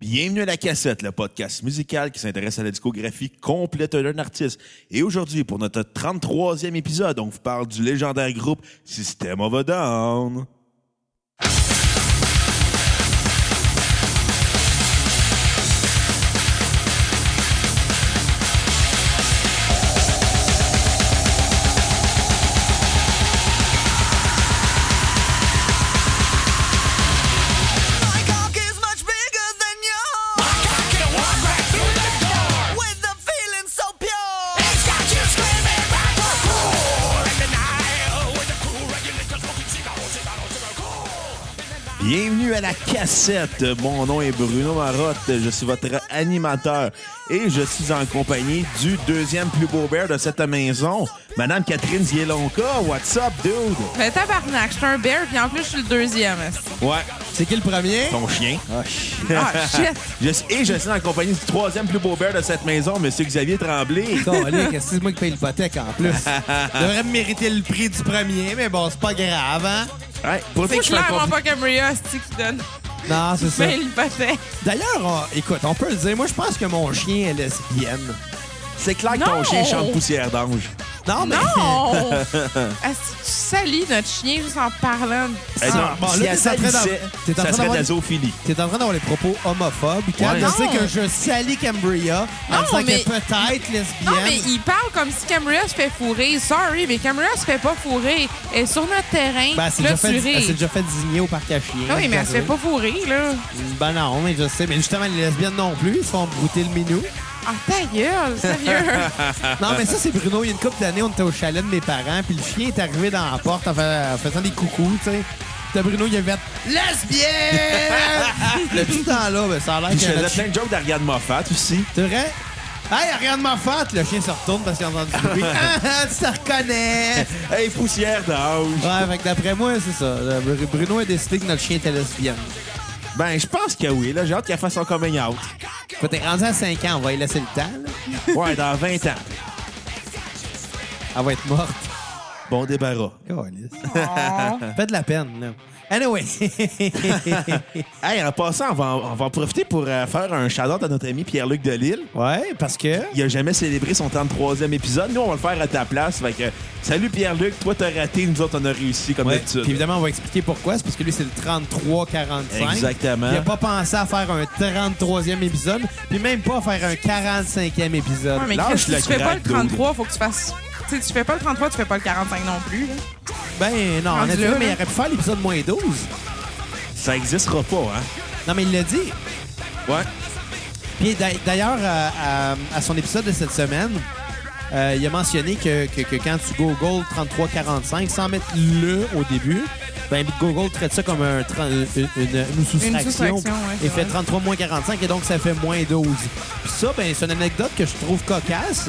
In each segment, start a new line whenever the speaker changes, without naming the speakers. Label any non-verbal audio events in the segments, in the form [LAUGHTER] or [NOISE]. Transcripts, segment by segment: Bienvenue à la cassette, le podcast musical qui s'intéresse à la discographie complète d'un artiste. Et aujourd'hui, pour notre 33e épisode, on vous parle du légendaire groupe System of a Down.
My cock is much bigger than yours. My cock can walk right through the door. With a feeling so pure. It's got you screaming right for cool. In the night, with the cool regulator smoking cigars, cigars, cigars, cool.
Bienvenue à la cassette. Mon nom est Bruno Marotte. Je suis votre animateur et je suis en compagnie du deuxième plus beau bear de cette maison, Madame Catherine Zielonka. What's up, dude?
Mais tabarnak, je suis un bear, puis en plus, je suis le deuxième. est-ce que-
Ouais,
C'est qui le premier?
ton chien.
Ah, shit.
[LAUGHS]
Ah, shit!
Je suis- et je suis en compagnie du troisième plus beau bear de cette maison, Monsieur Xavier Tremblay.
Calique, est-ce que c'est moi qui paye l'hypothèque en plus. Devrait mériter le prix du premier, mais bon, c'est pas grave, hein?
Ouais, pour
C'est
toi, je suis en
clairement
compagnie-
pas Camria, c'est qui donne
Non, c'est ça.
[LAUGHS]
bien l'hypothèque.
D'ailleurs, on- écoute, on peut le dire, moi je pense que mon chien est lesbienne.
C'est clair que ton
Non.
chien chante poussière d'ange.
Non, mais.
[LAUGHS]
Non! Est-ce que tu salis notre chien juste en parlant de
Eh
ça?
non,
Ah, bon,
si
là,
elle
t'es en train d'av-
salissait,
t'es en train
ça serait de
d'avoir-
la zoophilie.
T'es en train d'avoir les propos homophobes. Quand
Ouais.
je sais
Non.
que je salis Cambria, en
Non,
disant qu'elle
mais-
est peut-être lesbienne.
Non, mais il parle comme si Camria se fait fourrer. Sorry, mais Camria se fait pas fourrer. Elle est sur notre terrain.
Ben, elle s'est
là,
déjà, fait-
tu
elle s'est
ris.
déjà fait désigner au parc à chiens.
Non, Ah oui, mais elle se fait
Désolé.
pas fourrer, là.
Ben non, mais je sais. Mais justement, les lesbiennes non plus, ils se font brouter le
[LAUGHS]
minou.
Ah, ta gueule,
[LAUGHS]
sérieux.
Non, mais ça, c'est Bruno. Il y a une couple d'années, on était au chalet de mes parents, puis le chien est arrivé dans la porte en, fa- en faisant des coucous, tu sais. Puis là, Bruno, il avait
[LAUGHS]
lesbienne! Depuis ce temps-là, ben, ça a l'air
Puis je
qu'il y a
faisais
notre chien-
plein de jokes d'Ariane Moffat aussi.
C'est vrai? Hey, regarde ma fête! Le chien se retourne parce qu'il a entendu
[LAUGHS]
le bruit. [LAUGHS] Ah, ah, tu te reconnais!
Hey, poussière d'ange.
Ouais, fait que d'après moi, c'est ça. Le- Br- Bruno a décidé que notre chien était lesbienne.
Ben, je pense que oui. là. J'ai hâte qu'elle fasse son coming out.
Quand t'es rendu à 5 ans, on va lui laisser le temps, là.
Ouais, dans 20 ans.
Elle va être
[LAUGHS]
morte.
Bon débarras.
Calisse. [LAUGHS]
Oh.
Fait de la peine, là. Anyway. [LAUGHS]
Hey, en passant, on va, on va en profiter pour euh, faire un shout-out à notre ami Pierre-Luc Delille.
ouais, parce que...
Il a jamais célébré son 33e épisode. Nous, on va le faire à ta place. Fait que, salut Pierre-Luc, toi t'as raté, nous autres on a réussi comme
Ouais. Puis
d'habitude.
évidemment, on va expliquer pourquoi. C'est parce que lui, c'est le 33-45.
Exactement.
Il n'a pas pensé à faire un 33e épisode, puis même pas à faire un 45e épisode.
Ouais, mais
Lâche
Chris, si
le
tu fais pas
crack,
le 33, faut que tu fasses. Tu sais, tu fais pas le 33, tu fais pas le 45 non plus. là.
Ben non, en
Rendu
effet,
là,
mais il
là.
aurait pu faire l'épisode moins 12.
Ça existera pas, hein?
Non, mais il l'a dit.
Ouais.
Puis d'a- d'ailleurs, euh, à, à son épisode de cette semaine, euh, il a mentionné que, que- que quand tu googles 33-45, sans mettre le au début, ben Google traite ça comme un, tra- une, une- une soustraction,
soustraction, ouais, c'est
et fait
vrai.
33 moins 45 et donc ça fait moins 12. Puis ça, ben, c'est une anecdote que je trouve cocasse.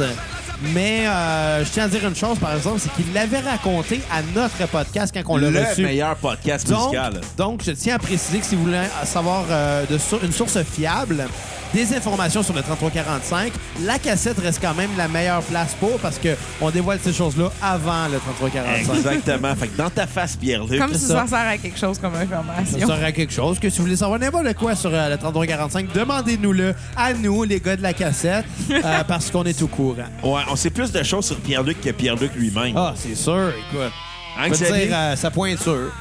Mais euh, je tiens à dire une chose, par exemple, c'est qu'il l'avait raconté à notre podcast quand on l'a
le
reçu.
meilleur podcast
Donc,
musical.
donc, je tiens à préciser que si vous voulez savoir euh, de sur- une source fiable, des informations sur le 3345, la cassette reste quand même la meilleure place pour parce que on dévoile ces choses-là avant le 3345.
Exactement. fait que dans ta face, Pierre-Luc.
Comme si
ça.
ça sert à quelque chose comme
Ça
information.
sera quelque chose que si vous voulez savoir n'importe quoi sur euh, le 3345, demandez-nous-le à nous, les gars de la cassette,
[LAUGHS]
euh, parce qu'on est au courant.
Ouais, on sait plus de choses sur Pierre-Luc que Pierre-Luc lui-même.
Ah, c'est sûr, écoute.
Hein,
Je veux
Xavier?
dire, euh, sa pointure.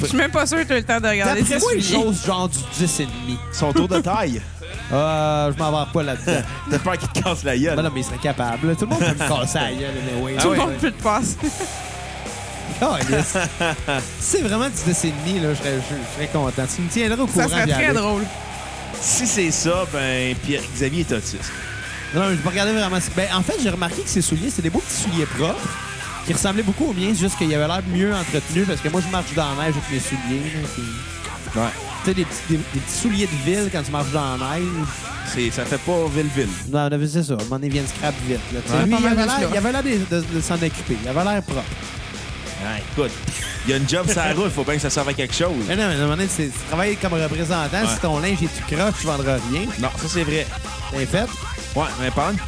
Je suis même pas sûr que tu as le temps de regarder
D'après
ces
moi, une
souliers.
chose genre du 10 et demi.
Son tour de taille. [LAUGHS]
Euh, je m'en vais pas là-dedans.
T'as peur qu'il te casse la gueule.
Ben non, mais il serait capable. là. Tout le monde peut me casser à la gueule, anyway.
Tout le
Ah
monde peut
[LAUGHS]
te passer.
ouais. Calisse.
[LAUGHS]
Si c'est vraiment 10 décennies, là, je serais, je- je serais content. Tu me tiendras au courant.
Ça serait très
Pierre-Luc.
drôle.
Si c'est ça, ben Pierre Xavier est autiste.
Non, je me regardais vraiment. Ben, en fait, j'ai remarqué que ses souliers, c'est des beaux petits souliers propres qui ressemblaient beaucoup aux miens, c'est juste qu'il avait l'air mieux entretenu parce que moi, je marche dans la neige avec mes souliers. là, puis-
Ouais.
Tu sais, des petits, des- des petits souliers de ville quand tu marches dans la neige.
C'est, ça fait pas ville-ville.
Non, mais c'est ça. À un moment donné, vient de scrap vite. là, tu sais.
Ouais.
Lui,
Pas
il
mal
avait
juste
l'air-
là.
il avait l'air de, de- de s'en occuper. Il avait l'air propre.
Ouais, Ah, écoute, il y a une job sur la route, faut bien que ça serve à quelque chose.
Mais non, mais à un moment donné, c'est- tu travailles comme représentant. Si ton linge est tout croche, tu vendras rien.
Non, ça c'est vrai.
T'es fait.
Ouais, mais parlant de,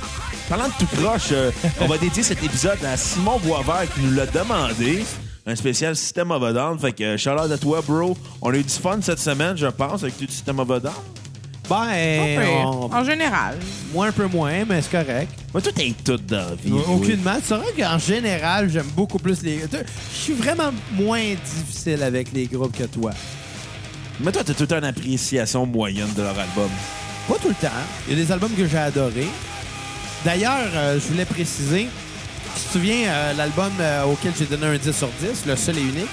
parlant de tout croche, euh, on va dédier cet épisode à Simon Boisvert qui nous l'a demandé. Un spécial Système of a euh, Down. Fait que, shout à toi, bro. On a eu du fun cette semaine, je pense, avec tout le Système of a Down. Eh,
Ben,
Pas pire.
on-
En général.
moi un peu moins, mais c'est correct.
Moi, tout est tout dans la vie. oui.
Aucunement. C'est vrai qu'en général, j'aime beaucoup plus les. Je suis vraiment moins difficile avec les groupes que toi.
Mais toi, t'as tout le temps une appréciation moyenne de leur album.
Pas tout le temps. Il y a des albums que j'ai adorés. D'ailleurs, euh, je voulais préciser, tu te souviens euh, l'album euh, auquel j'ai donné un 10 sur 10, le seul et unique,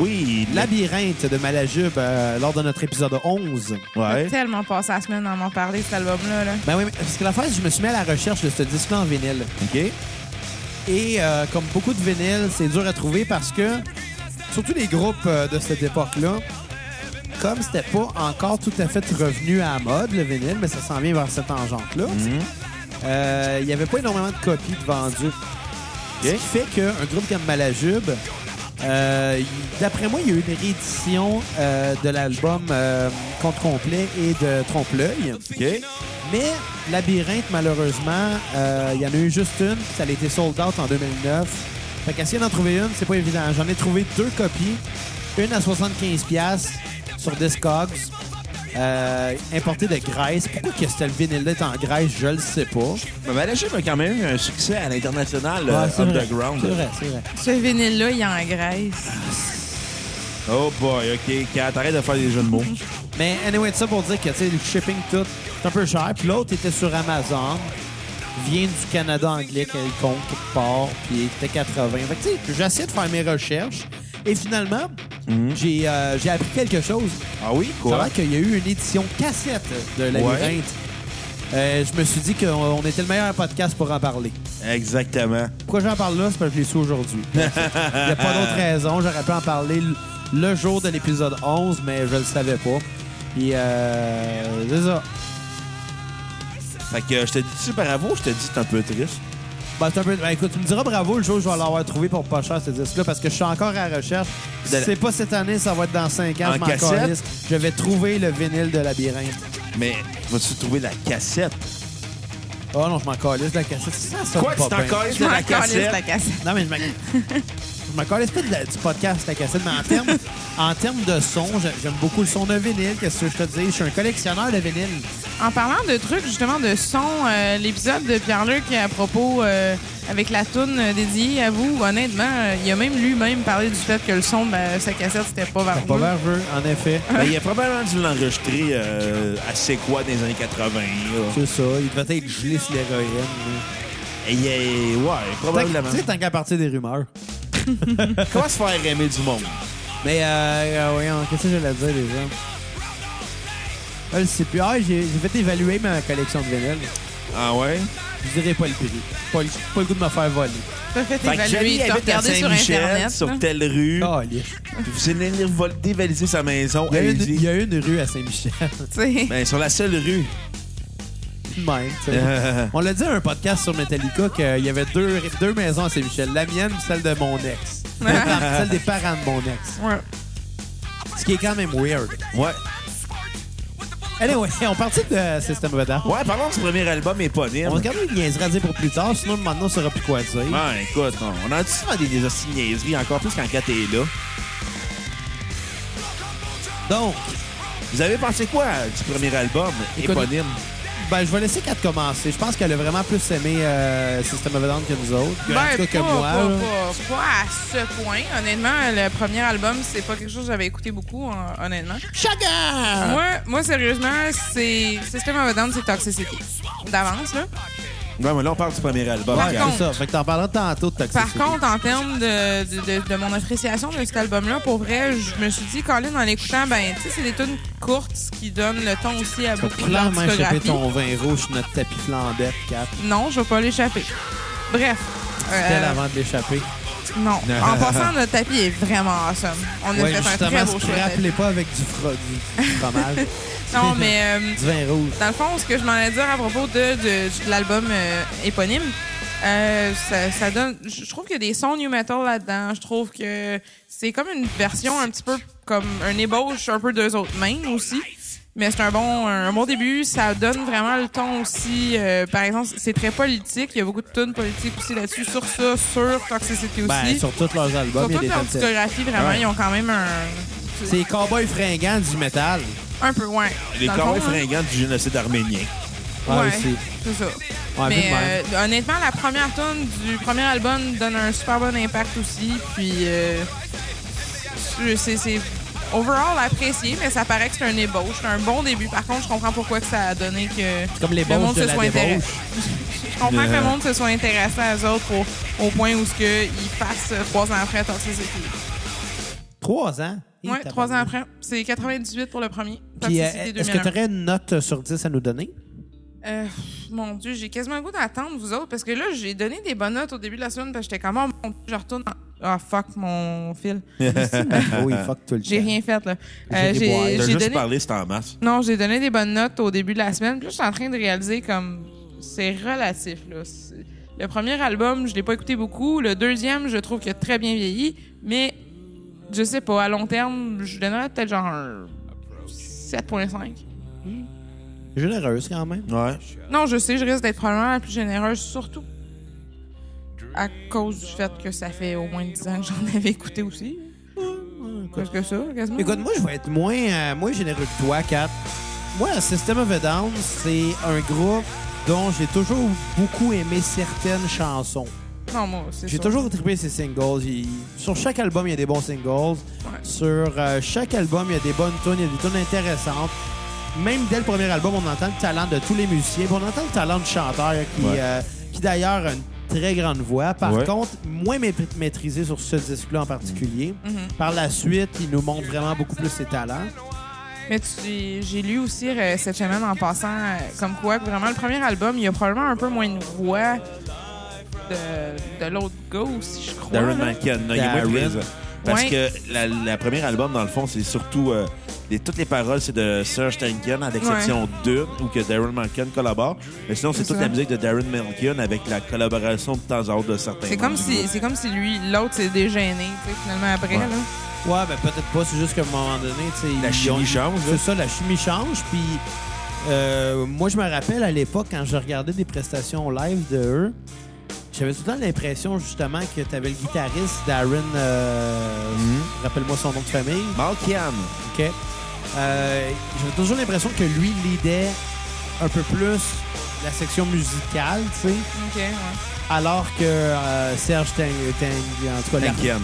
Oui, la
Labyrinthe de Malajube, euh, lors de notre épisode 11.
J'ai
Ouais.
tellement passé la semaine à m'en parler, cet album-là. là.
Ben oui, mais- parce que l'affaire, c'est que je me suis mis à la recherche de ce disque-là en vinyle.
OK.
Et euh, comme beaucoup de vinyles, c'est dur à trouver parce que, surtout les groupes euh, de cette époque-là, comme c'était pas encore tout à fait revenu à la mode, le vinyle, mais ça s'en vient vers cette tangente-là, euh, il n'y avait pas énormément de copies de vendues. Ce qui fait qu'un groupe comme Malajube, euh, il- d'après moi, il y a eu une réédition euh, de l'album euh, Contre Complet et de Trompe-l'œil.
OK.
Mais Labyrinthe, malheureusement, euh, il y en a eu juste une, puis ça a été sold out en 2009. Fait qu'essayer d'en trouver une, c'est pas évident. J'en ai trouvé deux copies, une à 75$ sur Discogs, euh, importée de Grèce. Pourquoi que ce vinyle-là est en Grèce, je le sais pas.
Mais Malachim a quand même eu un succès à l'international euh,
Ouais, c'est vrai.
underground.
C'est vrai, c'est vrai.
Ce vinyle-là, il est en Grèce.
Ah, Oh boy, OK. Kat, arrête de faire des jeux de mots.
Mais anyway, ça pour dire que tu sais, le shipping tout, c'est un peu cher. Puis l'autre était sur Amazon, vient du Canada anglais quelconque, quelque part, puis était 80. Fait que tu sais, j'essaie de faire mes recherches. Et finalement, j'ai euh, j'ai appris quelque chose.
Ah oui?
Ça
Mhm. Quoi?
va qu'il y a eu une édition cassette de Labyrinthe.
Ouais.
Euh, je me suis dit qu'on on était le meilleur podcast pour en parler.
Exactement.
Pourquoi j'en parle là? C'est parce que je l'ai su aujourd'hui. Il n'y a pas d'autre raison. J'aurais pu en parler l- le jour de l'épisode 11, mais je le savais pas. Puis, euh, c'est ça.
[LAUGHS] Fait que euh, je te dis tu bravo, je te dis c'est un peu triste.
Ben, c'est un peu- ben, écoute, tu me diras bravo le jour où je vais l'avoir trouvé pour pas cher ce disque-là parce que je suis encore à la recherche. Si
De la-
c'est pas cette année, ça va être dans 5 ans.
En
je m'en
cassette?
calisse. Je vais trouver le vinyle de Labyrinthe.
Mais vas-tu trouver la cassette?
Oh non, je m'en calisse de la cassette. Ça sonne
Quoi?
pas
C'est
bien.
encore
Je
de
m'en
la
calisse de
cassette?
la cassette.
Non, mais je m'en- [LAUGHS] je me calisse pas de la- du podcast, la cassette, mais en termes en termes de son, j'a- j'aime beaucoup le son de vinyle. Qu'est-ce que je te dis? Je suis un collectionneur de vinyle.
En parlant de trucs, justement, de son, euh, l'épisode de Pierre-Luc à propos euh, avec la toune euh, dédiée à vous, honnêtement, euh, il a même lui-même parlé du fait que le son de sa cassette, c'était pas vers
Pas
nous.
nerveux, en effet.
Ben, il a probablement dû l'enregistrer euh, à c'est quoi dans les années 80. là.
C'est ça. Il devait être gelé sur l'héroïne. là.
Et il est- ouais, probablement.
Tu sais, tant qu'à partir des rumeurs.
Comment se faire aimer du monde?
Mais, euh, euh, voyons, qu'est-ce que j'allais dire déjà? Ah, je sais plus. Ah, j'ai j'ai fait évaluer ma collection de vinyles.
Ah ouais?
Je dirais pas le prix. Pas le, pas le goût de me faire voler.
T'as fait
Fait que Johnny
évaluer, t'as
habite à
regardé sur
Saint-Michel,
Internet.
sur
hein.
telle rue.
Calice.
Puis Vous allez venir vol- dévaliser sa maison.
Ah. Il y a une-
allez-y.
il y a une rue à Saint-Michel.
Tu sais.
Ben, sur la seule rue.
de même, tu sais.
Euh,
On l'a dit à un podcast sur Metallica qu'il y avait deux, deux maisons à Saint-Michel. La mienne et celle de mon ex. celle des parents de mon ex.
Ouais.
Ce qui est quand même weird.
ouais.
Anyway, on partit de System of a Down.
Ouais, parlons du premier album éponyme.
On va regarder les niaiseries à dire pour plus tard, sinon maintenant on saura plus quoi dire.
Ah.
Ben, écoute, on, on a souvent des, des hosties de niaiseries, encore plus quand Kat est là.
Donc,
Vous avez pensé quoi euh, du premier album
Écoute-
éponyme?
ben, je vais laisser Kat commencer. Je pense qu'elle a vraiment plus aimé euh, System of a Down que nous autres. Que, en tout
Ben,
cas,
pas,
que moi.
pas,
là.
pas- pas à ce point. Honnêtement, le premier album, c'est pas quelque chose que j'avais écouté beaucoup, hon- honnêtement.
Chacun!
Moi, moi sérieusement, c'est System of a Down, c'est Toxicity. D'avance, là.
Ouais, mais là, on parle du premier album.
Par
Kat.
contre-
C'est ça. Fait que t'en parleras tantôt de
Par
Toxicity.
contre, en termes de, de, de- de mon appréciation de cet album-là, pour vrai, je me suis dit, Colin, en l'écoutant, ben, tu sais, c'est des tunes courtes ce qui donnent le ton aussi à
T'as
beaucoup de leur
clairement échappé
discographie.
ton vin rouge sur notre tapis flambette, Kat.
Non, je vais pas l'échapper. Bref. euh,
Tel avant de l'échapper. [LAUGHS]
non. en passant, notre tapis est vraiment awesome. On a
Ouais,
fait un très
justement, si
beau
tu
choix.
ne
de tapis.
rappelais pas avec du, fro- du- du fromage,
[LAUGHS]
[LAUGHS]
Non, mais euh,
du vin rouge.
Dans le fond, ce que je m'en allais dire à propos de, de- de l'album euh, éponyme, euh, ça, ça donne. Je je trouve qu'il y a des sons new metal là-dedans. Je trouve que c'est comme une version un petit peu comme un ébauche un peu d'eux autres mêmes aussi. Mais c'est un bon, un bon début. Ça donne vraiment le ton aussi. euh, par exemple, c'est très politique. Il y a beaucoup de tunes politiques aussi là-dessus. Sur ça, sur Toxicity aussi.
Ben, sur tous leurs
Sur
albums, il y a
toute
des
leur
concepts.
discographie, vraiment,
Ouais.
ils ont quand même un.
C'est les cowboys fringants du métal.
Un peu, ouais.
Les
Dans le
cowboys
fond, hein.
fringants du génocide arménien.
Ah,
Ouais,
aussi.
c'est ça.
Ouais, vu
Mais
de même.
euh, honnêtement, la première tune du premier album donne un super bon impact aussi. Puis, euh, c'est- c'est c'est overall apprécié, mais ça paraît que c'est un ébauche. C'est un bon début. Par contre, je comprends pourquoi que ça a donné que
comme l'ébauche
le monde
de
se
la
soit
débauche.
intéressé. Je comprends que le monde se soit intéressé à eux autres pour, au point où ce que ils passent euh, trois ans après Toxic City.
Trois ans. Et
Ouais, trois ans
tabarnak.
après. C'est 98 pour le premier.
Puis, euh,
Toxicity
est-ce que
2001.
tu aurais une note sur 10 à nous donner?
Euh, mon Dieu, j'ai quasiment le goût d'attendre vous autres parce que là, j'ai donné des bonnes notes au début de la semaine parce que j'étais comme, oh mon Dieu, je retourne. en- Ah, fuck mon fil.
Ben, oui, fuck tout le
J'ai
temps.
rien fait, là.
J'ai
Euh,
des boires.
j'ai
T'as
j'ai
juste
donné.
parlé, c'est en masse.
Non, j'ai donné des bonnes notes au début de la semaine. Puis là, je suis en train de réaliser comme, c'est relatif, là. C'est- Le premier album, je l'ai pas écouté beaucoup. Le deuxième, je trouve qu'il a très bien vieilli. Mais, je sais pas, à long terme, je donnerais peut-être genre un 7.5.
Généreuse quand même.
Ouais.
Non, je sais, je risque d'être probablement la plus généreuse, surtout à cause du fait que ça fait au moins 10 ans que j'en [LAUGHS] avais écouté aussi. Parce que ça, quasiment.
Ah, Écoute, moi, je vais être moins, euh, moins généreux que toi, Kat. Moi, System of a Down, c'est un groupe dont j'ai toujours beaucoup aimé certaines chansons.
Non, moi, c'est
J'ai
ça.
toujours trippé ces singles. Il- Sur chaque album, il y a des bons singles.
Ouais.
Sur euh, chaque album, il y a des bonnes tunes, il y a des tunes intéressantes. Même dès le premier album, on entend le talent de tous les musiciens. puis On entend le talent du chanteur qui,
Ouais.
euh, qui d'ailleurs a une très grande voix. Par
Ouais.
contre, moins mé- maîtrisé sur ce disque-là en particulier.
Mhm.
Par la suite, il nous montre vraiment beaucoup plus ses talents.
Mais tu- j'ai lu aussi euh, cette semaine en passant, euh, comme quoi, que vraiment, le premier album, il y a probablement un peu moins de voix de, de l'autre gars aussi, je crois.
Darren
là.
Mankin. Non, il est moins
Darren.
présent. Parce
Ouais.
que la, la première album, dans le fond, c'est surtout... euh, les- toutes les paroles, c'est de Serge Tankian, à l'exception d'une, où que Darren Mankin collabore. Mais sinon, c'est
C'est
toute
ça.
la musique de Darren Mankin avec la collaboration de temps en autre de certains
C'est comme,
membres du
si,
groupe.
c'est comme si lui, l'autre, s'est dégêné, tu sais, finalement, après.
Ouais.
Là.
Ouais, ben peut-être pas. C'est juste qu'à un moment donné, tu sais,
La
ils
chimie
ont-
change, là.
C'est ça, la chimie change. Puis euh, moi, je me rappelle à l'époque, quand je regardais des prestations live de eux, j'avais tout le temps l'impression, justement, que tu avais le guitariste Darren, euh,
Mhm.
rappelle-moi son nom de famille.
Malkian.
OK. Euh, j'avais toujours l'impression que lui leadait un peu plus la section musicale, tu sais,
OK, ouais.
alors que euh, Serge Tang, Tang- en tout cas, la-
Tankian.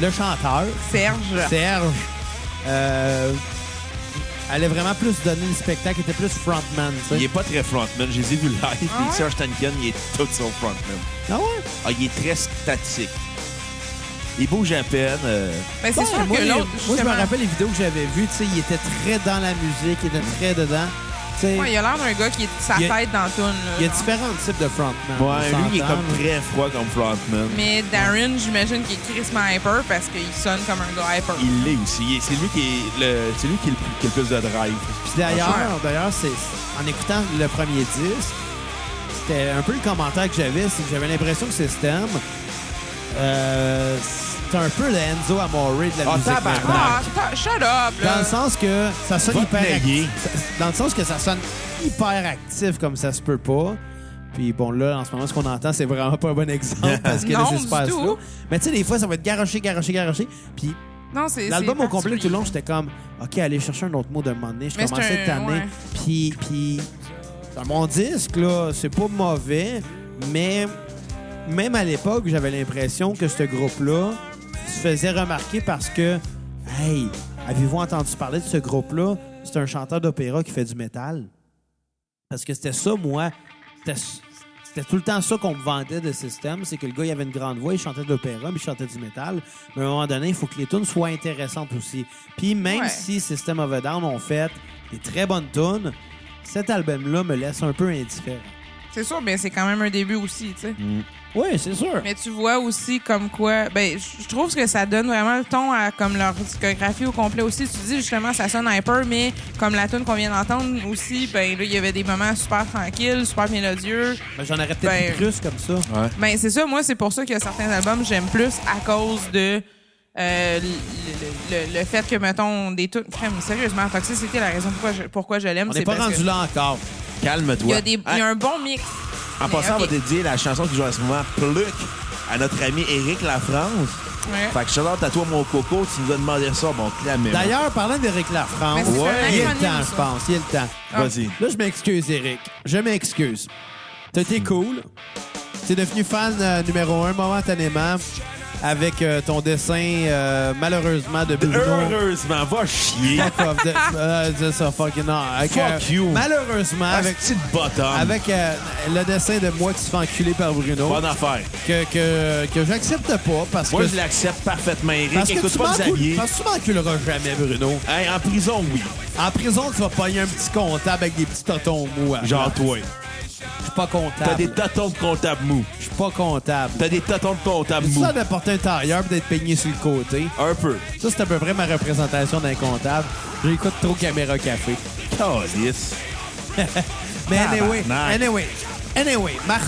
le chanteur,
Serge.
Serge euh, allait vraiment plus donner le spectacle, était plus frontman, tu
Il
sais.
est pas très frontman. Je les ai vus live. puis
Ah ouais?
Serge Tankian, il est tout son frontman.
Ah ouais?
Ah, il est très statique. Il bouge à peine. euh,
Ben, c'est
Ouais,
sûr
moi,
que
les-
l'autre,
moi, je me
justement,
rappelle les vidéos que j'avais vues, tu sais, il était très dans la musique, il était très dedans. Tu sais,
Ouais, il a l'air d'un gars qui est sa
Il y a-
tête dans tout. Là,
il y a
genre.
différents types de frontman.
Ah,
on
Ouais, lui, il est
s'entend,
comme
là.
très froid comme frontman.
Mais Darren, j'imagine qu'il est crissement hyper parce qu'il sonne comme un gars hyper.
Il l'est aussi. Il est- C'est lui qui est le, c'est lui qui, est le plus- qui a le plus de drive.
Puis d'ailleurs, d'ailleurs, c'est c'est- en écoutant le premier disque, c'était un peu le commentaire que j'avais, c'est que j'avais l'impression que System, euh, c'est un peu le Enzo Amore de la
Ah,
musique.
tabarnak!
maintenant.
Ah, ta- shut up, là!
Dans le sens que ça sonne
Va te
hyper
naguer.
actif. Dans le sens que ça sonne hyper actif comme ça se peut pas. Puis bon, là, en ce moment, ce qu'on entend, c'est vraiment pas un bon
[LAUGHS]
exemple parce que
Non,
les
du
espaces là.
tout.
Mais tu sais, des fois, ça va être garoché, garoché, garoché. Puis
Non, c'est.
l'album
c'est
au complet, tout
particulier.
le long, j'étais comme, OK, allez chercher un autre mot d'un moment donné. Je
Mais c'est
commençais
un-
à tanner.
ouais.
Puis, puis dans mon disque, là, c'est pas mauvais, mais même à l'époque, j'avais l'impression que ce groupe-là se faisait remarquer parce que, hey, avez-vous entendu parler de ce groupe-là? C'est un chanteur d'opéra qui fait du métal. Parce que c'était ça, moi. C'était c'était tout le temps ça qu'on me vendait de système, c'est que le gars, il avait une grande voix, il chantait de l'opéra, mais il chantait du métal. Mais à un moment donné, il faut que les tunes soient intéressantes aussi. Puis même
Ouais.
si System of a Down ont fait des très bonnes tunes, cet album-là me laisse un peu indifférent.
C'est sûr, mais c'est quand même un début aussi, tu
Mm.
sais.
Oui, c'est sûr.
Mais tu vois aussi comme quoi. Ben, je je trouve que ça donne vraiment le ton à comme leur discographie au complet aussi. Tu dis justement, ça sonne hyper, mais comme la tune qu'on vient d'entendre aussi, ben là, il y avait des moments super tranquilles, super mélodieux.
Mais J'en aurais peut-être
Ben-
eu plus comme ça.
Ben, c'est ça. Moi, c'est pour ça que certains albums, j'aime plus à cause de euh, le, le- le- le fait que, mettons, des tunes... Crème, sérieusement, Toxic, c'était la raison pourquoi je, pourquoi je l'aime.
On
c'est
n'est pas
parce
rendu
que
là encore.
Calme-toi.
Il y, a des- il y a
En-
un bon mix.
en
Mais,
passant, on
ok.
va dédier la chanson qui joue à ce moment, Pluck, à notre ami Éric Lafrance.
Ouais.
Fait que shout out à toi, mon coco, tu nous as demandé ça, bon, clamé.
D'ailleurs, parlant d'Éric Lafrance,
Mais c'est
Ouais.
un
il est le
acronyme,
temps,
ça.
je pense. Il est le temps.
Ah.
vas-y.
Là, je m'excuse, Eric. Je m'excuse. T'as été cool. T'es devenu fan euh, numéro un momentanément avec euh, ton dessin, euh, malheureusement, de Bruno.
Heureusement, va chier.
Fuck off. De- euh, de ça, fucking non. Avec, euh,
Fuck you. Ah,
Malheureusement, avec,
Avec petite bottom.
avec euh, le dessin de moi qui se fait enculer par Bruno,
Bonne affaire.
que, que, que j'accepte pas parce
Moi,
que...
je l'accepte parfaitement, Eric.
Parce que,
Écoute
tu
pas
m'encules-
Xavier.
parce que tu m'enculeras jamais, Bruno.
Hey, en prison, oui.
En prison, tu vas pogner un petit comptable avec des petits totons mous. après.
Genre toi.
Je suis pas
T'as
comptable.
des tâtons de comptable mou.
Je suis pas comptable.
T'as des tâtons de comptable
C'est
mou.
ça de porter un tailleur et d'être peigné sur le côté.
Un peu.
Ça, c'est à peu près ma représentation d'un comptable. J'écoute trop Caméra Café.
Calice.
Mais anyway,
Tabarnak.
anyway, anyway, Mar-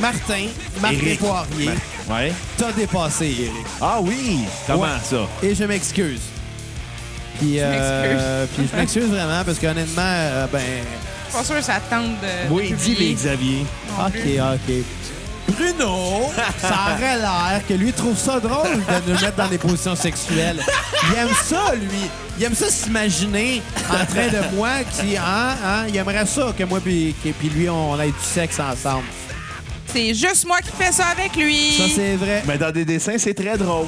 Martin, Martin
Éric.
Poirier,
Ouais.
t'as dépassé, Eric.
Ah oui! Comment
Ouais.
ça?
Et je m'excuse. Puis, euh, puis je m'excuse vraiment parce qu'honnêtement, euh, ben.
Je suis pas sûr que ça tente de. de
Oui,
publier
dis-les, Xavier.
non
Ok,
plus.
ok. Bruno, ça aurait l'air que lui trouve ça drôle de nous mettre dans des positions sexuelles. Il aime ça, lui. Il aime ça s'imaginer en train de moi qui, hein, hein, il aimerait ça que moi puis que- puis lui, on ait du sexe ensemble.
C'est juste moi qui fais ça avec lui.
Ça, c'est vrai.
Mais dans des dessins, c'est très drôle.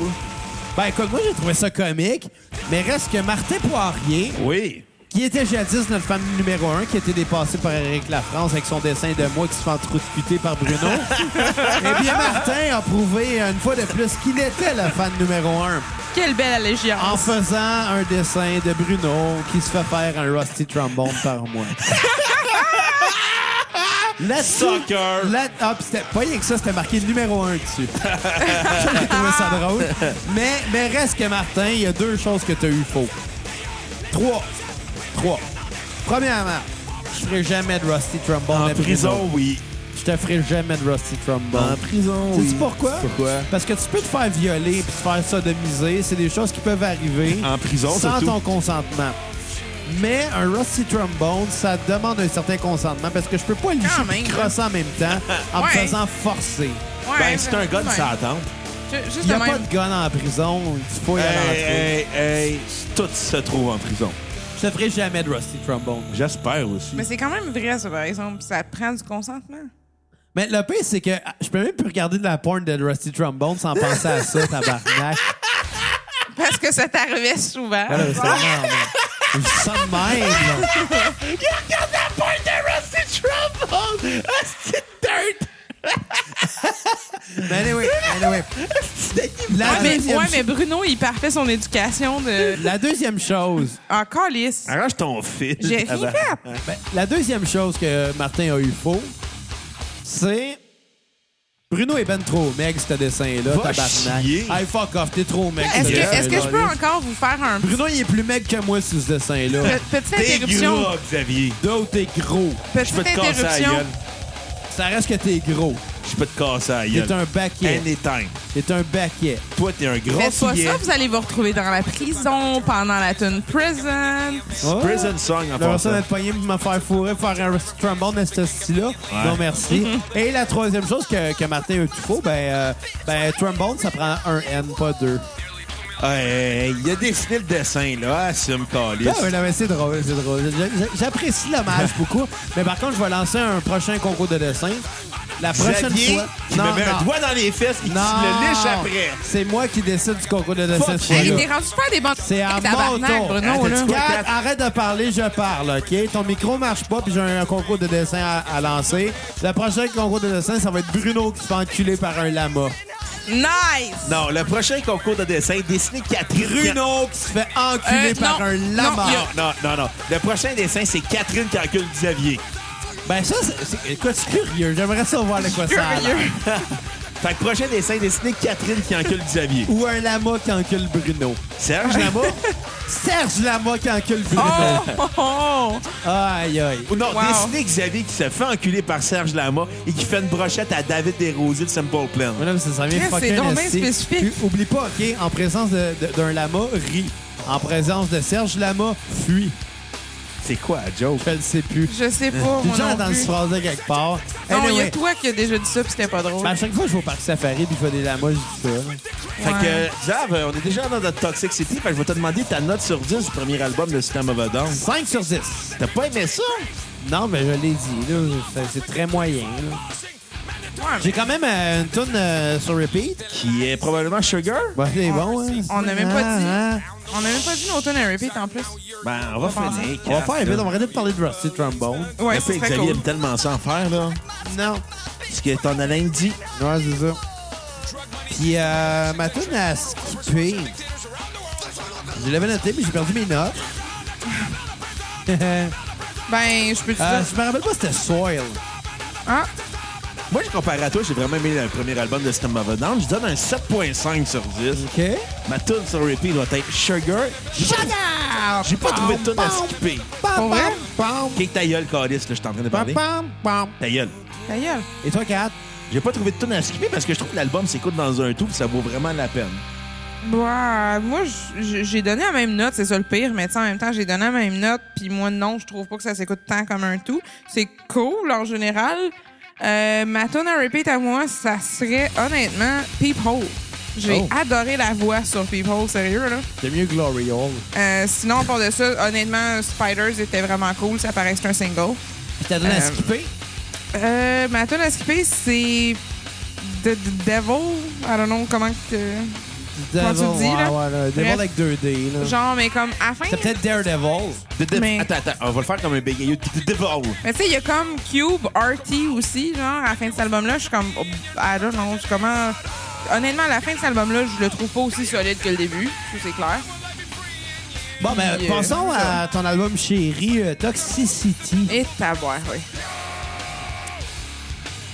Ben, écoute, moi, j'ai trouvé ça comique, mais reste que Martin Poirier,
Oui.
qui était jadis notre femme numéro un, qui a été dépassé par Eric Lafrance avec son dessin de moi qui se fait entroucuter par Bruno. Eh bien, Martin a prouvé une fois de plus qu'il était le fan numéro un
Quelle belle allégeance.
en faisant un dessin de Bruno qui se fait faire un rusty trombone
[LAUGHS]
par moi. La
Sucker!
La... Ah, pis c'était pas rien que ça, c'était marqué numéro un
[LAUGHS]
dessus. J'ai trouvé ça drôle. Mais, mais reste que, Martin, il y a deux choses que t'as eu faux. Trois. Trois. Premièrement, je ferai jamais de rusty trombone.
En
à Bruno.
prison, oui.
Je te ferai jamais de rusty trombone.
prison,
Sais-tu pourquoi? Parce que tu peux te faire violer puis te faire sodomiser. C'est des choses qui peuvent arriver.
En prison,
Sans
surtout.
ton consentement. Mais un rusty trombone, ça demande un certain consentement parce que je peux pas lui
Quand même,
crosser en même
[LAUGHS]
temps en me
Ouais.
faisant forcer.
Ouais,
Ben, c'est un gars de
ouais.
sa tente.
Ju- Juste
Il a
de
pas
même.
de gun en prison. Tu faut y aller en trouille.
Hey, hey, hey. Tout se trouve en prison.
Je te ferai jamais de rusty trombone.
J'espère aussi.
Mais c'est quand même vrai, ça, par exemple. Ça prend du consentement. [LAUGHS]
Mais le pire, c'est que je peux même plus regarder de la porn de rusty trombone sans penser à ça,
[LAUGHS]
tabarnak.
Parce que ça t'arrivait souvent.
Là, c'est
[LAUGHS]
vraiment, là. Je dis ça de même, là.
[LAUGHS]
Mais anyway, anyway.
[LAUGHS]
La,
Ouais, Ah, mais,
deuxième
ouais,
cho-
mais Bruno, il parfait son éducation de.
la deuxième chose,
En calice.
Arrange ton fil.
J'ai rien
Ah,
fait.
ben.
ben, la deuxième chose que Martin a eu faux, c'est Bruno est ben trop maigre ce dessin-là,
Va
tabarnak.
chier.
Hey, fuck off, t'es trop maigre.
Est-ce
ce
que,
Yeah.
est-ce que je peux
dessin-là.
encore vous faire un p-
Bruno, il est plus maigre que moi sur ce dessin-là.
petite
T'es
interruption?
gros, Xavier.
D'autres, t'es gros.
Je
Petite
peux te casser la gueule.
interruption.
Ça reste que t'es gros.
Je peux te casser la
T'es
gueule.
un baquet.
Anytime.
T'es un baquet.
Toi, t'es un gros
Faites pas
souillet.
ça, vous allez vous retrouver dans la prison pendant la tune prison.
Prison song en
J'aimerais ça
passant.
d'être pogné pour me faire fourrer, pour faire un trombone à ce style-là. Non, merci. Et la troisième chose que, que Martin a eu tout faux, ben, euh, ben, trombone, ça prend un N, pas deux.
Ah, Hey, il a dessiné le dessin, là. hein, Assume, Calis.
Ah, ouais, non, mais c'est drôle, c'est drôle. Je- je- J'apprécie [LAUGHS] l'hommage beaucoup. Mais par contre, je vais lancer un prochain concours de dessin. La prochaine
Xavier,
fois.
il me met un doigt dans les fesses et il se le lèche après.
C'est moi qui décide du concours de dessin
Fuck
ce
Hey,
fois-là.
t'es rendu faire des bonnes.
C'est à mon
Tabarnak,
tour.
Bruno, là.
Attends, tu-
Kat, arrête de parler, je parle, OK? Ton micro marche pas, puis j'ai un concours de dessin à, à lancer. Le prochain concours de dessin, ça va être Bruno qui se fait enculer par un lama.
Nice!
Non, le prochain concours de dessin, dessiner Catherine.
Bruno qui se fait enculer
Euh,
par
non,
un lama.
non, il y
Non, non, non, non. Le prochain dessin, c'est Catherine qui encule Xavier.
Ben ça, c'est- c'est écoute, c'est curieux. J'aimerais ça voir de quoi ça a l'air.
[LAUGHS]
Curieux.
Fait que prochain dessin, dessiner Catherine qui encule Xavier.
Ou un lama qui encule [LAUGHS] Bruno.
Serge Lama?
Serge Lama qui encule Bruno.
Oh, oh, oh.
Aïe, aïe.
Ou non,
Wow.
dessiner Xavier qui se fait enculer par Serge Lama et qui fait une brochette à David Desrosiers de Simple Plan.
Mais là, ça, ça vient
Chris,
fucking
c'est donc bien
nasty.
spécifique.
Puis, oublie pas, OK, en présence de- de- d'un lama, ris. En présence de Serge Lama, fuis.
C'est quoi la joke?
Je le sais plus.
Je sais pas. moi
Déjà
non
entendu
plus.
ce phrase quelque part.
Non, il y
Anyway,
a toi qui a déjà dit ça, puis c'était pas drôle.
ben, à chaque fois que je vais au parc safari puis je vois des lamas, je dis ça.
Fait que,
Ouais.
euh, Xav, euh, on est déjà dans notre Toxic City. Fait que je vais te demander ta note sur 10 du premier album de System of a Down.
5 sur 10.
T'as pas aimé ça?
Non, mais je l'ai dit, là. c'est- C'est très moyen, là.
Ouais,
J'ai quand même euh, une tune euh, sur repeat.
Qui est probablement Sugar?
Bah, c'est bon, hein?
On n'a même pas
Ah,
dit.
ah.
On n'a même pas dit l'automne à repeat en plus.
Ben, on va finir.
On va faire vite, on va arrêter de parler de Rusty Trombone.
Ouais,
Le
c'est
fait que
très
Xavier
cool.
aime tellement ça en faire, là.
Non.
Ce que ton Alain dit.
Ouais, c'est ça. Puis, euh, ma tune à skipper. Je l'avais noté, mais j'ai perdu mes [LAUGHS] notes. Euh,
Ben, je peux te
Ah.
dire.
je me rappelle pas, c'était Soil.
Hein?
Moi, je compare à toi, j'ai vraiment aimé le premier album de System of a Down. Je donne un 7.5 sur 10.
OK?
Ma tune sur repeat doit être Sugar. J'ai pas- J'ai pas trouvé de tune à skipper.
Pour
Pam,
vrai?
pam,
Qu'est-ce que ta gueule, Calice, là, je suis en train de
pam,
parler.
pam, pam.
Ta gueule.
Ta gueule.
Et toi, Kat?
J'ai pas trouvé de tune à skipper parce que je trouve que l'album s'écoute dans un tout et ça vaut vraiment la peine.
Bah, moi, j- j- j'ai donné la même note, c'est ça le pire, mais tu sais, en même temps, j'ai donné la même note, puis moi, non, je trouve pas que ça s'écoute tant comme un tout. C'est cool, en général. Euh, ma tune à repeat à moi, ça serait, honnêtement, People. J'ai
Oh.
adoré la voix sur People, sérieux, là.
C'est mieux Glory Hall.
Euh, sinon, on part de ça, honnêtement, Spiders était vraiment cool, ça paraît que c'est un single.
Puis t'as donné à
Euh,
skipper?
Euh, ma tune à skipper, c'est The, The Devil. I don't know comment que...
Devil,
tu le dis,
ouais,
là.
ouais, là, Devil
Bref.
avec 2D, là.
Genre, mais comme, à la fin...
Ah. C'est peut-être Daredevil.
De- de-
Mais-
Attends, attends, on va le faire comme un bégayeux. De- de- de-
Mais tu sais, il y a comme Cube, RT aussi, genre, à la fin de cet album-là, je suis comme, oh, I don't know, je comment. Honnêtement, à la fin de cet album-là, je le trouve pas aussi solide que le début, ça c'est clair.
Bon, ben,
Puis, euh,
pensons à ton album chéri, euh, Toxicity.
Et taboire, oui.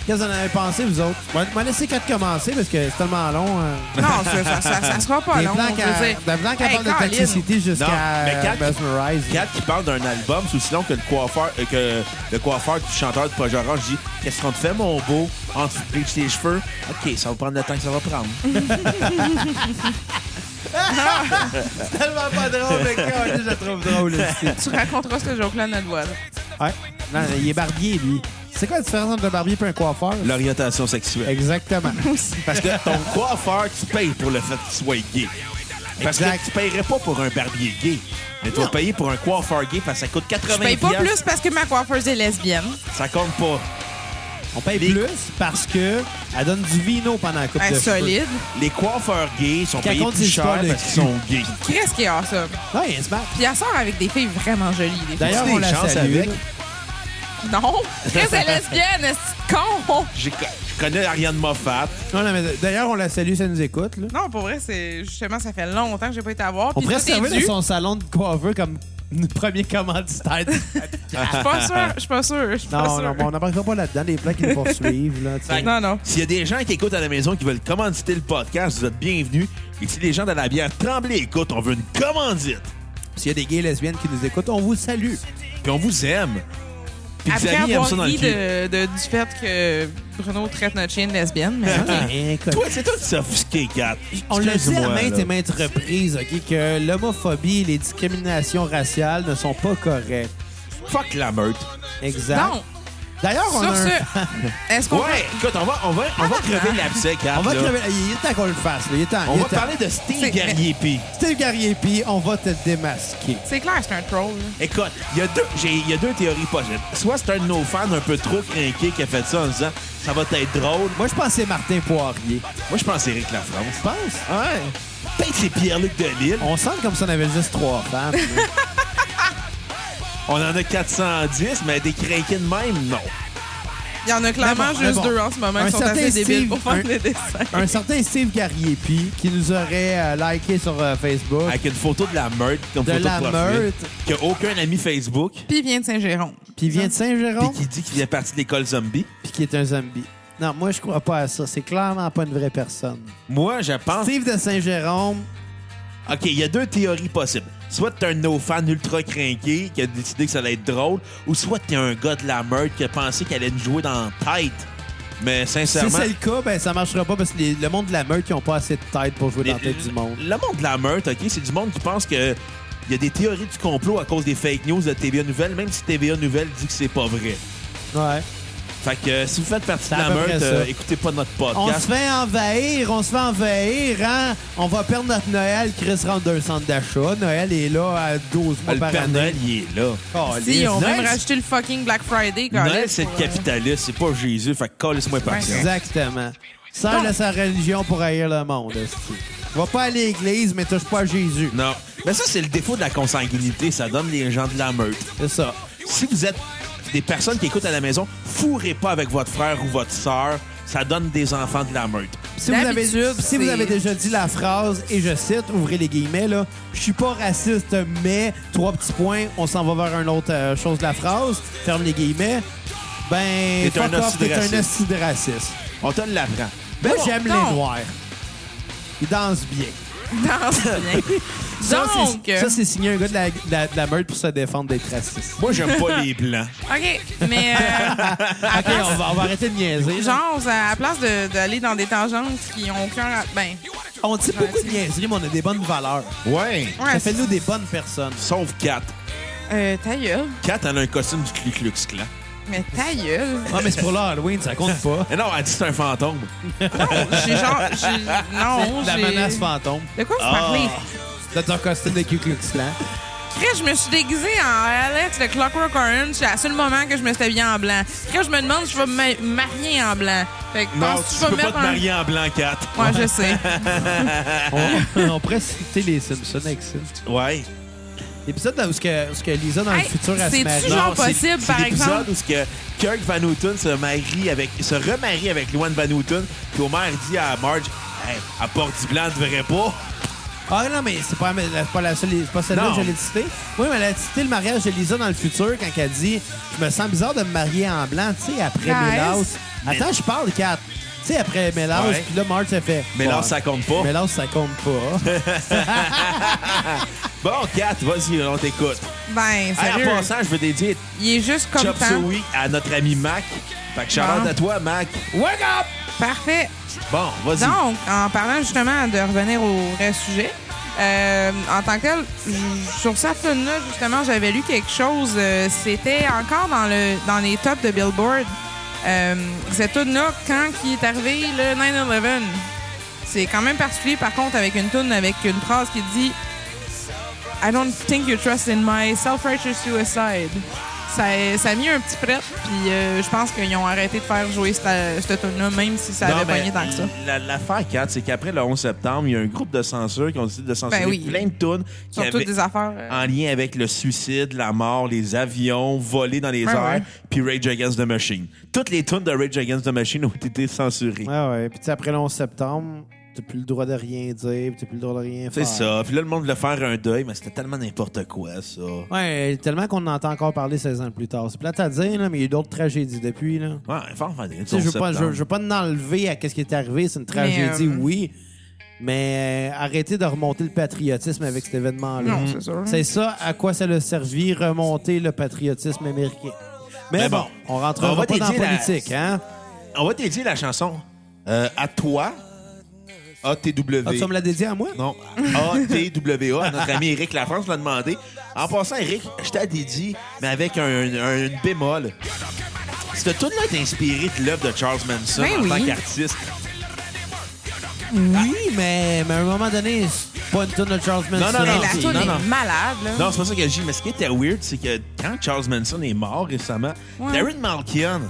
Qu'est-ce que vous en avez pensé, vous autres? Je vais- je vais laisser quatre commencer parce que c'est tellement long. hein.
Non, ça, ça, ça, ça sera pas
Des
long.
plans
je veux
qu'à
dire.
des plans qu'à
Hey,
parle de
Colin,
Toxicity
Non,
jusqu'à
mais
euh,
quatre-
Mesmerize.
Kat qui parle d'un album, c'est aussi long que le coiffeur, euh, que le coiffeur du chanteur de Poche Orange dit Qu'est-ce qu'on te fait, mon beau On te bleach tes cheveux. OK, ça va prendre le temps que ça va
[LAUGHS]
prendre.
C'est tellement pas drôle, [LAUGHS] mais quand je le trouve drôle aussi.
Tu raconteras ce joke-là à notre voix.
[LAUGHS] Ouais. Non, il est barbier, lui. C'est quoi la différence entre un barbier et un coiffeur?
L'orientation sexuelle.
[LAUGHS] Exactement.
Parce que ton coiffeur, tu payes pour le fait qu'il soit gay. Parce
Exact.
que tu payerais pas pour un barbier gay. Mais tu vas payer pour un coiffeur gay parce que ça coûte 80
Je paye pas
piastres.
plus parce que ma coiffeuse est lesbienne.
Ça compte pas.
On paye
Les-
plus parce que elle donne du vino pendant la coupe
Elle
de
est
cheveux.
solide.
Les coiffeurs gays sont
Qu'elle
payés
compte
plus
ses histoires
cher
de
parce qu'ils sont gays.
Qu'est-ce qui est awesome?
Non, il est smart.
Puis elle sort avec des filles vraiment jolies. des filles.
D'ailleurs,
des
on la
chances
salue.
avec?
là.
Non! Chris est lesbienne, est con!
J'ai- Je connais Ariane Moffat.
Non, non, mais d'ailleurs, on la salue, ça nous écoute. Là.
Non, pour vrai, c'est justement, ça fait longtemps que j'ai pas été à voir.
On
puis
pourrait
tout
se
est
servir
dû.
de son salon de coiffeur comme [LAUGHS] premier [LAUGHS] commanditaire.
Je suis pas sûre. Je suis pas sûre. Je suis pas
non,
sûre.
non, mais on n'embarquera pas là-dedans. Les plans qui nous
[LAUGHS]
poursuivent. Là, tu sais.
Non, non.
S'il y a des gens qui écoutent à la maison qui veulent commanditer le podcast, vous êtes bienvenus. Et si les gens de la bière tremblée écoutent, on veut une commandite.
S'il y a des gays et lesbiennes qui nous écoutent, on vous salue.
Puis on vous aime. Puis
Après
Xavier aime
avoir
ça dans le
ri
cul.
de, de- du fait que Bruno traite notre chienne lesbienne, mais
[LAUGHS] Ah, Écoute,
Ah. Toi, c'est toi qui sophistiqué, Kat.
on l'a dit à
Excuse-moi,
maintes
là.
et maintes reprises ok, que l'homophobie et les discriminations raciales ne sont pas correctes.
Fuck la meute.
Exact.
non.
D'ailleurs, Oh, on
Sur
a un-
ce, est-ce qu'on
Ouais, écoute, on va, on va, on va crever l'abcès, Kat.
On va
Ah, là.
crever. Il est temps qu'on le fasse. là. Il est temps.
On
il est
va
temps.
parler de Steve
C'est-
Guerrier P.
Steve Guerrier, puis on va te démasquer.
peut- C'est clair, c'est un troll. là.
Écoute, il y, a deux- j'ai- il y a deux théories possibles. Soit c'est un de nos fans un peu trop crinqué qui a fait ça en disant ça va être drôle.
Moi, je pense que c'est Martin Poirier.
Moi, je pense que c'est Eric Lafrance.
Je pense.
Ouais. Peut-être c'est Pierre-Luc Delisle.
On sent comme si on avait juste trois
[LAUGHS]
femmes. là.
On en a 410, mais des craqués de même, non.
Il y en a clairement
Mais bon, mais
juste
bon.
deux en ce moment
Un
qui sont
certain
assez débiles
Steve,
pour faire
un-
des dessins.
un certain Steve Guerrier, puis qui nous aurait euh, liké sur euh, Facebook.
Avec une photo de la meute comme
De
photo
la
de profil,
meute.
Qu'il n'y a aucun ami Facebook.
Puis il vient de Saint-Jérôme.
Puis il vient de
Puis
Saint-Jérôme,
qui dit qu'il est parti de l'école zombie.
puis qui est un zombie. Non, moi, je crois pas à ça. C'est clairement pas une vraie personne.
Moi, je pense.
Steve de Saint-Jérôme,
OK, il y a deux théories possibles. Soit t'es un de nos fans ultra crinqué qui a décidé que ça allait être drôle, ou soit t'es un gars de la meute qui a pensé qu'elle allait nous jouer dans la tête. Mais
si
sincèrement.
c'est le cas, ben ça marchera pas parce que les- le monde de la meute, ils ont pas assez de tête pour jouer dans la tête du monde.
Le monde de la meute, OK, c'est du monde qui pense que il y a des théories du complot à cause des fake news de TVA Nouvelle, même si TVA Nouvelle dit que c'est pas vrai.
Ouais.
Fait que euh, si vous faites partie
C'est
de
à
la
peu près
meute, euh,
ça.
écoutez pas notre
On se
podcast.
fait envahir, on se fait envahir, hein? On va perdre notre Noël. Chris rentre d'un centre d'achat. Noël est là à 12 mois
le
par
Père
année.
Noël, il est là.
Calisse.
Si, on va
Noël,
même rajouter le fucking Black Friday, quand
Noël, c'est le capitaliste, c'est pas Jésus. Fait que calisse-moi
Ouais.
patient.
Exactement. Sors de sa religion pour haïr le monde. esti. Va pas à l'église, mais touche pas à Jésus.
Non. Mais ça, c'est le défaut de la consanguinité. Ça donne les gens de la meute.
C'est ça.
Si vous êtes des personnes qui écoutent à la maison, fourrez pas avec votre frère ou votre sœur. Ça donne des enfants de la meute.
Si vous, avez,
D'habitude,
si vous
c'est-
avez déjà dit la phrase, et je cite, ouvrez les guillemets, là, je suis pas raciste, mais, trois petits points, on s'en va vers une autre euh, chose de la phrase, ferme les guillemets, ben,
T'es un
fuck off,
hostie de
t'es un
raciste.
hostie de raciste.
On te l'apprend.
Moi,
bon,
j'aime les
donc.
noirs. Ils dansent bien.
euh, [LAUGHS]
Ça,
Donc,
c'est- ça, c'est signé un gars de la, de la- de la meute pour se défendre d'être raciste.
Moi, j'aime
[LAUGHS]
pas les blancs.
OK, mais
[LAUGHS]
euh,
[LAUGHS] OK, on va, on va arrêter de niaiser.
genre, à la place de- d'aller dans des tangentes qui ont aucun... ra- Ben,
on dit beaucoup de niaiseries, mais on a des bonnes valeurs.
Ouais.
ouais,
Ça fait de nous des bonnes personnes.
Sauf Kat.
euh, ta gueule.
Kat, elle a un costume du Ku Klux Klan.
Mais ta gueule.
Ah, mais c'est pour l'Halloween, ça compte pas.
Mais Eh non, elle dit que c'est un fantôme.
J'ai genre... j'ai- Non,
La
j'ai-
menace fantôme.
De quoi vous parlez?
De ton costume de Ku Klux Klan.
Cré, je me suis déguisée en Alex de Clockwork Orange. C'est le seul moment que je me suis habillée en blanc. Cré, je me demande si je vais me marier en blanc. Fait que
Non,
penses-tu
tu
que je
peux
vais
pas te
mettre un...
marier en blanc, Kat.
Moi, je sais.
[LAUGHS]
On, on pourrait citer les Simpsons avec ça.
Ouais.
L'épisode là où, ce que, où ce que Lisa dans
Hey,
le futur elle se
c'est-tu
marie.
genre-
Non, c'est-
possible,
c'est
par
l'épisode
exemple.
où ce que Kirk Van Houten se marie avec, se remarie avec Luan Van Houten, puis Homer dit à Marge, hey, à porte du blanc, tu devrais pas.
Ah non, mais c'est pas, mais c'est pas la seule, c'est pas celle-là
Non.
que je l'ai citée. Oui, mais elle a cité le mariage de Lisa dans le futur quand elle dit Je me sens bizarre de me marier en blanc, tu sais, après
Nice.
Mélasse. Attends, je parle, Kat. Tu sais, après Mélasse,
Ouais.
puis là, Marge, elle fait
Mais là,
Ouais.
ça compte pas.
Mélasse, ça compte [LAUGHS] pas.
Bon, Kat, vas-y, on t'écoute.
Ben,
Hey, en
sérieux.
passant, je veux dédier
Il est juste comme
Chop
ça.
Suey à notre ami Mac. Fait que shout-out
Bon.
à toi, Mac. Wake up!
Parfait.
Bon, vas-y.
Donc, en parlant justement de revenir au vrai sujet, euh, en tant que tel, j- sur cette tune-là, justement, j'avais lu quelque chose. euh, C'était encore dans, le, dans les tops de Billboard. Euh, cette tune-là, quand qui est arrivé le 9-11, c'est quand même particulier, par contre, avec une tune avec une phrase qui dit I don't think you trust in my self-righteous suicide. Ça, ça a mis un petit prêt, puis euh, je pense qu'ils ont arrêté de faire jouer cette, cette tune-là, même si ça
Non,
avait
mais
pogné tant que ça.
la- L'affaire, Kat, c'est qu'après le 11 septembre, il y a un groupe de censure qui ont décidé de censurer
Ben oui.
plein de tunes qui Ah,
Surtout
avaient-
des affaires. euh,
en lien avec le suicide, la mort, les avions, voler dans les
Ouais,
airs,
ouais.
puis Rage Against the Machine. Toutes les tunes de Rage Against the Machine ont été censurées.
ouais, Ah ouais. Puis tu sais, après le 11 septembre, t'as plus le droit de rien dire, puis t'as plus le droit de rien
C'est
faire.
ça. Puis là, le monde voulait faire un deuil, mais c'était tellement n'importe quoi, ça.
Ouais, tellement qu'on en entend encore parler 16 ans plus tard. C'est plate à dire, là, mais il y a eu d'autres tragédies depuis. Là.
Ouais, fort fan
Tu sais, Je veux pas, je, je veux pas enlever à quest ce qui est arrivé. C'est une tragédie,
euh,
oui. Mais euh, arrêtez de remonter le patriotisme avec cet événement-là.
Non, c'est sûr.
C'est ça à quoi ça a servi, remonter le patriotisme américain. Mais,
Mais
bon,
Ben bon,
on rentrera
on va
pas dans la
dédier la-
politique, hein?
On va dédier la chanson euh, à toi, ATW.
Ah, tu vas me la dédier à moi?
Hein?
Non, ATWA. Notre ami Eric Lafrance l'a demandé. En passant, Eric, je t'ai dédié, mais avec un, un- une bémol. Cette tune-là est inspirée de l'œuvre de Charles Manson
Ben
en tant
oui.
qu'artiste.
Oui, mais, mais à un moment donné, c'est pas une tune de Charles Manson.
non,
mais
non,
Ben, la
c'est-
toune
non,
est
non.
malade, là.
Non, c'est pas ça que j'ai, mais ce qui était weird, c'est que quand Charles Manson est mort récemment,
Ouais.
Darren Malkian,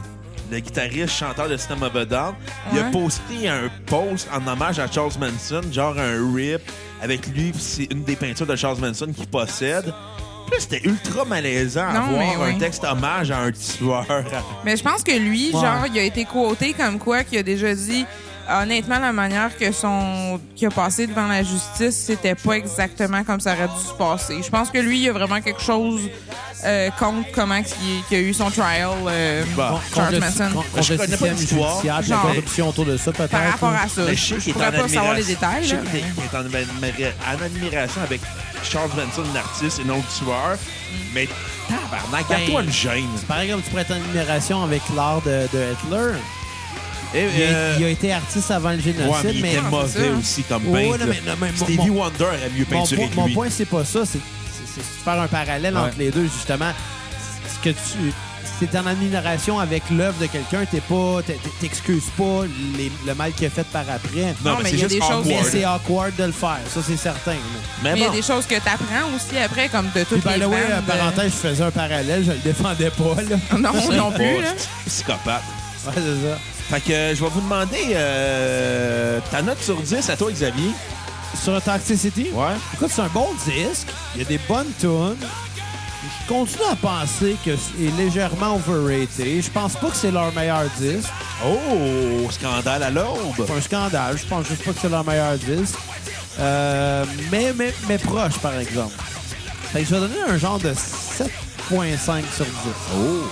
le guitariste, chanteur de System of a Down, il a
Ouais.
posté un post en hommage à Charles Manson, genre un rip avec lui, puis c'est une des peintures de Charles Manson qu'il possède. Puis là, c'était ultra malaisant à
Non, mais
voir un
oui.
texte hommage à un tueur. [LAUGHS]
Mais je pense que lui,
Ouais.
genre, il a été quoté comme quoi, qu'il a déjà dit, honnêtement, la manière que son, qu'il a passé devant la justice, c'était pas exactement comme ça aurait dû se passer. Je pense que lui, il a vraiment quelque chose euh, contre comment qu'il qu'il a eu son trial, euh,
Bah,
Con-
Charles
contre le-
Manson.
con- contre
Je
le
connais pas
système
l'histoire.
judiciaire, puis la
Genre.
corruption autour de ça, peut-être.
Par rapport
là.
à ça,
Mais
je,
sais
ne
qu'il est
pourrais
en
pas savoir
admiration-
les détails.
Je sais
là,
qu'il est
mais-
qu'il est en admira- en admiration avec Charles Manson, l'artiste, et non le tueur.
Mm.
Mais tabarnak,
Ben,
garde-toi une gêne.
Pareil comme tu prêtes en admiration avec l'art de, de Hitler.
Et,
Il, a-
euh,
il a été artiste avant le génocide,
Ouais, mais il
mais...
était
Non, c'est
mauvais
ça.
aussi comme
Ouais,
peintre.
non, mais- non, mais mon-
Stevie
mon-
Wonder a mieux
Mon
peinturé
point,
que
mon
lui.
point, c'est pas ça. C'est c'est c'est faire un parallèle
Ouais.
entre les deux, justement. Ce que tu. Si t'es en admiration avec l'œuvre de quelqu'un, t'es pas. t'es- t'es- T'excuses pas les- le mal qu'il a fait par après.
Non,
Non,
mais
mais
c'est
il y a
juste
des
awkward.
choses-
Mais c'est awkward de le faire, ça c'est certain. là.
Mais
Mais il y a
bon,
des choses que t'apprends aussi après, comme de
Puis
toutes
by
les
the way,
bandes,
euh,
euh,
parenthèse, je faisais un parallèle, je le défendais pas,
[LAUGHS]
là.
Non, non plus, là.
psychopathe.
Ouais, c'est ça.
Fait que euh, je vais vous demander euh, ta note sur 10 à toi, Xavier.
Sur Toxicity,
Ouais.
écoute, c'est un bon disque, il y a des bonnes tunes. Je continue à penser que c'est légèrement overrated. Je pense pas que c'est leur meilleur disque.
Oh, scandale à l'aube.
C'est un scandale, je pense juste pas que c'est leur meilleur disque. Euh, mais, mais, mais proche, par exemple. Fait que je vais donner un genre de 7.5 sur 10.
Oh.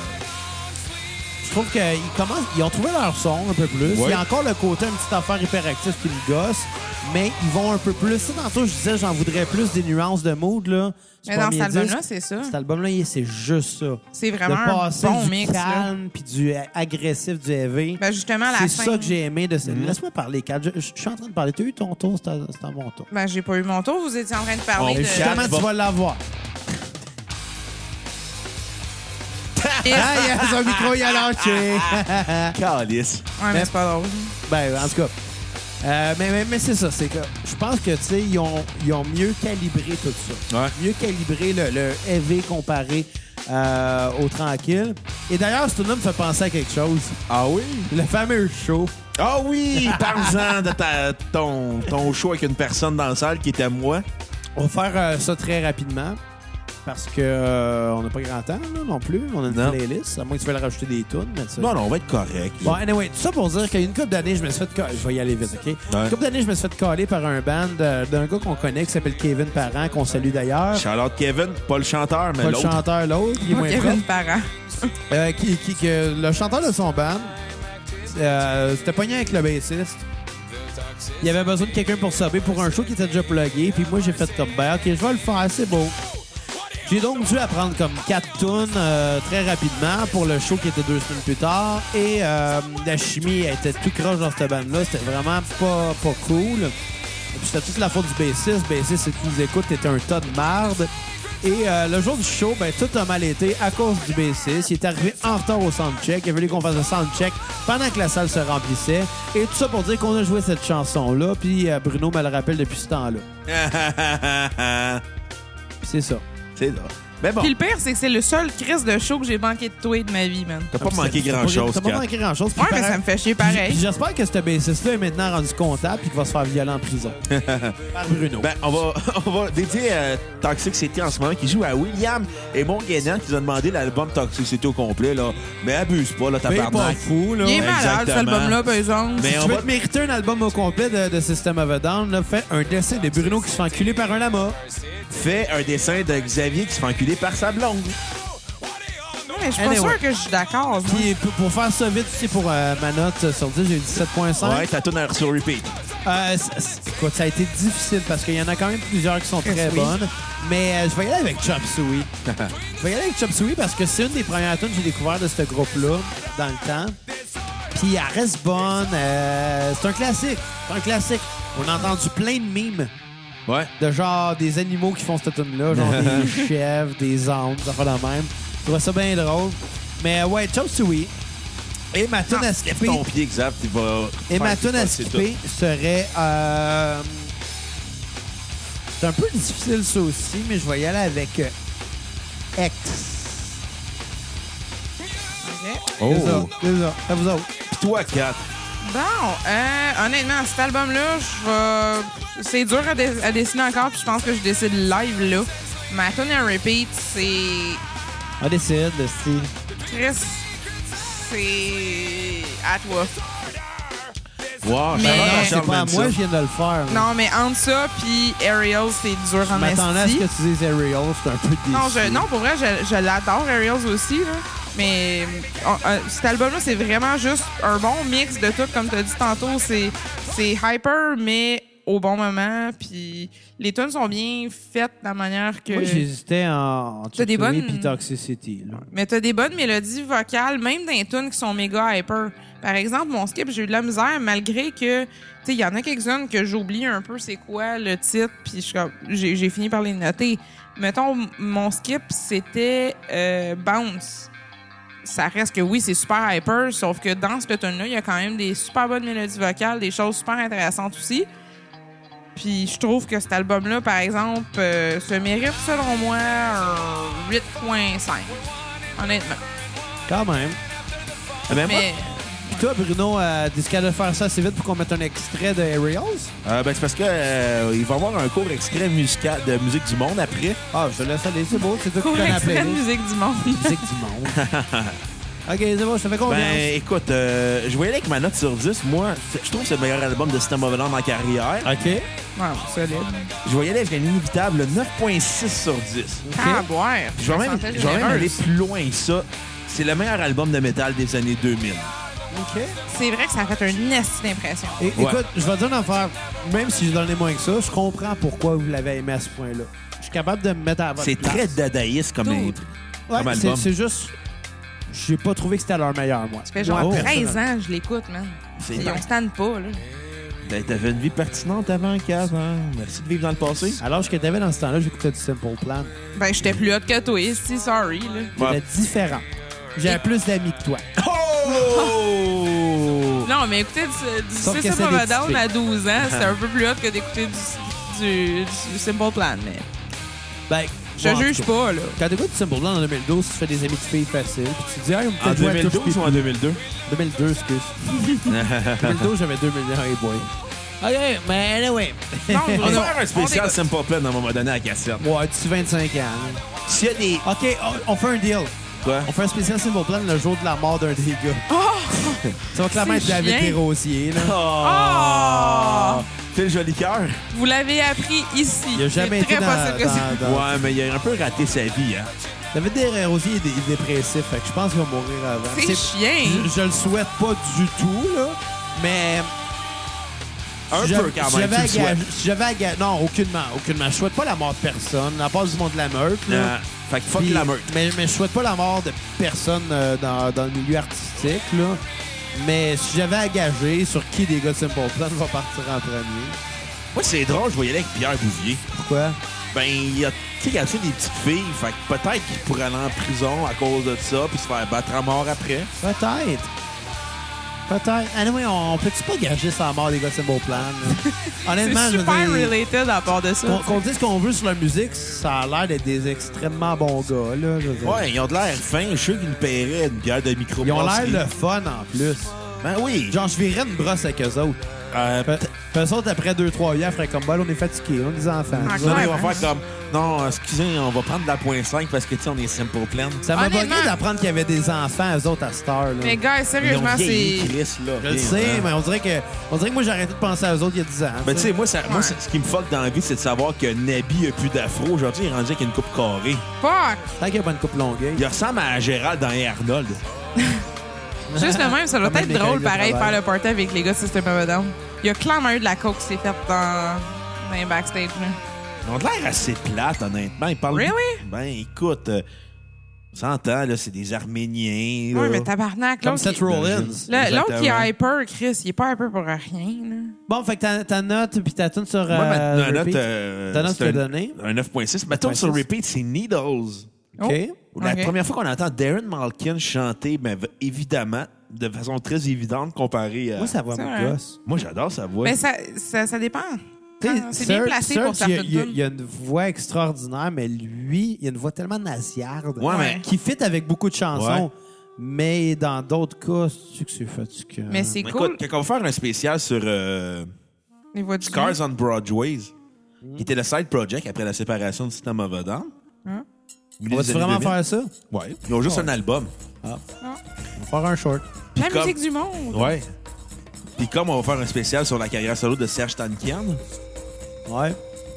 Je trouve qu'ils commencent, ils ont trouvé leur son un peu plus. Il y a encore le côté un petit affaire hyperactif qui me gosse, mais ils vont un peu plus. Si tantôt je disais j'en voudrais plus des nuances de mood là. ce
Mais dans
premier
cet album-là,
disque,
c'est ça.
Cet album-là, il- c'est juste ça.
C'est vraiment
de passer
un bon
du
mix, là.
calme puis du euh, agressif du heavy.
Ben, justement, la
c'est
fin.
ça que j'ai aimé de ce. Laisse-moi parler, Kat. Je, je- je suis en train de parler. T'as eu ton tour, c'est à c'est à mon tour.
Ben, j'ai pas eu mon tour. Vous étiez en train de
On
parler de...
Kat
Justement,
va-
tu vas l'avoir. Ah, yes, son micro, il a lâché. [LAUGHS]
Ah. Calice.
Ouais, mais c'est pas drôle.
Ben, en tout cas. Euh, mais mais, mais c'est ça, c'est que je pense que, tu sais, ils ont, ils ont mieux calibré tout ça.
Ouais.
Mieux calibré le, le heavy comparé euh, au tranquille. Et d'ailleurs, ce nom me fait penser à quelque chose.
Ah oui?
Le fameux show.
Ah oui! Parle-en de ta- ton, ton show avec une personne dans la salle qui était moi.
On va faire euh, ça très rapidement parce que euh, on n'a pas grand temps là, non plus. On a une
Non.
playlist, à moins que tu veuilles rajouter des tunes. mais ça-
Non, non, on va être correct.
Bon, anyway, tout ça pour dire qu'il y a une couple d'années, je me suis fait ca- Je vais y aller vite, OK? Une couple d'années, je me suis fait caler par un band euh, d'un gars qu'on connaît qui s'appelle Kevin Parent, qu'on salue d'ailleurs.
Charlotte Kevin, pas le chanteur, mais
Pas le
l'autre.
chanteur, l'autre, il est
Moi,
moins propre.
Kevin Parent.
Euh, qui, qui- que le chanteur de son band, euh, c'était pogné avec le bassiste. Il avait besoin de quelqu'un pour sauver pour un show qui était déjà plugué. Puis moi, j'ai fait comme, ben, OK, je vais le faire, c'est beau. J'ai donc dû apprendre comme quatre tunes euh, très rapidement pour le show qui était deux semaines plus tard. Et euh, la chimie elle était tout croche dans cette bande-là. C'était vraiment pas, pas cool. Et puis c'était toute la faute du bassiste. Bassiste, si tu nous écoutes, t'étais un tas de marde. Et euh, le jour du show, ben, tout a mal été à cause du bassiste. Il est arrivé en retard au soundcheck. Il a fallu qu'on fasse le soundcheck pendant que la salle se remplissait. Et tout ça pour dire qu'on a joué cette chanson-là. Puis euh, Bruno me le rappelle depuis ce temps-là.
[LAUGHS]
Puis c'est ça.
C'est ça. Mais bon,
Puis le pire, c'est que c'est le seul Chris de show que j'ai manqué de toi et de ma vie, man.
t'as
Ah,
pas manqué grand-chose,
T'as pas
Kat.
manqué grand-chose. puis
Ouais, mais
pareil-
ça me fait chier
puis-
pareil.
puis J'espère que ce bassiste-là est maintenant rendu comptable et qu'il va se faire violer
[LAUGHS]
en prison. Par Bruno.
Ben, on va, [LAUGHS] on va dédier euh, Toxic City en ce moment qui joue à William et mon gagnant qui nous a demandé l'album Toxic City au complet, là. Mais abuse pas, là,
Ben, il est pas
tabarnak.
fou, là.
Il est malade, cet
Exactement.
album-là, par exemple.
Mais
Si
on
tu veux
va-
te mériter un album au complet de, de System of a Down, là, fais un dessin de Bruno qui se fait enculer par un lama.
Fait un dessin de Xavier qui se fait enculer par sa blonde.
Non, mais je suis pas
Anyway.
sûre que je suis d'accord. moi.
Puis pour- pour faire ça vite, tu sais, pour euh, ma note euh, sur 10, j'ai eu 17.5.
Ouais, t'as tout sur repeat.
Euh, c- c- écoute, ça a été difficile parce qu'il y en a quand même plusieurs qui sont très
oui.
bonnes. Mais euh, je vais y aller avec Chop Suey. je vais y aller avec Chop Suey parce que c'est une des premières tunes que j'ai découvert de ce groupe-là dans le temps. Puis elle reste bonne. euh, c'est un classique. C'est un classique. On a entendu plein de mimes
Ouais.
de genre des animaux qui font cette tune-là, genre des chèvres, des ânes, ça fait la même. Je trouvais ça bien drôle. Mais euh, ouais, Chop Suey. Et ma tune à
Ah, Lève
skipper,
ton pied, Xav, tu vas.
et
faire
ma
du
tune à
passer
skipper serait. euh, C'est un peu difficile ça aussi, mais je vais y aller avec euh, X.
tout.
C'est ça,
Oh.
c'est ça. À vous autres.
Pis toi, Kat.
Bon, euh, honnêtement, cet album-là, je vais- c'est dur à, dé- à dessiner encore, puis je pense que je décide live là. Ma tune à repeat, c'est
On décide, le style.
Chris, c'est à toi.
Wow, Charlotte,
Mais-
Charles
Non, c'est
Ben C'est pas à
Manson.
moi, je viens de le faire. moi.
Non, mais entre ça puis Ariel, c'est dur en
Je m'attendais à ce
esti.
que tu dises Ariel, c'est un peu déçu.
Non, je, non, pour vrai, je, je l'adore, Ariel's aussi. Là. Mais on- euh, cet album-là, c'est vraiment juste un bon mix de tout, comme tu as dit tantôt. C'est c'est hyper, mais au bon moment. Puis les tunes sont bien faites de la manière que.
Moi, j'hésitais en, en
T'as des
Chop Suey
bonnes-
puis Toxicity. là.
mais t'as des bonnes mélodies vocales, même dans les tunes qui sont méga hyper. Par exemple, mon skip, j'ai eu de la misère, malgré que, tu sais, il y en a quelques-unes que j'oublie un peu c'est quoi le titre, puis je suis comme- j'ai j'ai fini par les noter. mettons, m- mon skip, c'était euh, Bounce. Ça reste que oui, c'est super hyper, sauf que dans ce tune là il y a quand même des super bonnes mélodies vocales, des choses super intéressantes aussi. Puis je trouve que cet album-là, par exemple, euh, se mérite, selon moi, un 8.5. Honnêtement.
Quand même. Ah, ben, moi, [LAUGHS]
Mais
Puis toi, Bruno, euh, est-ce qu'elle a faire ça assez vite pour qu'on mette un extrait de Aerials?
Euh, ben, c'est parce que euh, il va y avoir un cours extrait musical de musique du monde après.
Ah, je te laisse aller, c'est beau, c'est toi qui
cool
connais la
extrait de
playlist.
musique du monde.
Musique du monde.
[LAUGHS]
OK, c'est bon, je te fais confiance.
Ben, écoute, euh, je voyais avec ma note sur 10, moi, c'est- je trouve que c'est le meilleur album de System of a Down en carrière.
OK.
wow, solide.
Je voyais avec un inévitable 9.6 sur 10.
Ah, boire.
Je vais même, je vais même aller plus loin que ça. C'est le meilleur album de métal des années 2000.
OK.
C'est vrai que ça a fait un nest d'impression.
Et,
Ouais.
Écoute, je vais te dire une affaire. Même si je donnais moins que ça, je comprends pourquoi vous l'avez aimé à ce point-là. Je suis capable de me mettre à votre
C'est
place.
très dadaïste comme,
Dude.
intro-
Ouais,
comme
c'est-
album.
C'est juste... J'ai pas trouvé que c'était leur meilleur, moi.
Ça fait genre
Oh.
13 ans que je l'écoute, man.
C'est
Et
dingue.
on se tanne pas, là.
Ben, T'avais une vie pertinente avant, Kev. hein? Merci de vivre dans le passé.
À l'âge que t'avais dans ce temps-là, j'écoutais du Simple Plan.
Ben, j'étais plus hot que toi, si sorry, là.
Ouais.
J'étais différent. J'avais plus d'amis que toi.
Oh!
Non, mais écouter du, du
Sauf que
System
c'est
of a
des petites
Down
filles.
à 12
[LAUGHS]
ans, c'est un peu plus hot que d'écouter du, du, du Simple Plan, mais
Ben,
je
bon, en
juge
tout cas.
pas, là.
Quand t'écoutes du Simple Plan en 2012, tu te fais des amis de filles faciles. Puis tu te dis, hey, on peut
En
peut-être jouer à Touche
2012 ou en [LAUGHS] 2002?
2002, excuse.
[LAUGHS]
2002, j'avais 2 millions et boy. OK, Ah, mais anyway.
Non, Bruno,
On va faire un spécial
t'écoute.
Simple Plan à un moment donné à la cassette.
Ouais, d'ici 25 ans. hein.
S'il y a des...
OK, on, on fait un deal.
Quoi?
On fait un spécial Simple Plan le jour de la mort d'un des gars. [LAUGHS] Ça va clairement
Oh! C'est
être David
chien.
Desrosiers, là.
Oh! Phil Jolicoeur?
Vous l'avez appris ici.
Il a jamais
C'est
été
très
dans...
possible que
dans,
c'est-
dans-
Ouais, mais il a un peu raté sa vie, hein.
David Desrosiers est, dé- est dépressif, fait que je pense qu'il va mourir avant.
C'est chiant.
Je, je le souhaite pas du tout, là, mais...
Un
Je-
peu, quand
si
même,
j'avais
tu le
à
souhaites.
gager- si j'avais à gager- Non, aucunement, aucunement. Je souhaite pas la mort de personne. La part du monde de la meute, là.
Euh, Fait que fuck
Puis-
la meute.
Mais, mais je souhaite pas la mort de personne euh, dans, dans le milieu artistique, là. Mais si j'avais à gager sur qui des gars de Simple Plan va partir en premier,
Moi, c'est drôle, je voyais avec Pierre Bouvier.
pourquoi?
Ben, il a, tu sais, il a tué des petites filles, fait que peut-être qu'il pourrait aller en prison à cause de ça, puis se faire battre à mort après.
Peut-être. Peut-être. Anyway, on, on peut-tu pas gager sur la mort des gars de Simple Plan? là?
[LAUGHS]
Honnêtement,
C'est
je veux
super
dire,
related à part de ça.
Qu'on qu'on dise ce qu'on veut sur la musique, ça a l'air d'être des extrêmement bons gars, là. je veux dire.
Ouais, ils ont de l'air fins, je suis sûr qu'ils nous paieraient une bière de micro
Ils ont l'air le fun en plus.
Ben oui.
Genre, je virais une brosse avec eux autres.
Euh,
Pe- Pe- eux autres, après deux, trois bières, feraient comme bol, on est fatigués, on est des enfants.
Ah,
non,
ouais,
ils vont
ben.
faire comme. Non, excusez, on va prendre de la point 5 parce que, tu sais, on est simple plein.
Ça m'a
Honnêtement.
bugué d'apprendre qu'il y avait des enfants, eux autres, à cette heure. Là.
Mais, gars,
Ils ont
sérieusement, c'est.
vieilli, Chris, là. hein.
Je le sais, mais on dirait que, on dirait que moi, j'ai arrêté de penser à eux autres il y a 10 ans.
Mais tu sais, moi, ça, moi
Ouais.
c'est- ce qui me fuck dans la vie, c'est de savoir que Nabi a plus d'afro. Aujourd'hui, il est rendu avec une coupe carrée.
Fuck!
Tant qu'il n'y a pas une coupe hein. longueuil.
Il ressemble à Gérald dans les Arnold.
Juste le même, ça doit
Comme
être
les collègues
drôle,
de
pareil,
travail.
faire le party avec les gars de System of a Down. Il y a clairement eu de la coke qui s'est faite dans, dans les backstage. là.
Ils ont de l'air assez plate, honnêtement. Ils parlent.
Really?
Ben, écoute, euh, on s'entend, là, c'est des Arméniens.
Ouais,
là.
mais tabarnak,
Comme
l'autre.
Seth
il-
Rollins.
le- L'autre qui
Exactement.
est hyper, Chris, il est pas hyper pour rien. Là.
Bon, fait que ta, ta note puis ta tune sur.
Moi, ma-
euh,
ma note,
repeat.
euh,
Ta note
c'est
que
un-
t'as donnée?
Un 9.6. Ma tourne
9.6.
sur repeat, c'est Needles.
OK.
Oh,
La
ok.
première fois qu'on entend Darren Malkin chanter, ben, v- évidemment, de façon très évidente comparée à.
Moi, ça va
C'est
me
vrai.
gosse.
Moi, j'adore sa voix.
Mais ça, ça, ça dépend.
Tu sais,
Ah, C'est bien
Serge-
placé pour
Serge, il y a-
certaines
il y a-
tunes.
Il y a une voix extraordinaire, mais lui, il y a une voix tellement nasillarde.
Ouais, mais-
Qui fit avec beaucoup de chansons. Mais dans d'autres cas, c'est que c'est fatigant.
Mais c'est
Mais
cool.
Écoute, quand on va faire un spécial sur euh,
Les voix du
Cars on Broadways, qui était le side project après la séparation de System of a Down.
On va-tu vraiment faire Oh. ça?
Ouais. Ils ont juste un album.
On va faire un short.
La
comme-
musique du monde.
Ouais. Puis comme on va faire un spécial sur la carrière solo de Serge Tankian,
Ouais.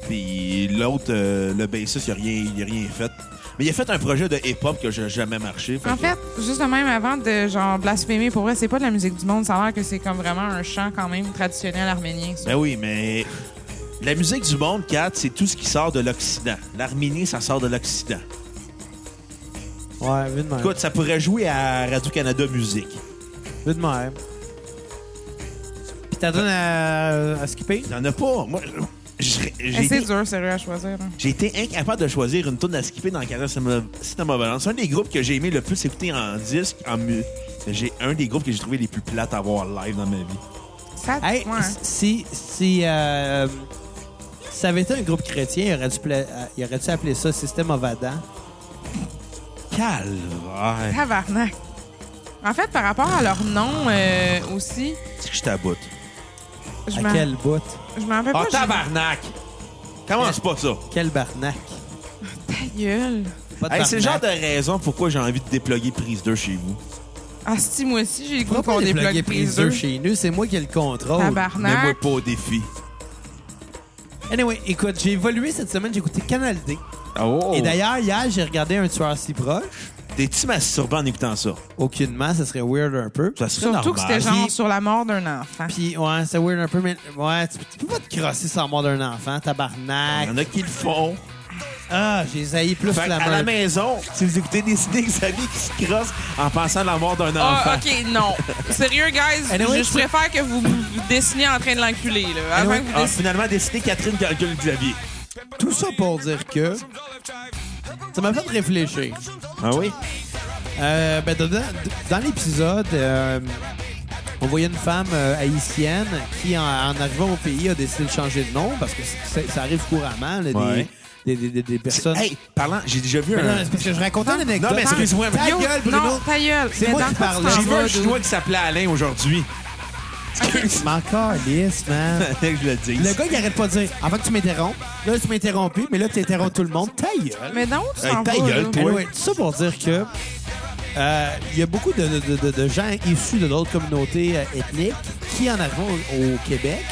puis l'autre, euh, le bassiste, il a rien, il a rien fait. Mais il a fait un projet de hip-hop que j'ai jamais marché.
En
que-
fait, juste de même, avant de genre blasphémer, pour vrai, c'est pas de la musique du monde. Ça a l'air que c'est comme vraiment un chant quand même traditionnel arménien. ça.
Ben oui, mais la musique du monde, Kat, c'est tout ce qui sort de l'Occident. L'Arménie, ça sort de l'Occident.
Ouais, vu de même.
Écoute, ça pourrait jouer à Radio-Canada Musique.
Vu de même. Puis t'as donné à, à skipper?
Il n'y en a pas. Moi, j'ai- j'ai
Eh, C'est
été-
dur, sérieux, à choisir. hein.
j'ai été incapable de choisir une tune à skipper dans le cadre Cinema- Cinema Balance. C'est un des groupes que j'ai aimé le plus écouter en disque, en mu- J'ai un des groupes que j'ai trouvé les plus plates à voir live dans ma vie.
Ça,
Hey,
ouais.
si, si euh, ça avait été un groupe chrétien, il aurait dû, pla- euh, il aurait dû appeler ça Système of Adam.
Calvaire.
Tabarnak. En fait, par rapport à leur nom euh, aussi,
C'est que je t'aboute.
je
À
m'en
quel bout?
Ah, je m'en
Ah,
rappelle
Oh,
pas. j'ai-
tabarnak! Commence pas ça.
Quel barnac.
Ta gueule.
Pas de
Hey, c'est le genre de
barnac.
raison pourquoi j'ai envie de déploguer prise 2 chez vous.
Ah, si, moi aussi, j'ai le goût
Pourquoi
qu'on
pas les
débloque
plugger
prise
prise 2
deux.
chez nous? C'est moi qui ai le contrôle.
Mets-moi
Tabarnak.
pas au défi.
Anyway, écoute, j'ai évolué cette semaine. J'ai écouté Canal D.
Oh!
Et d'ailleurs, hier, j'ai regardé Un tueur si proche.
T'es-tu masturbant en écoutant ça?
Aucunement, ça serait weird un peu.
Ça serait
Surtout que
normal.
c'était genre
Puis-
sur la mort d'un enfant.
Puis, ouais, c'est weird un peu, mais ouais, tu, tu peux pas te crosser sans mort d'un enfant,
Il
tabarnak.
y en a qui le font.
Ah, j'ai zaï plus
Fait
la
à la
main.
maison, si vous écoutez des [LAUGHS] idées, Xavier qui se crosse en pensant à la mort d'un enfant.
Ah, OK, non. Sérieux, guys,
Anyway,
je
tu-
préfère que vous vous dessiniez en train de l'enculer, là. Avant
Anyway,
que vous
Ah,
dessiniez.
finalement, décidé Catherine calcule Xavier.
Tout ça pour dire que ça m'a fait réfléchir.
Ah oui?
Euh, ben, dans, dans l'épisode, euh, on voyait une femme euh, haïtienne qui, en, en arrivant au pays, a décidé de changer de nom parce que c'est- ça arrive couramment, là, des-
Ouais.
des, des, des- des personnes.
Hey, parlant, j'ai déjà vu
Mais non,
un.
c'est parce que je racontais une anecdote.
Non, mais excuse-moi, mais-
ah, Ta
Yo,
gueule, Bruno.
Non, ta gueule.
C'est
Mais
moi
dans
qui
quoi tu
parle, là.
t'en
J'ai vu
vas,
un
d'où?
chinois qui s'appelait Alain aujourd'hui. Excuse-moi.
M'en calisse, man.
Fallait que je le dise.
[LAUGHS] Le gars, il arrête pas de dire Avant que tu m'interrompes, là, tu m'interrompis, mais là, tu interromps tout le monde. Ta gueule.
Mais dans où tu
Hey,
t'en
ta
vas,
gueule,
là?
toi.
Anyway, tout ça pour dire que euh, il y a beaucoup de, de- de- de gens issus de d'autres communautés euh, ethniques qui, en arrivant au, au Québec,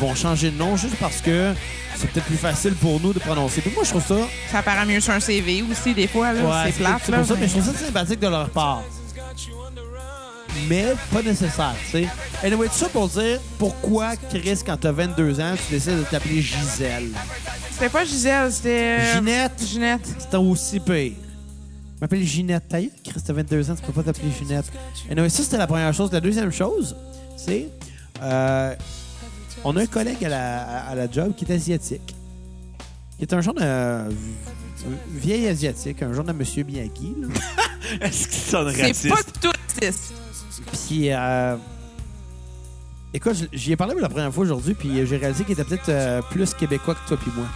vont changer de nom juste parce que c'est peut-être plus facile pour nous de prononcer. Puis moi, je trouve ça.
Ça paraît mieux sur un CV aussi, des fois, là.
ouais,
c'est plate,
c'est
là.
pour ça,
mais-
mais je trouve ça sympathique de leur part. Mais pas nécessaire, tu sais. Anyway, tout ça pour dire pourquoi, Chris, quand t'as 22 ans, tu décides de t'appeler Gisèle.
C'était pas Gisèle, c'était... euh,
Ginette.
Ginette.
C'était aussi pire. Je m'appelle Ginette. T'as eu, Chris, t'as 22 ans, tu peux pas t'appeler Ginette. Anyway, ça, c'était la première chose. La deuxième chose, c'est... euh, on a un collègue à la, à- à la job qui est asiatique. Qui est un genre de... euh, vieil asiatique, un genre de monsieur Miyagi. là.
Est-ce qu'il sonne
C'est
raciste?
pas tout raciste.
Puis... euh, écoute, je- j'y ai parlé pour la première fois aujourd'hui, puis j'ai réalisé qu'il était peut-être euh, plus québécois que toi puis moi.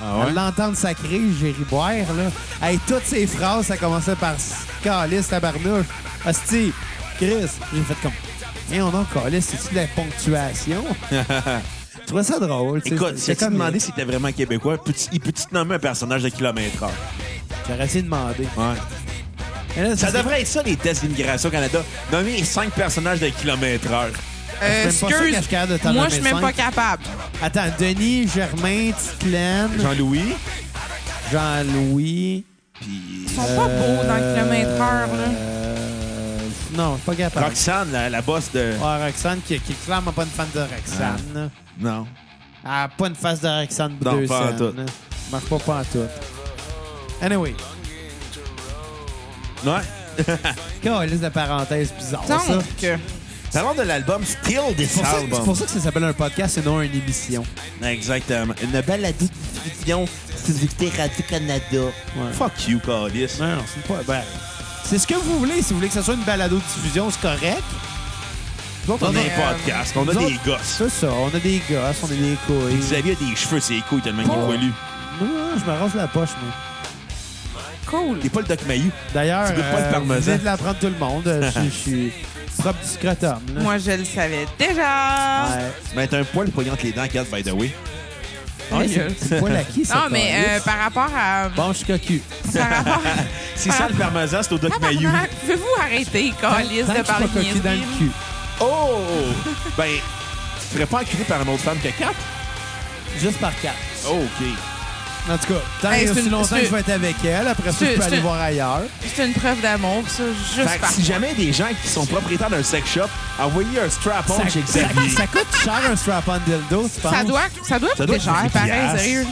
Ah
À
ouais?
l'entendre sacré, j'ai ri boire, là. Hey, toutes ces phrases, ça commençait par Calis, tabarnouche. Hostie, Chris. J'ai fait comme. Mais on a Calis, c'est-tu de la
[LAUGHS]
ponctuation? Je trouvais ça drôle, tu sais.
Écoute, si
C'est
tu demandé s'il était vraiment québécois, peux-tu- il peut-tu te nommer un personnage de kilomètre heure?
J'aurais essayé de demander.
Ouais.
Mais là,
Ça
c'est-
devrait être ça, les tests d'immigration au Canada. Nommer cinq personnages de kilomètre heure.
même
Euh,
pas sûr que je suis capable de t'en
excuse, moi, je suis
nommer
même pas
cinq.
capable.
Attends, Denis, Germain, Titlaine,
Jean-Louis,
Jean-Louis.
puis
Ils sont pas beaux dans le kilomètre heure, là.
Euh, Non, je suis pas capable.
Roxane, la, la boss de.
Ouais, Roxane, qui, qui est clairement pas une fan de
Ah.
Roxane. là.
Non.
Elle a Ah, pas une face d'Alexandre
Non,
deux
pas en
scènes,
tout.
hein. Marche pas pas en tout. Anyway,
Ouais.
liste de parenthèse bizarre, ça.
Donc, euh,
C'est
Parlons de l'album Still This
pour, ça,
Album.
c'est pour ça que ça s'appelle un podcast et non une émission.
Exactement. Une belle addiction séductée Radio-Canada.
Ouais.
Fuck you, Carlis.
Non, non, c'est pas... ben, c'est ce que vous voulez. Si vous voulez que ça soit une balado-diffusion, c'est correct. Nous autres,
On a
on
un
est-
podcast, on a
nous
des
autres-
gosses.
C'est ça, on a des gosses, on a des couilles.
Xavier a des cheveux, c'est cool tellement qu'il est
Oh.
poilu.
Non, non, je me rase la poche, moi.
cool.
T'es pas le Doc Mayou.
D'ailleurs, euh,
Tu goûtes pas le
vous
parmesan.
venez de l'apprendre tout le monde. Je je suis propre du scrotum. là.
Moi, je le savais déjà.
Ouais.
Mais t'as un poil poignant entre les dents, Kat, by the way.
Ouais,
Aïe.
Hein? c'est- c'est pas la qui, ça.
Non, mais euh,
câlisse?
par Oh, rapport à...
Bon, je suis cocu.
Par rapport
[LAUGHS]
à...
C'est
Ah.
ça le parmesan, c'est au Doc Mayou.
Tabarnak, Pouvez-vous arrêter,
Ben, Tant
Calis,
que
de
je suis pas
parler de
cocu dans le
niaiseries?
cul.
Oh! ben, tu te ferais pas enculer par une autre femme que Kat?
Juste par quatre.
Oh, OK.
En tout cas, tant
Hey,
et
c'est
aussi
une-
longtemps
c'est-
que je vais être avec elle, après ça,
c'est-
je peux aller
c'est-
voir ailleurs.
C'est une preuve d'amour, ça,
Fait
juste
que
par...
si jamais des gens qui sont propriétaires d'un sex shop, envoyez un strap-on chez Xavier.
ça coûte cher un strap-on dildo, tu penses?
Ça doit, ça doit
Ça
coûter
doit
cher,
coûter
pareil,
piastres.
sérieux.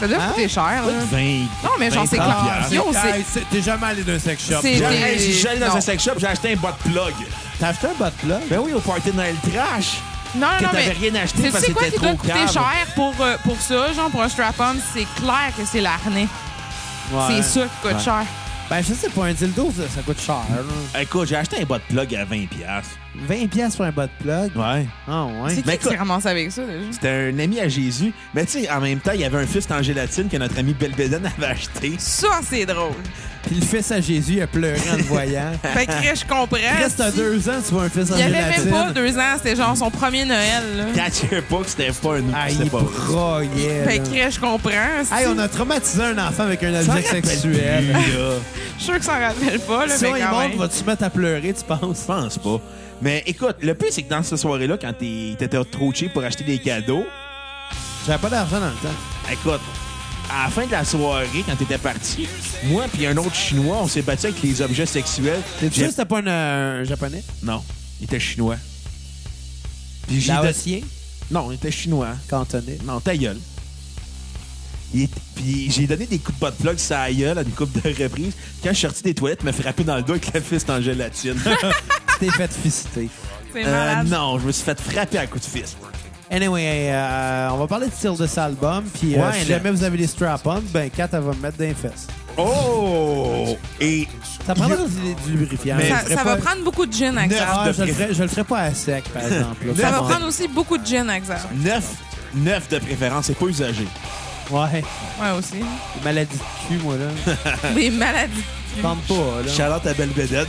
Ça doit
Hein?
coûter cher, là.
20.
Non, mais genre, c'est
20
clair.
piastres.
Ah, C'est-
Ah, Yo, c'est-
Hey, c'est- T'es jamais allé d'un sex shop.
C'est-
J'ai-
Jamais.
hey, Si j'allais dans
Non.
un sex shop, j'ai acheté un bot plug.
T'as acheté un bot là?
Ben oui, au party de Noël Trash.
Non,
que
non,
t'avais
mais
rien acheté parce que
C'est quoi
c'était
qui doit
trop
coûter
cave.
cher pour, euh, pour ça, genre pour un strap-on? C'est clair que c'est l'harnais. C'est ça qui coûte
Ouais.
cher.
Ben, je sais pas, un dildo, ça, ça coûte cher. là.
Écoute, j'ai acheté un bas de plug à 20$.
20 pièces pour un bas de plug.
Ouais.
Ah, ouais.
C'est
Mais
qui qui
Ben, écoute-
s'est ramassé avec ça, déjà?
C'était un ami à Jésus. Mais tu sais, en même temps, il y avait un fist en gélatine que notre ami Belbédène avait acheté.
Ça, c'est drôle.
[LAUGHS]
Puis le fils à Jésus, il a pleuré en le
[LAUGHS]
voyant.
Fait que je comprends.
Reste à deux ans, tu vois un fils en
Il y avait même pas
gélatine.
deux ans, c'était genre son premier Noël. là.
T'assures pas que c'était pas un
Ah,
c'était
il
pas vrai.
broyait.
Fait
là.
que je comprends.
Hey,
si-
on a traumatisé un enfant avec un
T'en
objet
rappelles
sexuel.
plus, là.
Je suis sûr que ça s'en rappelle pas, là,
Si
mais
on y
quand
montre,
même.
vas-tu mettre à pleurer, tu penses?
Je pense pas. Mais écoute, le pire, c'est que dans cette soirée-là, quand t'es- t'étais trop cheap pour acheter des cadeaux,
J'avais pas d'argent dans le temps.
écoute, à la fin de la soirée, quand t'étais parti, moi puis un autre Chinois, on s'est battu avec les objets sexuels.
T'es sûr
J'ai-
que c'était pas un, euh, un japonais?
Non, il était chinois. Puis j'ai
Laotien?
Non, il était chinois.
Cantonais?
Non, ta gueule. Il est- Puis j'ai donné des coups de butt plug sur la gueule à une couple de reprises. Quand je suis sorti des toilettes, je me frappé dans le dos avec la fiste en
[LAUGHS]
gélatine.
Tu t'es fait fister.
C'est
euh,
malade.
non, je me suis fait frapper à coups de fist.
Anyway, euh, on va parler de style de cet album. Puis euh,
Ouais,
si
là.
jamais vous avez des strap-ons, ben Kat, elle va me mettre dans les fesses.
Oh! Et
Ça prendra du, du lubrifiant.
Mais-
Je le
Ça,
ferai
ça va
pas-
prendre beaucoup de gin, à
Neuf.
Xav.
Ah, je, le ferai, je le ferai pas à sec, par exemple. là.
Ça
Ça va
Neuf.
prendre aussi beaucoup de gin, à Xav.
neuf, neuf de préférence, c'est pas usagé.
Ouais.
Ouais, aussi.
Des maladies de cul, moi, là.
Des maladies.
Je [LAUGHS] tente pas, là.
Charlotte à belle vedette.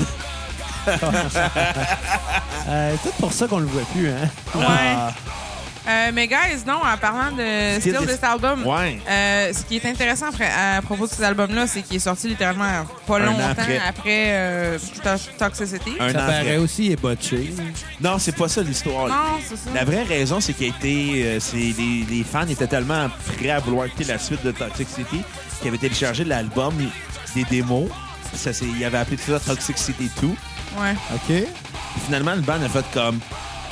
Euh, c'est peut-être pour ça qu'on le voit plus, hein.
Ah.
Ouais. Euh, mais guys, non, en parlant de style de cet album,
Ouais.
euh, ce qui est intéressant après- à propos de cet album-là, c'est qu'il est sorti littéralement pas
Un an
longtemps
après.
après, euh, To- Toxicity.
Un
Ça
an
paraît
après.
aussi ébotché.
Non, c'est pas ça l'histoire.
Non, c'est ça.
La vraie raison, c'est qu'il a été. euh, c'est les, les fans étaient tellement prêts à vouloir écouter la suite de Toxic City qu'ils avaient téléchargé l'album, des démos. Ça, c'est, ils avaient appelé tout ça Toxic City 2.
Ouais.
OK?
Puis Finalement, le band a fait comme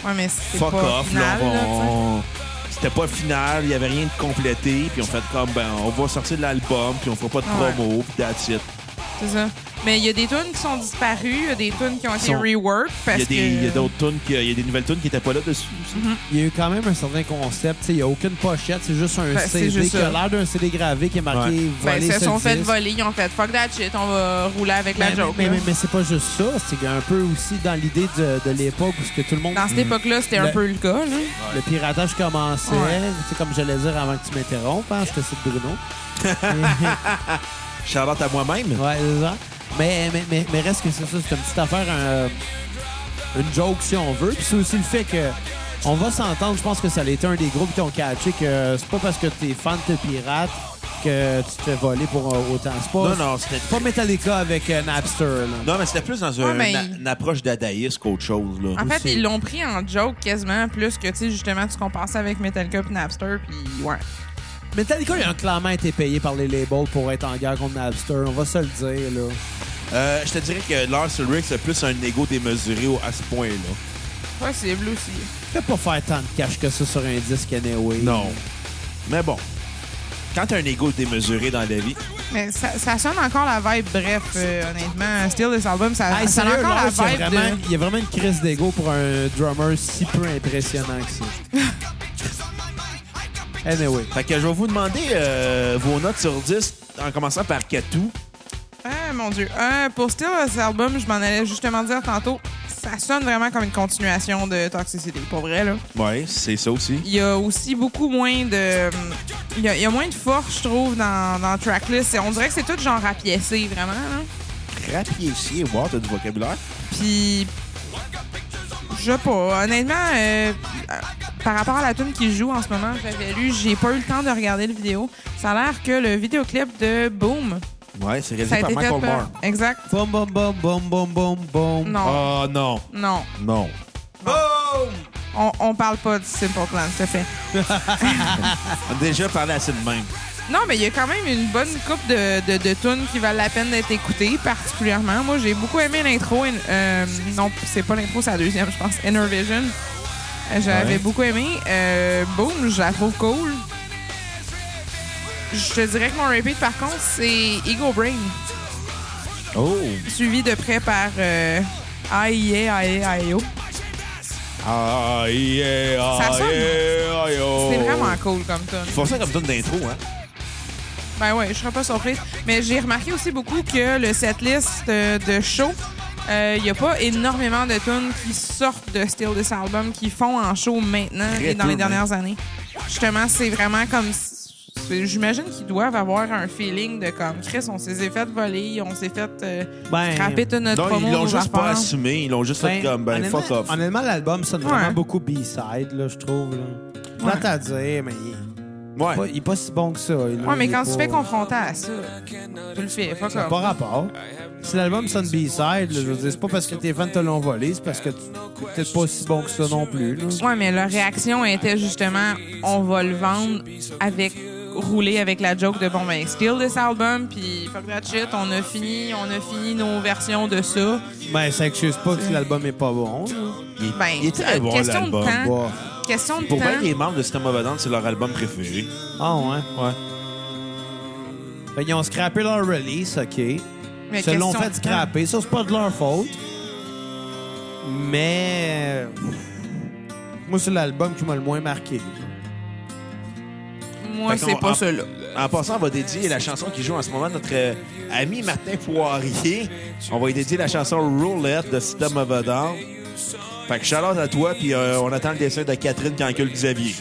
Ouais, mais c'est
fuck
pas
off.
final,
là, on-
là, tu sais.
on- C'était pas final, il y avait rien de complété. Puis on fait comme, ben, on va sortir de l'album, puis on fera pas de
Ouais.
promo, puis that's it.
C'est ça. Mais il y a des tunes qui sont disparues, il y a des tunes qui ont été
Sont-
rework
Il y
parce
a
que.
des- il y a d'autres tunes, qui- il y a des nouvelles tunes qui étaient pas là dessus. aussi.
Il y a eu quand même un certain concept. tu sais, Il n'y a aucune pochette. C'est juste un
Ben, c'est
CD
juste
qui a
ça.
l'air d'un CD gravé qui est marqué
Ouais.
Ben,
voler
ils se
ce
sont fait
disque.
voler, ils ont fait fuck that shit, on va rouler avec la
Mais- Ben,
joke.
mais
là.
mais, mais c'est pas juste ça. C'est un peu aussi dans l'idée de, de l'époque où ce que tout le monde.
Dans cette
Mm.
époque-là, c'était
Le-
un peu le cas. Là.
Le piratage commençait.
Ouais.
C'est comme j'allais dire avant que tu m'interrompes. Hein, je te cite Bruno.
Mm-hmm.
Charlotte à moi-même.
Ouais, c'est ça. Mais, mais, mais, mais reste que c'est ça, c'est une petite affaire, un- une joke si on veut. Puis c'est aussi le fait que on va s'entendre, je pense que ça a été un des groupes qui ont catché que c'est pas parce que t'es fan de pirates que tu te fais voler pour euh, autant. C'est pas,
Non, non, c'était
c'est pas Metallica avec euh, Napster. là.
Non, mais c'était plus dans un-
Ouais, mais-
na- une approche dadaïste qu'autre chose. Là.
En fait,
Aussi.
ils l'ont pris en joke quasiment, plus que, tu sais, justement, tu compares ça avec Metallica puis Napster, puis ouais.
Metallica, ils ont clairement été payés par les labels pour être en guerre contre Napster, on va se le dire. là.
Euh, je te dirais que Lars Ulrich, c'est plus un ego démesuré au- à ce point-là.
Possible aussi.
Fais pas faire tant de cash que ça sur un disque anyway.
Mais bon, quand t'as un ego démesuré dans la vie,
Mais ça, ça sonne encore la vibe, bref, euh, honnêtement. Still, this album, ça,
Hey,
ça sonne
sérieux,
encore la
Lars, il, y
vibe
a vraiment,
de.
il y a vraiment une crise d'ego pour un drummer si peu impressionnant que ça. [LAUGHS] Anyway.
fait que je vais vous demander euh, vos notes sur 10 en commençant par Katou.
Ah, mon Dieu. Euh, pour Still, cet album, je m'en allais justement dire tantôt, ça sonne vraiment comme une continuation de Toxicity, pour vrai, là.
Ouais, c'est ça aussi.
Il y a aussi beaucoup moins de. Il y a, il y a moins de force, je trouve, dans, dans Tracklist. Et On dirait que c'est tout genre à piécer, vraiment. là.
Rapiécier, voir, t'as du vocabulaire.
Puis. Je sais pas. Honnêtement, euh, euh, par rapport à la tune qui joue en ce moment, j'avais lu, j'ai pas eu le temps de regarder le vidéo. Ça a l'air que le vidéoclip de Boom,
Ouais, c'est
ça a
réalisé par
été fait.
Michael
par-
Moore.
Exact.
Boum, boum, boum, boum, boum, boum, boum.
Non.
Oh non,
Non.
non.
On, on parle pas de Simple Plan, ça fait.
On a déjà parlé assez de même.
Non, mais il y a quand même une bonne coupe de, de, de tunes qui valent la peine d'être écoutées, particulièrement. Moi, j'ai beaucoup aimé l'intro. euh, non, c'est pas l'intro, c'est la deuxième, je pense. Inner Vision. Euh, J'avais
Ouais.
beaucoup aimé. Euh, boom, je la trouve cool. Je te dirais que mon repeat, par contre, c'est Ego Brain,
Oh!
suivi de près par euh, Aïe, Aïe, Aïe,
Ah, yeah, ah,
Ça sonne.
yeah, ah, yo.
C'est vraiment cool comme ça.
Ils font ça comme tonne d'intro, hein?
Ben ouais, je serais pas surprise. Mais j'ai remarqué aussi beaucoup que le setlist euh, de show, il n'y a pas énormément de tunes qui sortent de Still This Album, qui font en show maintenant
Très hein.
et dans
peu,
les dernières années. Justement, c'est vraiment comme... c'est- J'imagine qu'ils doivent avoir un feeling de comme Chris, on s'est fait voler, on s'est fait euh,
Ben,
scraper toute notre
Non,
promo.
ils l'ont
nos
juste pas
affaires.
assumé. Ils l'ont juste fait comme, ben,
honnêtement,
fuck off.
Honnêtement, l'album sonne vraiment
Ouais.
beaucoup B-side, là, je trouve. Là. Plate à dire, mais il est, pas,
Ouais.
il est pas si bon que ça. là.
Ouais, mais
Il est
quand tu
pas-
te fais confronter à ça, tu le fais. Fuck
Ça n'a
off.
pas rapport. Si l'album sonne B-side, là, je veux dire, c'est pas parce que tes fans te l'ont volé, c'est parce que tu t'es peut-être pas si bon que ça non plus. là.
Ouais, mais leur réaction était justement on va le vendre avec rouler avec la joke de bon ben steal this album puis fuck that shit on a fini on a fini nos versions de ça
Ben, ça excuse pas que l'album est pas bon. là. Bah.
Il,
ben
il est très
euh,
bon,
question de
l'album.
temps
Bon.
question de
Pour bien
temps
les membres de System of a Down, c'est leur album préféré.
Ah, ouais, ouais. Ben, ils ont scrappé leur release, OK.
mais
Ils se l'ont
question
fait
de temps.
scraper. Ça, c'est pas de leur faute. Mais... Moi, c'est l'album qui m'a le moins marqué.
moi
Fait qu'on-
c'est
en-
pas cela
En passant, on va dédier la chanson qui joue en ce moment notre euh, ami Martin Poirier. On va lui dédier la chanson Roulette de System of a Down. Fait que shout-out à toi, puis euh, on attend le dessin de Catherine Cancule Xavier.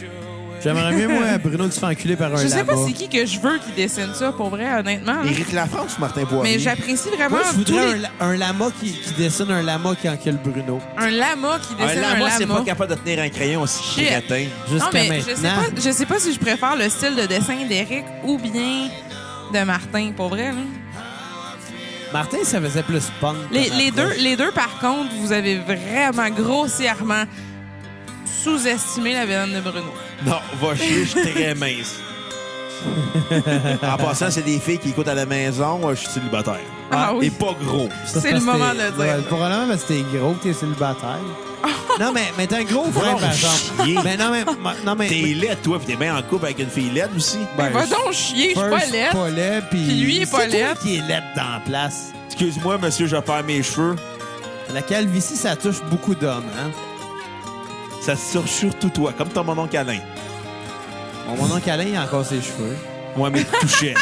J'aimerais mieux,
[LAUGHS]
moi, Bruno, de se faire enculer par un
je sais pas
lama.
c'est qui que je veux qui dessine ça pour vrai honnêtement là.
Éric France, Martin Poirier.
Ah. mais j'apprécie vraiment
Moi, je
tous
voudrais un,
les-
la- un lama qui, qui dessine un lama qui encule Bruno.
un lama qui
Un
dessine un
lama,
lama,
c'est pas capable de tenir un crayon aussi
Shit.
crétin.
Jusqu'à
non mais je sais
maintenant.
pas je sais pas si je préfère le style de dessin d'Eric ou bien de Martin pour vrai là.
Martin, ça faisait plus punk.
Les,
comme
les
approche.
deux, les deux, par contre, vous avez vraiment grossièrement sous-estimé la viande de Bruno.
Non, va chier, je suis très mince. en passant, c'est des filles qui écoutent à la maison, euh, je suis célibataire.
Ah oui.
Et pas gros.
Ça,
C'est
parce
le
que
moment
t'es-
de dire.
ouais, probablement parce que t'es gros que t'es célibataire.
[LAUGHS]
non, mais, mais t'es un gros frère, par
chier.
exemple. [LAUGHS] mais non,
[LAUGHS]
mais. ma- Non, mais.
T'es laide, toi, puis t'es bien en couple avec une fille laide aussi.
Ben,
Va
je-
donc chier, je suis pas
first,
laide.
pas laid, puis.
Puis lui, il est pas
C'est toi
laid.
qui est laid dans la place.
Excuse-moi, monsieur, je perds mes cheveux.
La calvitie, ça touche beaucoup d'hommes, hein.
Ça se sur- surtout toi, comme ton monon câlin.
Mon mon oncle Alain, il a encore ses cheveux.
Moi, mais il
[LAUGHS]
touchait.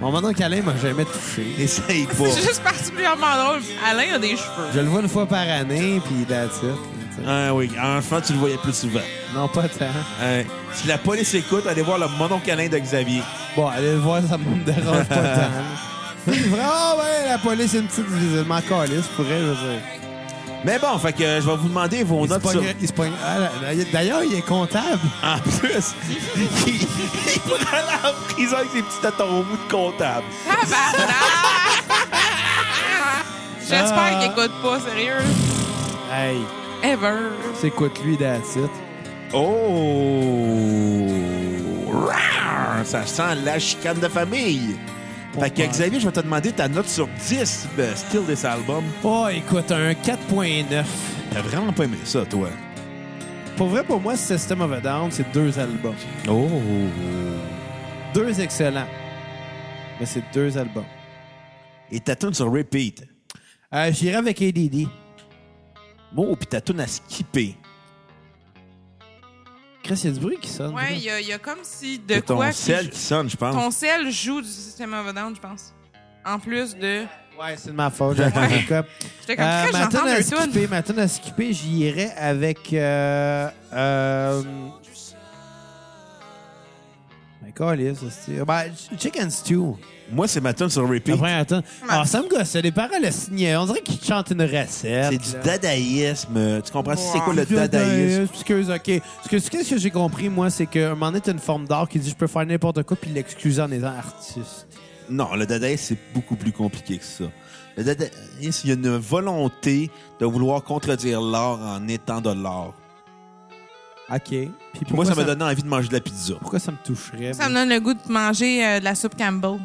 Mon mon oncle Alain m'a jamais touché.
Essaye pas.
C'est juste particulièrement drôle. Alain a des cheveux.
Je le vois une fois par année, puis that's it, là, tu sais.
Ah oui, enfant, tu le voyais plus souvent.
Non, pas tant.
Hein. Si la police écoute, allez voir le monon câlin de Xavier.
Bon, allez le voir, ça me dérange pas
[LAUGHS]
tant. Ah ouais, la police, c'est une petite visite. M'en calisse, pour elle, je veux dire.
Mais bon, fait que euh, je vais vous demander vos
Il se
notes sur...
pogne- il se pogne- ah, là, là, il- D'ailleurs, il est comptable.
En plus, [LAUGHS] il, il prend la prison avec ses petits tatons au bout de comptable.
Ah,
[LAUGHS]
Tabarnak! bah, J'espère
Ah.
qu'il écoute pas, sérieux.
Hey,
Ever.
c'est quoi de lui d'attitude?
Oh! Rar! Ça sent la chicane de famille. Fait que
Ouais.
Xavier, je vais te demander ta note sur 10 de Still This Album.
Oh, écoute, un 4.9.
T'as vraiment pas aimé ça, toi?
Pour vrai, pour moi, System of a Down, c'est deux albums.
Oh!
Deux excellents. Mais c'est deux albums.
Et ta tune sur repeat.
Euh, J'irai avec ADD.
Bon, Oh, puis ta tune à skipper.
Chris, il y a du bruit qui sonne.
Ouais, il y, a- il y a comme si de
C'est ton
quoi. qui-
sel qui sonne, je pense.
Ton sel joue du système of a Down, je pense. En plus de.
Ouais, c'est de ma faute.
[LAUGHS]
J'ai pas le cop.
J'étais comme, Chris,
Euh, ma
j'entends
tune à
deux tunes.
skipper, ma tune à skipper, j'irai avec. Euh, euh, ben, câlisse, c'est- ben, Chicken Stew.
Moi, c'est ma tune sur
La
repeat.
première tune. Alors, ça me gosse, les paroles à signer. On dirait qu'ils chantent une recette.
C'est du
là.
dadaïsme. Tu comprends? C'est quoi le
Du
dadaïsme?
euh, Excuse, OK. Ce que, ce que- ce que j'ai compris, moi, c'est qu'à un moment donné, t'as une forme d'art qui dit « Je peux faire n'importe quoi », puis l'excuser en étant artiste.
Non, le dadaïsme, c'est beaucoup plus compliqué que ça. Le dadaïsme, il y a une volonté de vouloir contredire l'art en étant de l'art.
OK. Puis
Puis moi,
pourquoi
ça m'a donné envie de manger de la pizza.
Pourquoi ça me toucherait?
Ça me
moi?
donne le goût de manger euh, de la soupe Campbell.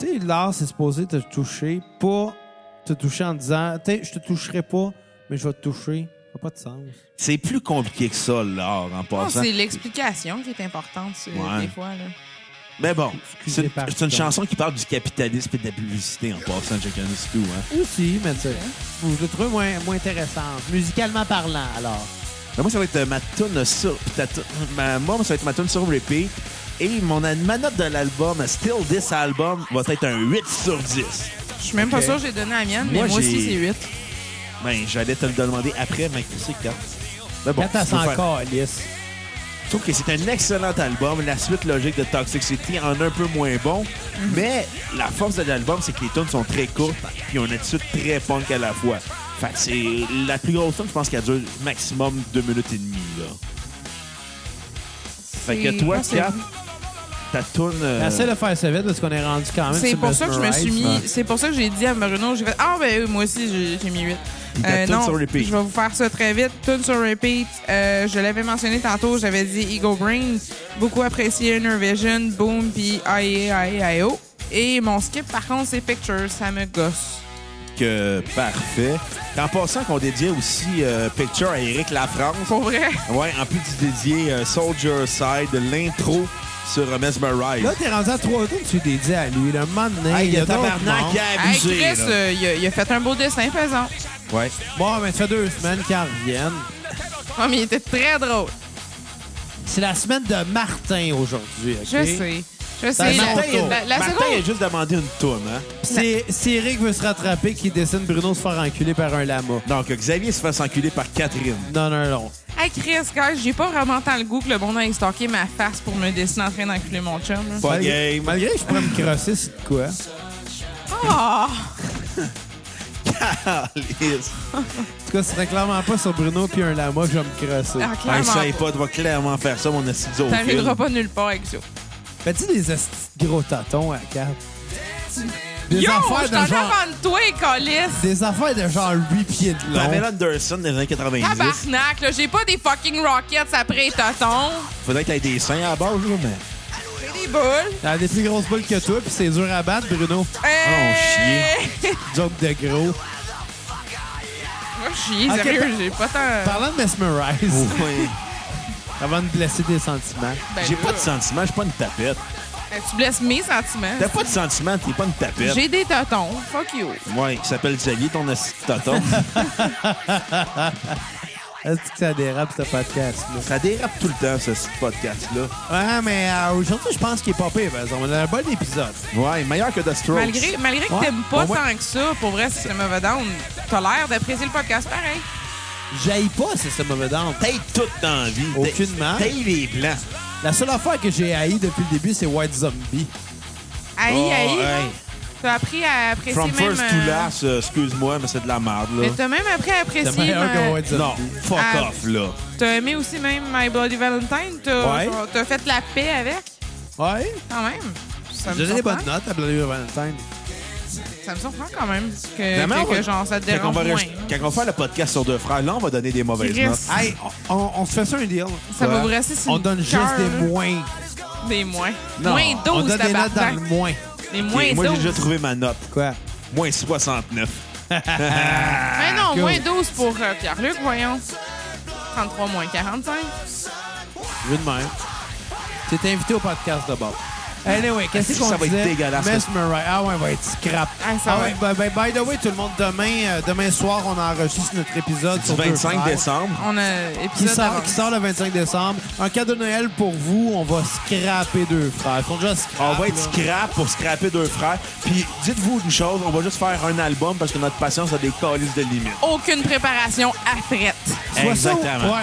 Tu sais, l'art, c'est supposé te toucher, pas te toucher en disant « Tu sais, je te toucherai pas, mais je vais te toucher. » Ça n'a pas de sens.
C'est plus compliqué que ça, l'art, en
Non,
passant.
c'est l'explication qui est importante, c'est-
Ouais.
des fois. Là.
Mais bon,
Excusez,
c'est
pardon.
c'est une chanson qui parle du capitalisme et de la publicité en passant Jack and Stu, hein.
Aussi, mais tu sais, je le trouve moins, moins intéressante. Musicalement parlant, alors.
Mais moi, ça va être euh, ma tune sur... puis ta toune- ma- moi, ça va être ma tune sur repeat. Et mon, ma note de l'album, Still This Album, va être un 8 sur 10.
Je suis même pas
Ok.
sûre que j'ai donné la mienne, mais
Moi,
moi, aussi,
j'ai-
c'est 8.
Ben, j'allais te le demander après, mais c'est 4. hein. Mais bon,
Quand à
tu peux
100
faire- Euh.
encore, Alice.
Je trouve que c'est un excellent album. La suite logique de Toxic City en un peu moins bon.
Mhm.
Mais la force de l'album, c'est que les tunes sont très courtes puis ont une attitude très punk à la fois. Fait que c'est la plus grosse tune, je pense qu'elle dure maximum deux minutes et demie. Là. Fait que
C'est-
toi,
moi, c'est-
Kat, ta tune... euh,
La seule de faire ça vite parce qu'on est rendu quand même.
C'est
sur
pour ça que je me suis mis.
Mesmerize.
C'est pour ça que j'ai dit à Bruno, j'ai fait Ah, ben oui, moi aussi, j'ai- j'ai mis 8.
Puis ta tune
non,
sur
je vais
repeat.
vous faire ça très vite. Tune sur repeat. Euh, je l'avais mentionné tantôt, j'avais dit Ego Brain. Beaucoup apprécié Inner Vision, Boom, puis IEIEIO. Et mon skip, par contre, c'est Pictures. Ça me gosse.
que parfait. En passant qu'on dédiait aussi euh, Picture à Eric Lafrance.
Oh.
Pour vrai.
Ouais, en plus du dédié euh, Soldier Side, l'intro sur euh, Mesmerize.
Là, t'es rendu à trois tours, tu t'es dit à lui. Le moment donné,
Hey,
il y a d'autres
tabarnak,
mondes.
il a
Hey,
abusé.
Chris,
là.
euh, il a, il a fait un beau dessin, faisant.
Ouais.
Bon, mais ça fait deux semaines qu'ils en reviennent.
Oh, mais il était très drôle.
C'est la semaine de Martin aujourd'hui. ok?
Je sais. Je sais.
Martin,
la-
il-
Euh, la, la
Martin
seconde.
a juste demandé une toune, hein?
C'est c'est Eric veut se rattraper qui dessine Bruno se faire enculer par un lama.
Donc, Xavier se fait s'enculer par Catherine. [LAUGHS]
Non, non, non.
Hey Chris, guys, j'ai pas vraiment tant le goût que le monde ait stalké ma face pour me dessiner en train d'enculer mon chum. là.
Pas
Malgré,
game.
malgré que je pourrais me crosser, c'est de quoi?
Ah!
Calice.
En tout cas, ce serait clairement pas sur Bruno puis un lama que je vais me crosser.
Ah,
Un
clairement.
iPod va clairement faire ça, mon assis au
T'arriveras
fil.
pas nulle part avec ça.
Ben, tu des esti de gros tatons à cap. Des
Yo, je
affaires
t'en
de genre.
avant de toi, Colis!
Des affaires de genre 8 pieds de long.
Pamela Anderson des années 90.
Tabarnak, là, j'ai pas des fucking rockets après les totons.
Faudrait qu'elle ait des seins à la base, là, mais.
J'ai des boules.
Elle a des plus grosses boules que toi, puis c'est dur à battre, Bruno.
Oh,
Hey!
Joke de gros.
[LAUGHS] Moi, je suis
Ok,
sérieux,
par-
j'ai pas tant...
Parlant de mesmerize,
Ouais.
avant de blesser tes sentiments.
Ben
J'ai
là,
pas de sentiment, je suis pas une tapette.
euh, Tu blesses mes sentiments.
T'as pas de sentiment, t'es pas une tapette.
J'ai des totons. Fuck you.
Ouais, qui s'appelle Xavier, ton assis de
[LAUGHS]
tonton.
Est-ce que ça dérape, ce podcast-là?
Ça dérape tout le temps, ce petit podcast-là.
Ouais, mais euh, aujourd'hui, je pense qu'il est pas pire, par exemple. On a un bon épisode.
Ouais, meilleur que The Strokes.
Malgré, malgré que
Ouais.
t'aimes
Bon,
pas
moi-
tant que ça, pour vrai, si ça me va down, t'as l'air d'apprécier le podcast pareil.
J'aille pas, c'est ce mauvais dent.
T'ailles tout dans la vie.
Aucunement.
T'ailles les plans.
La seule affaire que j'ai haï depuis le début, c'est White Zombie.
Aïe,
Oh,
aïe. là.
hey.
T'as appris à apprécier
From
même...
first to
euh,
last, euh, excuse-moi, mais c'est de la merde, là.
Mais t'as même appris à apprécier...
C'est meilleur
ma-
que White Zombie.
Non, fuck
Ah.
off, là.
T'as aimé aussi même My Bloody Valentine. T'as
Ouais.
genre, t'as fait la paix avec,
Ouais.
quand même. Ça me
J'ai donné des
surprend.
bonnes notes à Bloody Valentine.
Ça me surprend quand même que,
Vraiment,
que,
on va-
que genre, ça te
Quand on,
dérange
va
moins. hein.
rest- quand on va faire le podcast sur deux frères, là, on va donner des mauvaises
Chris.
notes.
Hey, on, on- on se fait ça un deal.
Ça va vous rester sur
On
le
donne juste
cœur,
des
là.
moins.
Des moins.
Non,
moins 12,
On donne des notes dans
tabarnak.
le moins.
Des
Ok,
moins
moi, j'ai
12.
déjà trouvé ma note.
Quoi?
Moins 69.
Mais non,
Ah,
Go.
moins 12 pour euh, Pierre-Luc, voyons. 33 moins 45.
Vu de même. T'es invité au podcast de bord. Anyway, qu'est-ce
Ah,
qu'on
ça va être
disait?
dégueulasse,
Mesmerize. Ah ouais, va être scrap.
Ah, ça va
ouais, ben, ben, by the way, tout le monde, demain, euh, demain soir, on enregistre notre épisode
Du
sur Deux
25
Frères,
décembre.
On a épisode
Qui sort,
avant.
qui sort le 25 décembre. Un cadeau de Noël pour vous. On va scraper deux frères. Ils sont déjà scrap,
On va être
là.
scrap pour scraper deux frères. Puis dites-vous une chose, on va juste faire un album parce que notre patience a des calices de limite.
Aucune préparation à frette.
Soit ça ou-
Exactement.
ouais.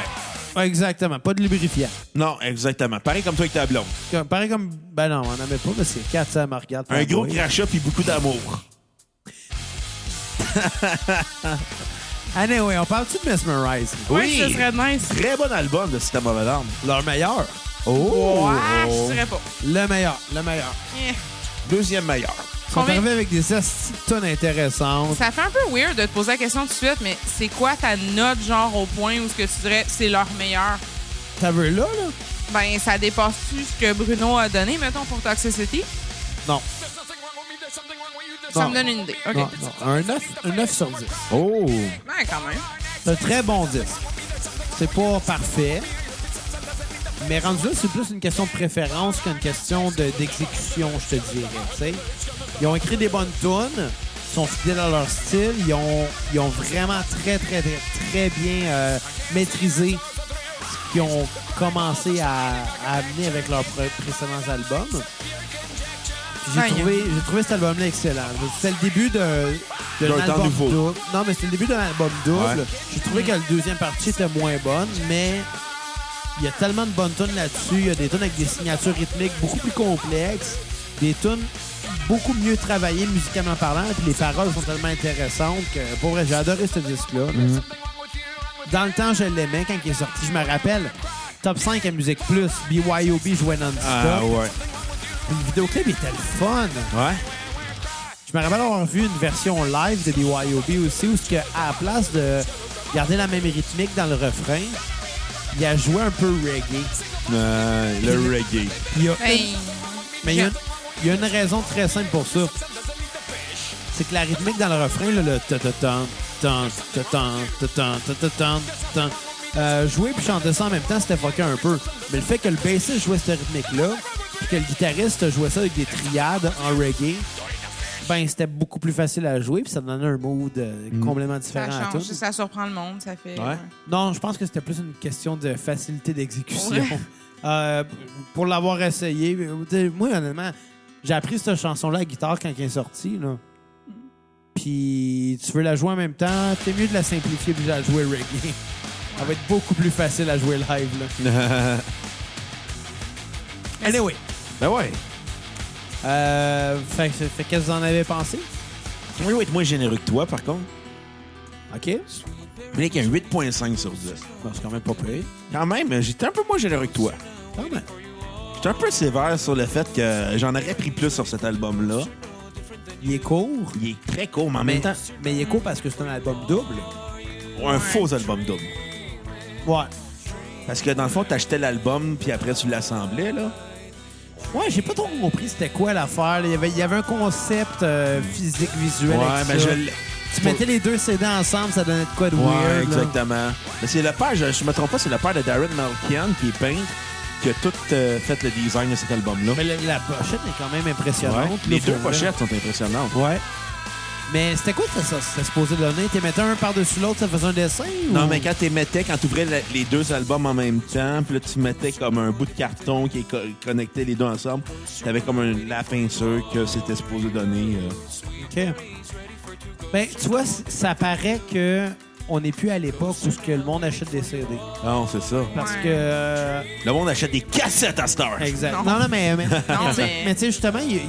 Ouais, exactement. Pas de lubrifiant.
Non, exactement. Pareil comme toi avec ta blonde.
Comme- pareil comme. Ben non, on n'en met pas, mais c'est 4, ça me regarde.
Un gros
Oui.
crachat puis beaucoup d'amour.
Anyway, on parle-tu de Mesmerize?
Ouais, ce serait nice.
Très bon album de System of a Down.
Leur meilleur. Oh!
Ah, je dirais pas.
Le meilleur, le meilleur.
Eh.
Deuxième meilleur.
Ils sont
Combien-
arrivés avec des esti de tonnes intéressantes.
Ça fait un peu weird de te poser la question tout de suite, mais c'est quoi ta note, genre, au point où ce que tu dirais c'est leur meilleur?
T'as vu là, là?
Ben, ça dépasse-tu ce que Bruno a donné, mettons, pour Toxicity?
Non.
Ça
Non.
me donne une idée. OK.
Non, non. Un 9, un 9 sur 10.
Oh!
Ben, quand même.
C'est un très bon disque. C'est pas parfait. Mais rendu là, c'est plus une question de préférence qu'une question de- d'exécution, je te dirais. tu sais. Ils ont écrit des bonnes tunes, ils sont fidèles à leur style, ils ont, ils ont vraiment très, très, très, très bien euh, maîtrisé ce qu'ils ont commencé à, à amener avec leurs pré- précédents albums. Puis
Ouais,
J'ai trouvé, j'ai trouvé cet album-là excellent. C'était le début de, de
D'un
d'un
temps
album
nouveau.
double. Non, mais c'était le début d'un album double.
Ouais.
J'ai trouvé que la deuxième partie était moins bonne, mais il y a tellement de bonnes tunes là-dessus. Il y a des tunes avec des signatures rythmiques beaucoup plus complexes, des tunes beaucoup mieux travaillées musicalement parlant, puis les paroles sont tellement intéressantes que, pour vrai, j'ai adoré ce disque-là.
Mhm.
Dans le temps, je l'aimais quand il est sorti. Je me rappelle, top 5 à Musique Plus, BYOB jouait non-stop.
Ah ouais.
Le vidéoclip était le fun.
Ouais?
Je me rappelle avoir vu une version live de BYOB aussi, où ce que, à la place de garder la même rythmique dans le refrain, il a joué un peu reggae.
Euh, le reggae.
Il y a
Hey.
Mais il y, a une- il y a une raison très simple pour ça. C'est que la rythmique dans le refrain, là, le ta ta tan tan ta tan ta tan ta ta tan tan, euh, jouer puis chanter ça en même temps, c'était fucké un peu. Mais le fait que le bassiste jouait cette rythmique-là, puis que le guitariste jouait ça avec des triades en reggae, ben c'était beaucoup plus facile à jouer, puis ça donnait un mood euh, complètement
Ça
différent à
change,
tout.
ça surprend le monde, ça fait.
Ouais.
Non, je pense que c'était plus une question de facilité d'exécution.
Ouais.
[LAUGHS] Euh, pour l'avoir essayé, euh, tu sais, moi, honnêtement, j'ai appris cette chanson-là à guitare quand elle est sortie. Là. Puis tu veux la jouer en même temps, t'es mieux de la simplifier puis de la jouer reggae. Elle va être beaucoup plus facile à jouer live. Là. Anyway,
[LAUGHS] Ben ouais.
euh, fait, fait qu'est-ce que vous en avez pensé?
Oui, oui, être moins généreux que toi, par contre.
OK.
Avec un 8.5 sur 10.
Bon, c'est quand même pas pire.
Quand même, euh, j'étais un peu moins généreux que toi.
Quand même.
J'étais un peu sévère sur le fait que j'en aurais pris plus sur cet album-là.
Il est court.
Il est très court, mais en
Mais,
même temps,
mais il est court parce que c'est un album double.
un faux album double.
Ouais.
Parce que dans le fond, t'achetais l'album, puis après, tu l'assemblais, là.
Ouais, j'ai pas trop compris c'était quoi l'affaire. là. Il y avait, il y avait un concept euh, physique, visuel. avec
mais
ça.
je l'ai-
Tu mettais les deux CD ensemble, ça donnait de quoi de
Ouais,
weird. là.
exactement. Mais c'est le père, je, je me trompe pas, c'est le père de Darren Malkian, qui est peintre, qui a tout euh, fait le design de cet album-là.
Mais la, la pochette est quand même
Ouais.
impressionnante. là,
Les
faut
deux
le dire.
pochettes sont impressionnantes.
Ouais. Mais c'était quoi ça, ça, c'était supposé donner? T'es mettais un par-dessus l'autre, ça faisait un dessin?
Non,
ou-
mais quand tu mettais, quand tu ouvrais les deux albums en même temps, puis là, tu mettais comme un bout de carton qui co- connectait les deux ensemble, t'avais comme un, la peinture que c'était supposé donner. euh.
OK. Ben, tu vois, c- ça paraît que on n'est plus à l'époque où ce que le monde achète des CD.
Ah, Non, c'est ça.
Parce
Ouais.
que... euh,
Le monde achète des cassettes à Star.
Exact.
Non.
Non, non,
[LAUGHS]
mais. Mais, [LAUGHS] mais tu sais-
mais-
mais tu sais, justement, il- il-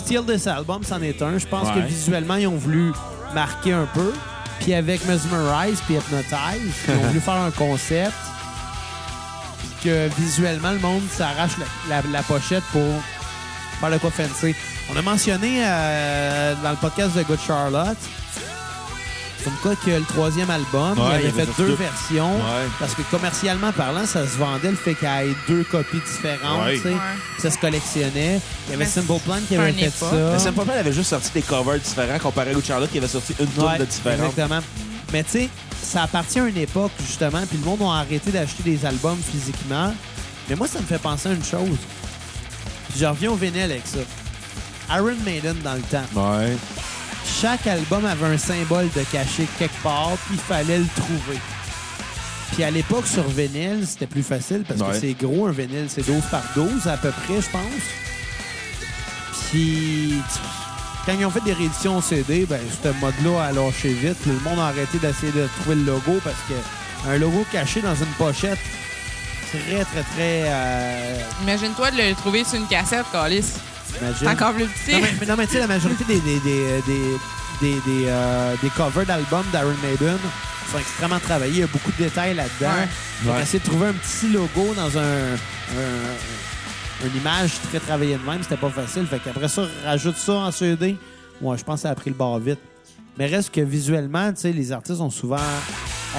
Steal This Album, c'en est un. Je pense
Ouais.
que visuellement, ils ont voulu marquer un peu. Puis avec Mesmerize puis Hypnotize, ils ont voulu faire un concept. Puis que visuellement, le monde s'arrache la, la- la pochette pour faire le quoi fancy. On a mentionné euh, dans le podcast de Good Charlotte. Comme quoi que le troisième album,
Ouais,
il
il
avait
avait
fait
sorti
deux
deux.
versions.
Ouais.
Parce que commercialement parlant, ça se vendait le fait qu'il y ait deux copies différentes.
Ouais.
tu sais.
Ouais.
Puis Ça se collectionnait. Il y avait
Mais
Simple Plan qui
c'est
avait
un
fait
époque.
Mais
ça.
Sam Popel avait juste sorti des covers différents comparé à Lou Charlotte qui avait sorti une
Ouais,
tonne de différents.
exactement. Mais tu sais, ça appartient à une époque, justement, puis le monde a arrêté d'acheter des albums physiquement. Mais moi, ça me fait penser à une chose. Puis je reviens au vinyle avec ça. Iron Maiden, dans le temps,
Ouais.
chaque album avait un symbole de cachet quelque part, puis il fallait le trouver. Puis à l'époque, sur vinyle, c'était plus facile parce que
Ouais.
c'est gros un vinyle. C'est 12 par 12 à peu près, je pense. Puis tu- quand ils ont fait des rééditions CD, ben, ce mode-là a lâché vite. Le monde a arrêté d'essayer de trouver le logo parce que un logo caché dans une pochette, très, très, très... euh,
Imagine-toi de le trouver sur une cassette, Calis.
imagine.
C'est encore plus petit.
Non, mais, mais non, mais tu sais, la majorité des, des, des, des, des, des, euh, des covers d'albums d'Iron Maiden sont extrêmement travaillés. Il y a beaucoup de détails là-dedans.
Ouais.
On
Ouais.
a essayé de trouver un petit logo dans un, un- une image très travaillée de même. C'était pas facile. Fait qu'après ça, rajoute ça en CD. Ouais, je pense que ça a pris le bord vite. Mais reste que visuellement, tu sais, les artistes ont souvent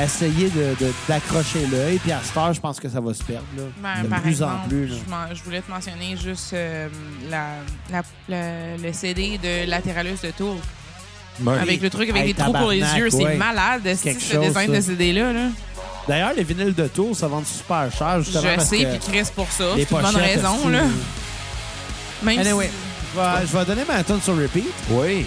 essayé de- de- d'accrocher l'œil. Puis à cette heure, je pense que ça va se perdre. Là,
Ben,
de
par
plus en
exemple,
plus. là.
Je, m'en- je voulais te mentionner juste euh, la, la- le- le CD de Lateralus de Tour. Avec le truc avec
Hey,
les trous pour les
tabarnak,
yeux, c'est
ouais.
malade, si,
Quelque
ce
chose,
design
ça.
de CD-là. Là.
D'ailleurs, les vinyles de Tours, ça vend super cher, justement.
Je
parce
sais,
que
puis Chris pour ça.
les
C'est une bonne
pochettes,
raison,
elles-
là. Même
Anyway,
si-
je vais, je vais donner ma tune sur repeat.
Oui.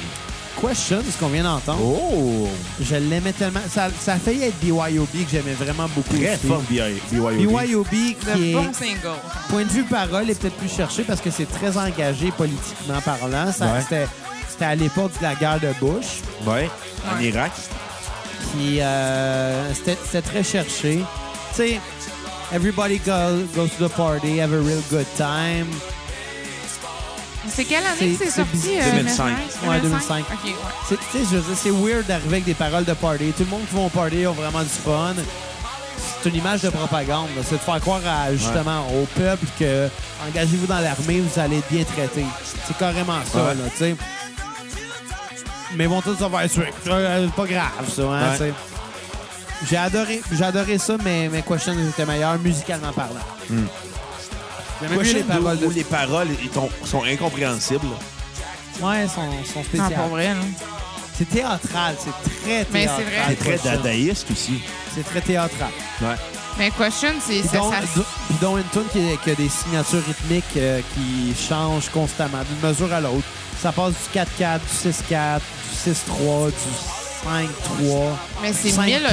Question, ce qu'on vient d'entendre.
Oh!
Je l'aimais tellement. Ça, ça a failli être BYOB que j'aimais vraiment beaucoup.
Très
aussi.
fort, BYOB.
BYOB
de
qui est,
bons singles.
point de vue parole, est peut-être plus cherché parce que c'est très engagé politiquement parlant. Ça,
Ouais.
c'était, c'était à l'époque de la guerre de Bush.
Ouais. En
Ouais.
Irak.
Puis euh, c'était, c'était très cherché. Tu sais, everybody go- goes to the party, have a real good time.
C'est quelle année que
C'est-
c'est
c'est
sorti?
bizarre.
euh,
2005.
Ouais, 2005.
OK, ouais.
C'est- Tu sais, je veux dire, c'est weird d'arriver avec des paroles de party. Tout le monde qui va au party a vraiment du fun. C'est une image de propagande. là. C'est de faire croire à, justement au peuple que engagez-vous dans l'armée, vous allez être bien traité. C'est carrément ça,
Ouais.
là, tu sais. Mais ils vont tous avoir un truc. C'est pas grave, ça, hein,
Ouais.
tu sais. J'ai adoré, j'ai adoré ça, mais, mais Question était meilleur musicalement parlant. J'aimais mieux
Hmm. Question
les paroles de...
où les paroles ils t'ont- sont incompréhensibles.
Ouais, sont, sont
Non,
spéciales.
Ah, pour vrai, là.
C'est théâtral, c'est très
Mais c'est
théâtral.
vrai.
C'est très
Question.
dadaïste aussi.
C'est très théâtral.
Ouais.
Mais Question, c'est...
Puis
ça-
dont,
ça-
do- puis dont une tune qui, qui a des signatures rythmiques euh, qui changent constamment d'une mesure à l'autre. Ça passe du 4-4, du 6-4, du 6-3, du 5-3
Mais c'est
cinq
mélodieux,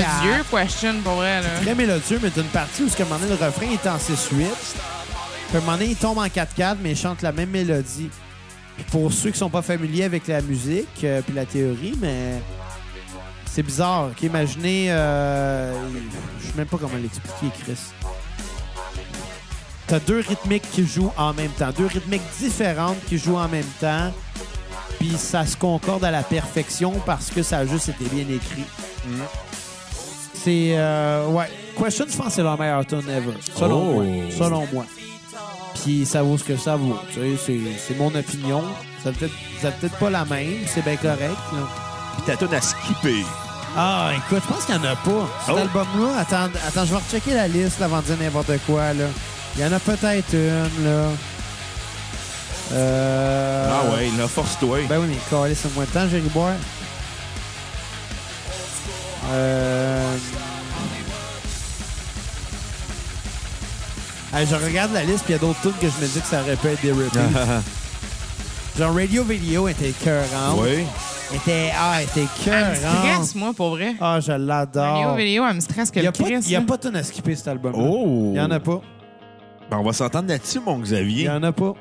Question, pour vrai, là.
très mélodieux, mais d'une partie où, ce que, à un moment donné, le refrain est en 6-8. Puis, à un moment donné, il tombe en 4-4, mais il chante la même mélodie. Puis pour ceux qui sont pas familiers avec la musique euh, puis la théorie, mais c'est bizarre. Ok, imaginez... euh, Je sais même pas comment l'expliquer, Chris. T'as deux rythmiques qui jouent en même temps. Deux rythmiques différentes qui jouent en même temps. Puis ça se concorde à la perfection parce que ça a juste été bien écrit. C'est. euh, ouais. Question, je pense que c'est leur meilleure tune ever. Selon
Oh.
moi. Selon moi. Puis ça vaut ce que ça vaut. Tu sais, c'est, c'est mon opinion. Ça peut-être, ça peut-être pas la même. C'est bien correct. là.
Puis t'as tout à skipper.
Ah, écoute, je pense qu'il n'y en a pas. Cet
Oh.
album-là, attends, attends, je vais rechecker la liste là, avant de dire n'importe quoi. Là. Il y en a peut-être une, là. Euh...
Ah ouais, là, force-toi.
Ben oui, mais calé, c'est moins de temps, j'ai boire. Euh... Hey, je regarde la liste, puis il y a d'autres trucs que je me dis que ça aurait pu être des repeats.
[LAUGHS]
Genre Radio Video était écœurante.
oui.
Était... Ah, elle était
Elle me
écœurante.
stresse, moi, pour vrai.
Ah, je
Vidéo,
l'adore.
vidéo, elle me stresse que
Il n'y
le
a, pas-
Chris. hein.
il y a
là.
pas tonne à skipper cet album.
Oh!
Il n'y en a pas.
Ben, on va s'entendre là-dessus, mon
Il n'y
Xavier.
en
[LAUGHS]
a pas.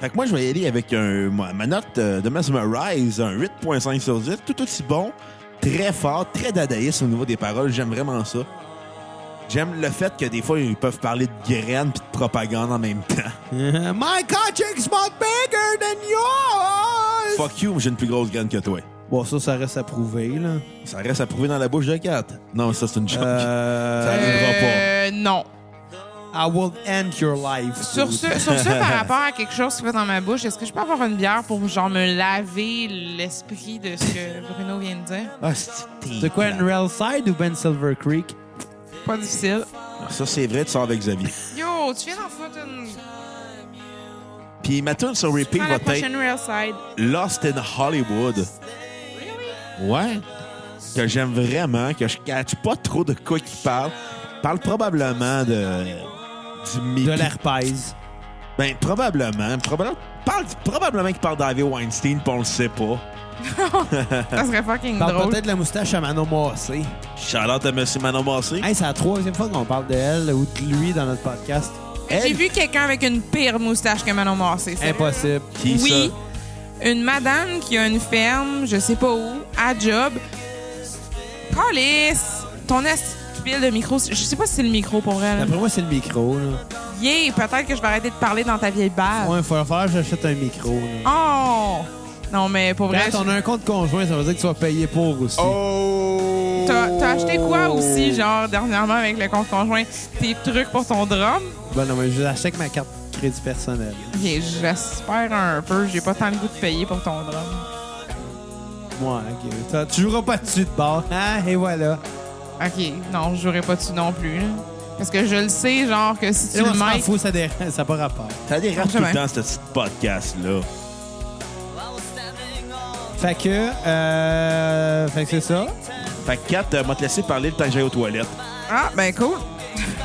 Fait que moi, je vais y aller avec un, ma ma note euh, de Mesmerize, un 8.5 sur 10, tout aussi bon, très fort, très dadaïste au niveau des paroles. J'aime vraiment ça. J'aime le fait que des fois, ils peuvent parler de graines puis de propagande en même temps.
[LAUGHS] My country's much bigger than yours!
Fuck you, mais j'ai une plus grosse graine que toi.
Bon, ça, ça reste à prouver, là.
Ça reste à prouver dans la bouche de 4. Non, ça, c'est une joke.
Euh,
Ça arrivera pas.
Euh, non.
I will end your life.
Sur
dude.
ce, sur ce, par rapport à quelque chose qui va dans ma bouche, est-ce que je peux avoir une bière pour genre me laver l'esprit de ce que Bruno vient de dire?
Ah, c'est t'es
C'est quoi,
plate.
une rail side ou Ben Silver Creek?
Pas difficile.
Ça, c'est vrai, tu sors avec Xavier.
Yo, tu viens d'en foutre une.
Puis ma tune sur repeat
Prends
va
la
être
prochaine real side.
Lost in Hollywood. Ouais. Que j'aime vraiment, que je catch pas trop de quoi qui parle. Parle probablement de. Du mi-
De l'herpèse.
Ben, probablement. Probablement, parle, probablement qu'il parle d'Harvey Weinstein, pis on le sait pas.
Ça serait fucking
Parle
drôle.
peut-être de la moustache à Manon Massé.
Charlotte à M. Manon Massé.
Hey, c'est la troisième fois qu'on parle de elle ou de lui dans notre podcast.
J'ai
elle-
vu quelqu'un avec une pire moustache que Manon Massé. c'est-
Impossible.
Qui, ça?
Oui. Une madame qui a une ferme, je sais pas où, à job. Carlis, ton est pile de micro, je sais pas si c'est le micro pour elle.
D'après moi, c'est le micro, là.
Yeah, peut-être que je vais arrêter de parler dans ta vieille barre.
Ouais, il va falloir que j'achète un micro, là.
Oh! Non, mais pour vrai,
Quand on a un compte conjoint, ça veut dire que tu vas payer pour aussi.
Oh!
t'as t'as acheté quoi aussi, genre, dernièrement avec le compte conjoint? Tes trucs pour ton drum?
Ben non, mais je l'achète avec ma carte crédit personnelle.
Yeah, J'espère un peu, j'ai pas tant le goût de payer pour ton drum.
Moi, ok. Ça, Tu joueras pas dessus de bord. Ah, et voilà.
Ok, non, je jouerai pas dessus non plus. là. Parce que je le sais, genre, que si tu
Et
le
on s'en
mets.
fout, ça n'a pas rapport.
Ça dérape tout
Jamais.
le temps, ce petit podcast-là.
Fait que, euh, fait que c'est ça.
Fait que, Kat, euh, m'a te laissé parler le temps que j'aille aux toilettes.
Ah, ben cool.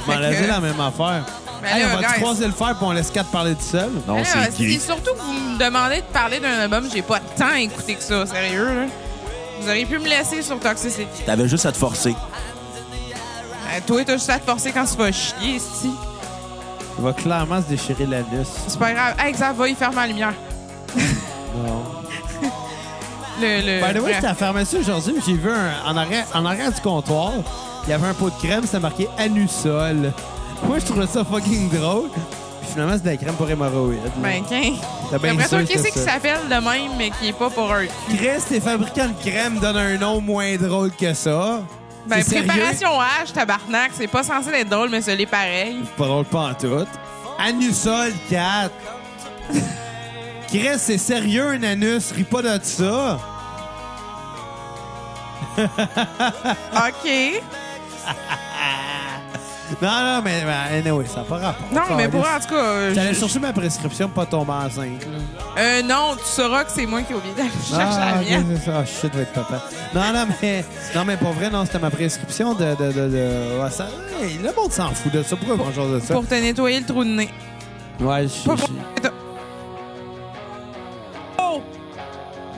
On
Fait
a
que-
dit la même affaire.
Mais
Hey,
là,
on va
guys.
croiser le fer puis on laisse quatre parler tout seul.
Non,
Alors,
c'est gay.
surtout que vous me demandez de parler d'un album, j'ai pas tant écouté que ça, sérieux. Là. Vous auriez pu me laisser sur Toxicity.
T'avais juste à te forcer.
Euh, toi, t'as juste à te forcer quand tu vas chier, ici.
Il va clairement se déchirer l'anus.
C'est pas grave. Hey, Xav, va y faire ma lumière.
Non.
Le, le,
By the way,
bref.
j'étais à la pharmacie aujourd'hui, j'ai vu un, en, arrière, en arrière du comptoir, il y avait un pot de crème, c'était marqué Anusol. Moi, je trouvais ça fucking drôle. Puis finalement, c'est de la crème pour hémorroïdes. là.
Ben, qu'un.
T'as bien
Après ça,
sûr que
qu'est-ce qui
c'est ça.
s'appelle de même, mais qui est pas pour eux?
Chris, les fabricants de crème donnent un nom moins drôle que ça.
Ben,
C'est sérieux?
préparation H, tabarnak, c'est pas censé être drôle, mais ça l'est pareil.
Pas drôle, pas en tout. Anusol 4. Chris, c'est sérieux, un anus. Ris pas de ça. Ah.
OK.
Non, non, mais, mais anyway, ça n'a pas rapport.
Non, mais pour
Calisse.
en tout cas. euh,
J'allais
je-
chercher ma prescription pour pas tomber enceinte. là.
Euh, non, tu sauras que c'est moi qui ai oublié d'aller chercher
Ah,
la
ok,
mienne.
c'est ça. Ah, shit, va être papa. Non, non, mais, non, mais pour vrai, non, c'était ma prescription de. de, de, de- ouais, ça- hey, le monde s'en fout de ça. Pourquoi grand chose de ça?
Pour te nettoyer le trou de nez.
Ouais, je suis.
Pas pour- Oh!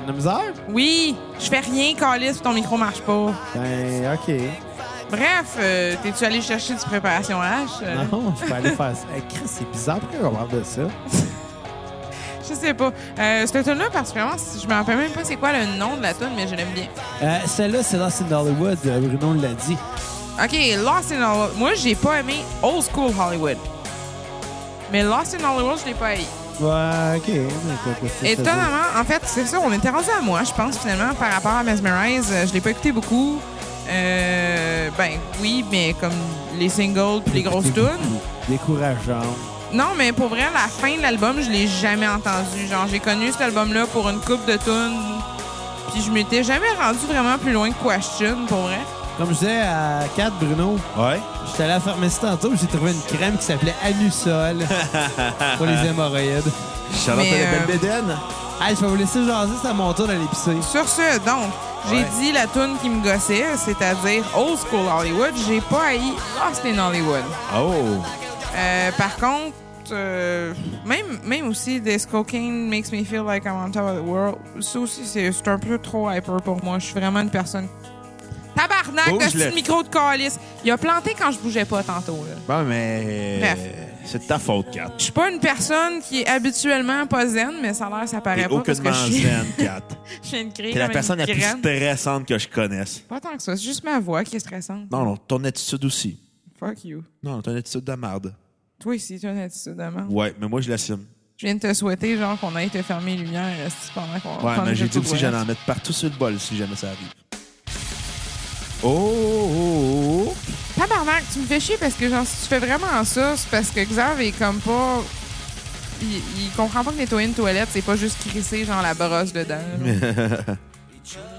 La misère?
Oui, je fais rien, Calis, puis ton micro marche pas.
Ben, ok.
Bref, euh, t'es-tu allé chercher du préparation H? Euh,
Non, je peux aller faire ça. Hey, Chris, c'est bizarre. Pourquoi on parle de ça?
Je sais pas. Euh, cette tune-là, particulièrement, si- je me rappelle même pas c'est quoi le nom de la tune, mais je l'aime bien.
Euh, Celle-là, c'est Lost in Hollywood. euh, Bruno l'a dit.
OK, Lost in Hollywood. Moi, j'ai pas aimé Old School Hollywood. Mais Lost in Hollywood, je l'ai pas haï.
Ouais, ok. mais quoi que c'est, ça veut-
Étonnamment, en fait, c'est ça, on était rendu à moi, je pense, finalement, par rapport à Mesmerize. Euh, Je l'ai pas écouté beaucoup. Euh, ben oui, mais comme les singles puis les grosses
Écoutez,
tunes.
Décourageant.
Non, mais pour vrai, la fin de l'album, je l'ai jamais entendu. Genre, j'ai connu cet album-là pour une coupe de tunes, puis je m'étais jamais rendu vraiment plus loin que Question, pour vrai.
Comme je disais à 4, Bruno,
Ouais.
J'étais allé à la pharmacie tantôt, j'ai trouvé une crème qui s'appelait Anusol
[LAUGHS]
pour les hémorroïdes.
Charlotte,
Mais,
elle est
euh,
belle bédaine.
Hey, je vais vous laisser jaser, c'est à mon tour d'aller pisser.
Sur ce, donc, j'ai
Ouais.
dit la tune qui me gossait, c'est-à-dire Old School Hollywood. J'ai pas haï Ah, Lost in Hollywood.
Oh.
Euh, par contre, euh, même, même aussi This Cocaine Makes Me Feel Like I'm on Top of the World, ça aussi, c'est c'est un peu trop hyper pour moi. Je suis vraiment une personne. Tabarnak,
Bouge
le petit
le-
micro de calice. Il a planté quand je bougeais pas tantôt. là.
Bon, mais. euh,
Bref.
C'est de ta faute, Kat.
Je suis pas une personne qui est habituellement pas zen, mais ça a l'air, ça paraît
T'es
pas parce que
aucunement
je suis,
[LAUGHS] zen, Kat.
[LAUGHS] je suis une crise.
T'es la personne la plus stressante que je connaisse.
Pas tant que ça, c'est juste ma voix qui est stressante.
Non, non, ton attitude aussi.
Fuck you.
Non, ton attitude de merde.
Toi ici, tu as une attitude de merde.
Ouais, mais moi, je l'assume.
Je viens de te souhaiter, genre, qu'on aille te fermer les lumières esti, pendant qu'on
Ouais,
pendant
mais
que
j'ai
je
dit
te
aussi, j'allais
vois.
en mettre partout sur le bol si jamais ça arrive. Oh, oh, oh, oh.
Tabarnak, tu me fais chier parce que genre si tu fais vraiment ça, c'est parce que Xav est comme pas. Il, il comprend pas que nettoyer une toilette, c'est pas juste crisser genre la brosse dedans.
[LAUGHS]
là.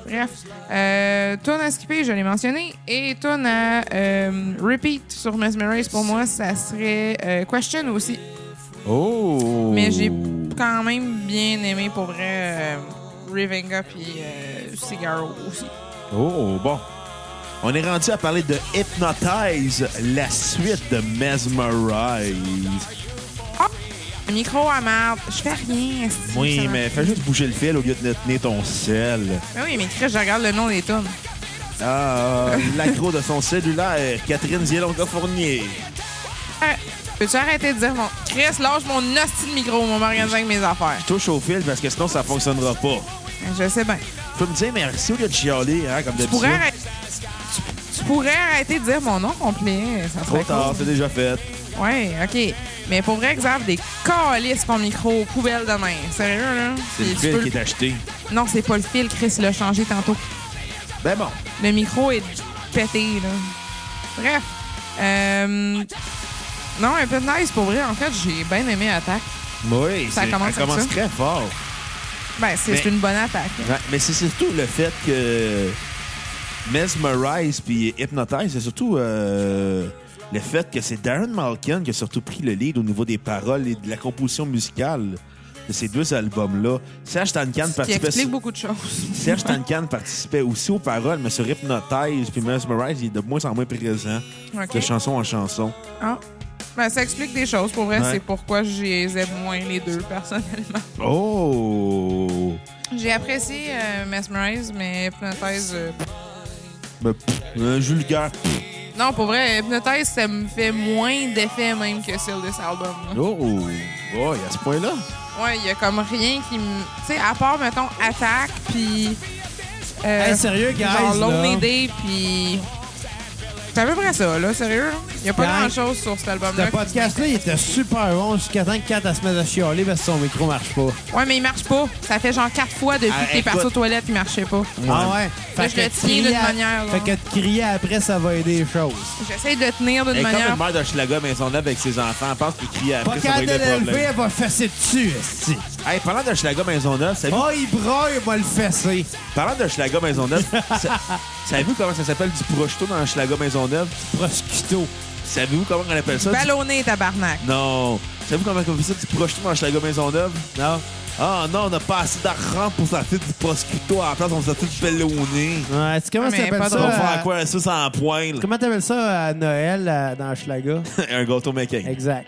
Bref. Euh, tourne à skipper, je l'ai mentionné. Et tourne à euh, repeat sur Mesmerize pour moi, ça serait euh, question aussi.
Oh.
Mais j'ai quand même bien aimé pour vrai euh, Ravenga puis euh, Cigaro aussi.
Oh, bon. On est rendu à parler de Hypnotize, la suite de Mesmerize.
Le Ah! Micro à merde, je fais rien. esti, ça
Oui,
m'a-
mais fais juste bouger le fil au lieu de tenir ton sel.
Ben oui, mais Chris, je regarde le nom des tunes.
Ah, l'accro de son cellulaire, Catherine Zielonga-Fournier.
Hey, Ah, Peux-tu arrêter de dire mon. Chris, lâche mon hostie de micro, mon m'organiser avec mes affaires. Ben,
Touche au fil parce que sinon, ça fonctionnera pas.
Je sais bien.
Tu peux me dire merci au lieu de chialer, hein, comme
Tu pourrais,
d'habitude.
arrêter... tu- tu pourrais arrêter de dire mon nom complet. Ça
Trop
serait
tard, c'est déjà fait.
cool. Ouais, OK. Mais pour vrai, Xav, des calices ton micro, poubelle de main. Sérieux, là?
C'est le
Tu
fil
peux-
qui est acheté.
Non, c'est pas le fil, Chris l'a changé tantôt.
Ben bon.
Le micro est pété, là. Bref. Euh... Non, un peu nice pour vrai. En fait, j'ai bien aimé Attack.
Oui,
Ça
c'est-
commence
elle commence
comme ça.
très fort.
Ben, c'est
Mais-
c'est une bonne attaque.
Ouais, mais c'est surtout le fait que Mesmerize puis Hypnotize, c'est surtout euh, le fait que c'est Darren Malkin qui a surtout pris le lead au niveau des paroles et de la composition musicale. de ces deux albums-là. Serge Tankian
qui
participait...
explique beaucoup de choses.
Serge Tankian participait aussi aux paroles, mais sur Hypnotize puis Mesmerize, il est de moins en moins présent
Ok.
de chanson en chanson.
Ah. Ben, ça explique des choses. Pour vrai,
Ouais.
c'est pourquoi j'ai aime moins les deux, personnellement.
Oh!
J'ai apprécié euh, Mesmerize, mais Hypnotize... euh,
Ben, pff, un vulgaire. pff.
Non, pour vrai, Hypnotize, ça me fait moins d'effet même que sur this album. là.
Oh! Boy, à ce point-là?
Ouais, il y a comme rien qui me... Tu sais, à part, mettons, Attack, puis... euh,
Hey, sérieux, guys,
Genre Lonely
là?
Day, puis... C'est à peu près ça, là, sérieux. Il n'y a pas
Gang,
grand-chose sur cet album-là.
Ce podcast-là, il était super bon jusqu'à temps que Kat elle se mette à chialer parce que son micro marche pas.
Ouais, mais il marche pas. Ça fait genre quatre fois depuis
Ah,
que t'es parti
écoute.
aux toilettes, il marchait pas.
Ah ouais?
Là,
que
je le tiens
crier
d'une
à-
manière, là.
Fait que de crier après, ça va aider les choses.
J'essaie de tenir
Elle
d'une
est comme
manière.
une mère de Schlaga Maisonneuve avec ses enfants. Elle pense qu'il crie
Pas
après, ça va
capable de
régler le
l'élever,
problème.
elle va fesser dessus, esti.
Hey, parlant de Schlaga Maisonneuve, ça
Oh, il braille, il va le fesser.
Parlant de Schlaga Maisonneuve, [LAUGHS] sa- savez-vous comment ça s'appelle du prosciutto dans Schlaga Maisonneuve?
Prosciutto.
Savez-vous comment on appelle ça? du-
Ballonné, tabarnak.
Non. Savez-vous comment on appelle ça du prosciutto dans Schlaga Maisonneuve? Non. Ah non, on n'a pas assez d'argent pour sortir du prosciutto. À la place, on sortir du ballonné.
Ouais, tu sais comment ça
Ah, mais
s'appelle
pas
On va
drôle.
ça?
faire
à-
quoi? Ça, sans pointe.
Comment t'appelles ça à Noël euh, dans
[LAUGHS]
Hochelaga?
[LAUGHS] Un gâteau mécanique.
Exact.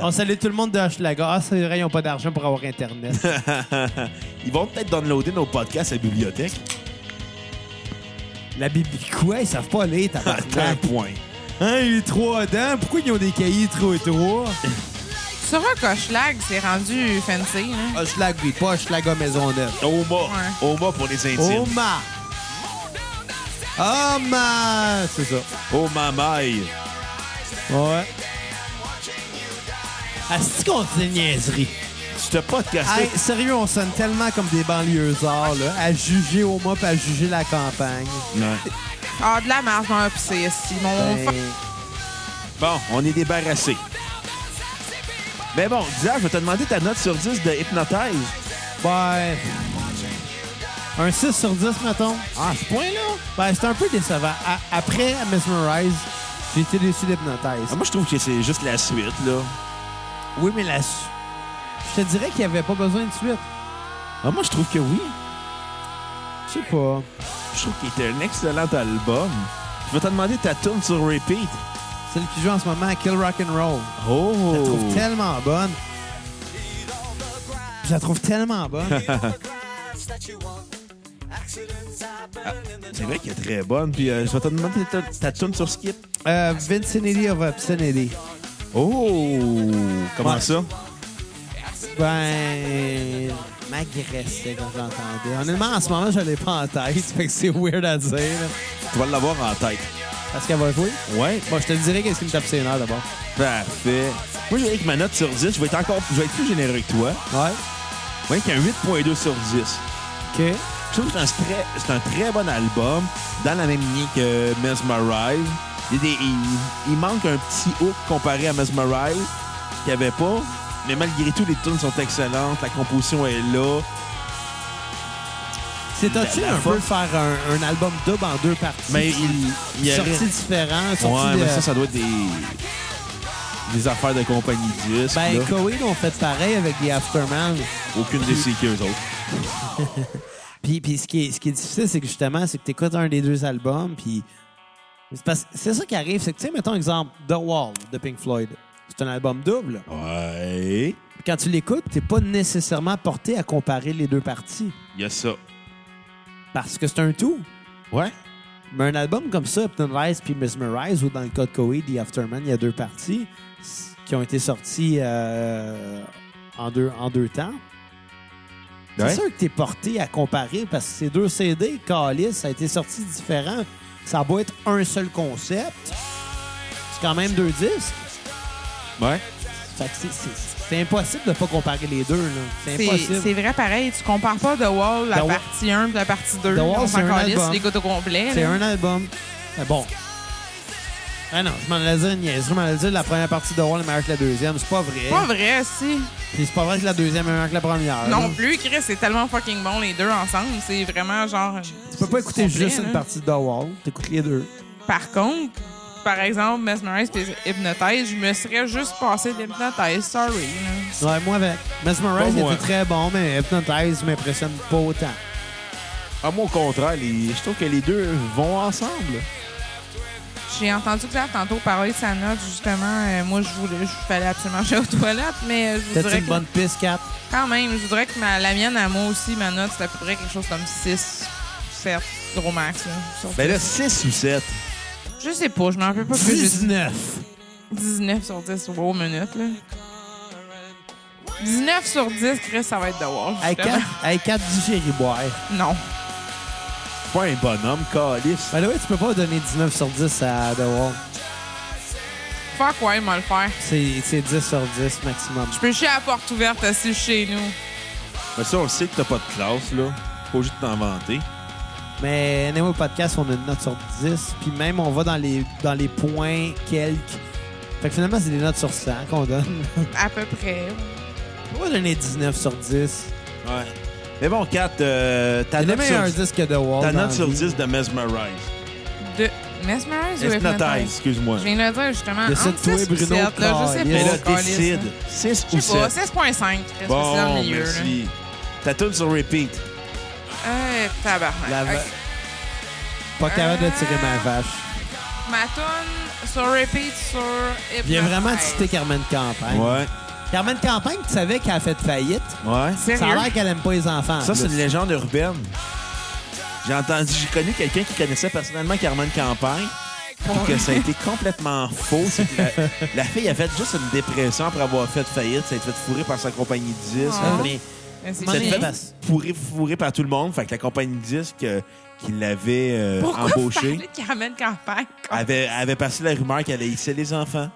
On salue tout le monde de Hochelaga. Ah, c'est vrai, ils n'ont pas d'argent pour avoir Internet.
[LAUGHS] Ils vont peut-être downloader nos podcasts à la
[LAUGHS]
bibliothèque.
La bibi quoi? Ils savent pas lire, t'as
Attends un point.
Hein, il est trois dents. Pourquoi ils ont des cahiers trop étroits?
Sur un cochelag, c'est rendu fancy. Hein?
Hochelaga, oui, pas Hochelaga Maisonneuve.
Oma.
Ouais.
Oma pour les
Oh
intimes.
Oma! Oma! Oh C'est ça.
Oh, mamaille.
Ouais. Est-ce qu'on dit des niaiseries?
Tu te pas
Hey, sérieux, on sonne tellement comme des banlieusards, là, à juger Oma pis à juger la campagne.
Ah, de la marge, je m'en pissais, esti. Mon
Ben,
fa-
Bon, on est débarrassé. Mais bon, Dizard, je vais te demander ta note sur 10 de hypnotise.
ben, un 6 sur 10, mettons.
Ah, à ce point-là?
Ben, c'est un peu décevant. À- après Mesmerize, j'ai été déçu
Ah,
d'Hypnotize.
moi, je trouve que c'est juste la suite, là.
Ah, Oui, mais la... su- Je te dirais qu'il n'y avait pas besoin de suite.
Ah, moi, je trouve que oui.
Je sais pas.
Je trouve qu'il était un excellent album. Je vais te demander ta tune sur repeat.
Celle qui joue en ce moment à Kill Rock and Roll.
Oh!
Je la trouve tellement bonne. Je la trouve tellement [LAUGHS] bonne.
C'est vrai qu'elle est très bonne. Puis euh, je vais te demander ta, ta tune sur skip.
euh, Vicinity of Obscenity.
Oh! Comment
Ouais.
ça?
Ben, m'agressait quand j'entendais. Honnêtement, en ce moment, je l'ai pas en tête. [LAUGHS] Fait que c'est weird à dire. là.
Tu vas l'avoir en tête.
Parce qu'elle va jouer.
Ouais.
Bon, je te dirais qu'est-ce qui me tape ses nerfs d'abord.
Parfait. Moi, je vais avec ma note sur 10. Je vais être encore je vais être plus généreux que toi.
Ouais.
Je vais avec un 8.2 sur 10.
OK.
Je trouve que c'est un, très- c'est un très bon album, dans la même ligne que Mesmerize. Il, y a des- il- il manque un petit hook comparé à Mesmerize, qu'il n'y avait pas. Mais malgré tout, les tunes sont excellentes, la composition est là.
C'est touché
La- la
un
fois-
peu de faire un, un album double en deux parties.
Mais il, il y a...
sorti différent, sorti
Ouais,
de...
mais ça, ça doit être des, des affaires de compagnie 10.
Ben, Coheed ont fait pareil avec The Afterman.
Aucune des séquelles autres.
Puis, puis ce, qui est, ce qui est difficile, c'est que justement, c'est que t'écoutes un des deux albums, puis... C'est parce- c'est ça qui arrive, c'est que, tu sais, mettons exemple The Wall de Pink Floyd. C'est un album double.
Ouais.
Puis Quand tu l'écoutes, t'es pas nécessairement porté à comparer les deux parties.
Il y a ça.
Parce que c'est un tout.
Ouais.
Mais un album comme ça, Hypnotize puis Mesmerize, ou dans le cas de Coheed, The Afterman, il y a deux parties s- qui ont été sorties euh, en, deux, en deux temps.
Ouais.
C'est sûr que t'es porté à comparer parce que ces deux CD, Calis, ça a été sorti différent. Ça doit être un seul concept. C'est quand même deux disques.
Ouais.
Fait que c'est- c'est c'est impossible de pas comparer les deux. là. C'est
C'est
impossible.
c'est vrai pareil. Tu compares pas The Wall, la
The Wall-
partie 1 puis la partie 2.
The Wall,
On
c'est
s'en
un
calisse,
album.
tu l'écoutes au complet.
C'est
là.
un album. Mais bon. Ah non, je m'en allais dire une niaiserie. Je m'en allais dire la première partie de Wall est meilleure que la deuxième. C'est pas vrai.
Pas vrai, si.
Puis c'est pas vrai que la deuxième est meilleure que la première.
Non
là.
plus, Chris, c'est tellement fucking bon les deux ensemble. C'est vraiment genre.
Tu peux pas écouter juste une partie de The Wall. T'écoutes les deux.
Par contre, par exemple, Mesmerize et Hypnotize, je me serais juste passé de l'Hypnotize. Sorry. là.
Ouais, moi avec. Mesmerize
Pas moi.
était très bon, mais Hypnotize m'impressionne pas autant.
À mon contraire, les- je trouve que les deux vont ensemble.
J'ai entendu Claire tantôt parler de sa note, justement. Euh, moi, je voulais, je fallait absolument aller aux toilettes, mais euh, je vous
T'as-tu
dirais
une
que,
bonne piste, Kat?
quand même, je voudrais que ma, la mienne à moi aussi, ma note, c'est à peu près quelque chose comme 6, 7, gros max. là, sur
Ben là,
10.
6 ou 7.
je sais pas, je m'en rappelle pas que j'ai dit
19!
19 sur 10 aux minutes. Là. 19 sur 10, Chris, ça va être dehors.
Hey,
justement.
Kat, hey, Kat du Gériboire.
Non.
Pas un bonhomme, calice.
Ben là, ouais, tu peux pas donner 19 sur 10 à The Wall.
Fuck ouais, il m'a le faire.
C'est c'est 10 sur 10 maximum.
Je peux chier à la porte ouverte assis chez nous.
Mais ça, on le sait que t'as pas de classe, là. Faut juste t'en vanter.
Mais Nemo Podcast, on a une note sur 10. Puis même, on va dans les, dans les points quelques. Fait que finalement, c'est des notes sur 100 qu'on donne.
À peu près.
[LAUGHS] On va donner 19 sur 10.
Ouais. Mais bon, 4, euh, ta
T'as le
note sur,
meilleur disque que The Wall.
ta
dans
note
la
sur
vie.
10 de Mesmerize.
De Mesmerize ou
Hypnotize,
Hypnotize?
excuse-moi.
Je viens de le dire justement.
Décide
Entre
toi,
6 ou
Bruno,
7, là, je sais
Mais
Mais
pas.
là,
câlisse,
décide.
là.
6
Je
ou
sais pas,
7.
16.5. Chris,
Bon,
c'est dans le milieu. là.
merci. Ta tune sur repeat.
Euh, tabarnak.
La va-
Ok.
Pas capable de tirer ma vache.
Ma tune sur repeat sur Hypnotize.
J'ai vraiment cité Carmen Campagne.
Ouais.
Carmen Campagne, tu savais qu'elle a fait faillite?
Ouais.
Sérieux?
Ça a l'air qu'elle aime pas les enfants. en
Ça, c'est
plus.
une légende urbaine. J'ai entendu, j'ai connu quelqu'un qui connaissait personnellement Carmen Campagne, puis que ça a été complètement faux. C'est que la, la fille a fait juste une dépression après avoir fait faillite. Ça a été fait fourrer par sa compagnie de disques.
Ah.
Mais
Mais c'est
ça a été
Money.
fini.
fait fourrer, fourrer par tout le monde. Fait que la compagnie de disques euh, qui l'avait euh,
Pourquoi vous
embauchée
parlez de Carmen Campagne?
avait, avait passé la rumeur qu'elle haïssait les enfants.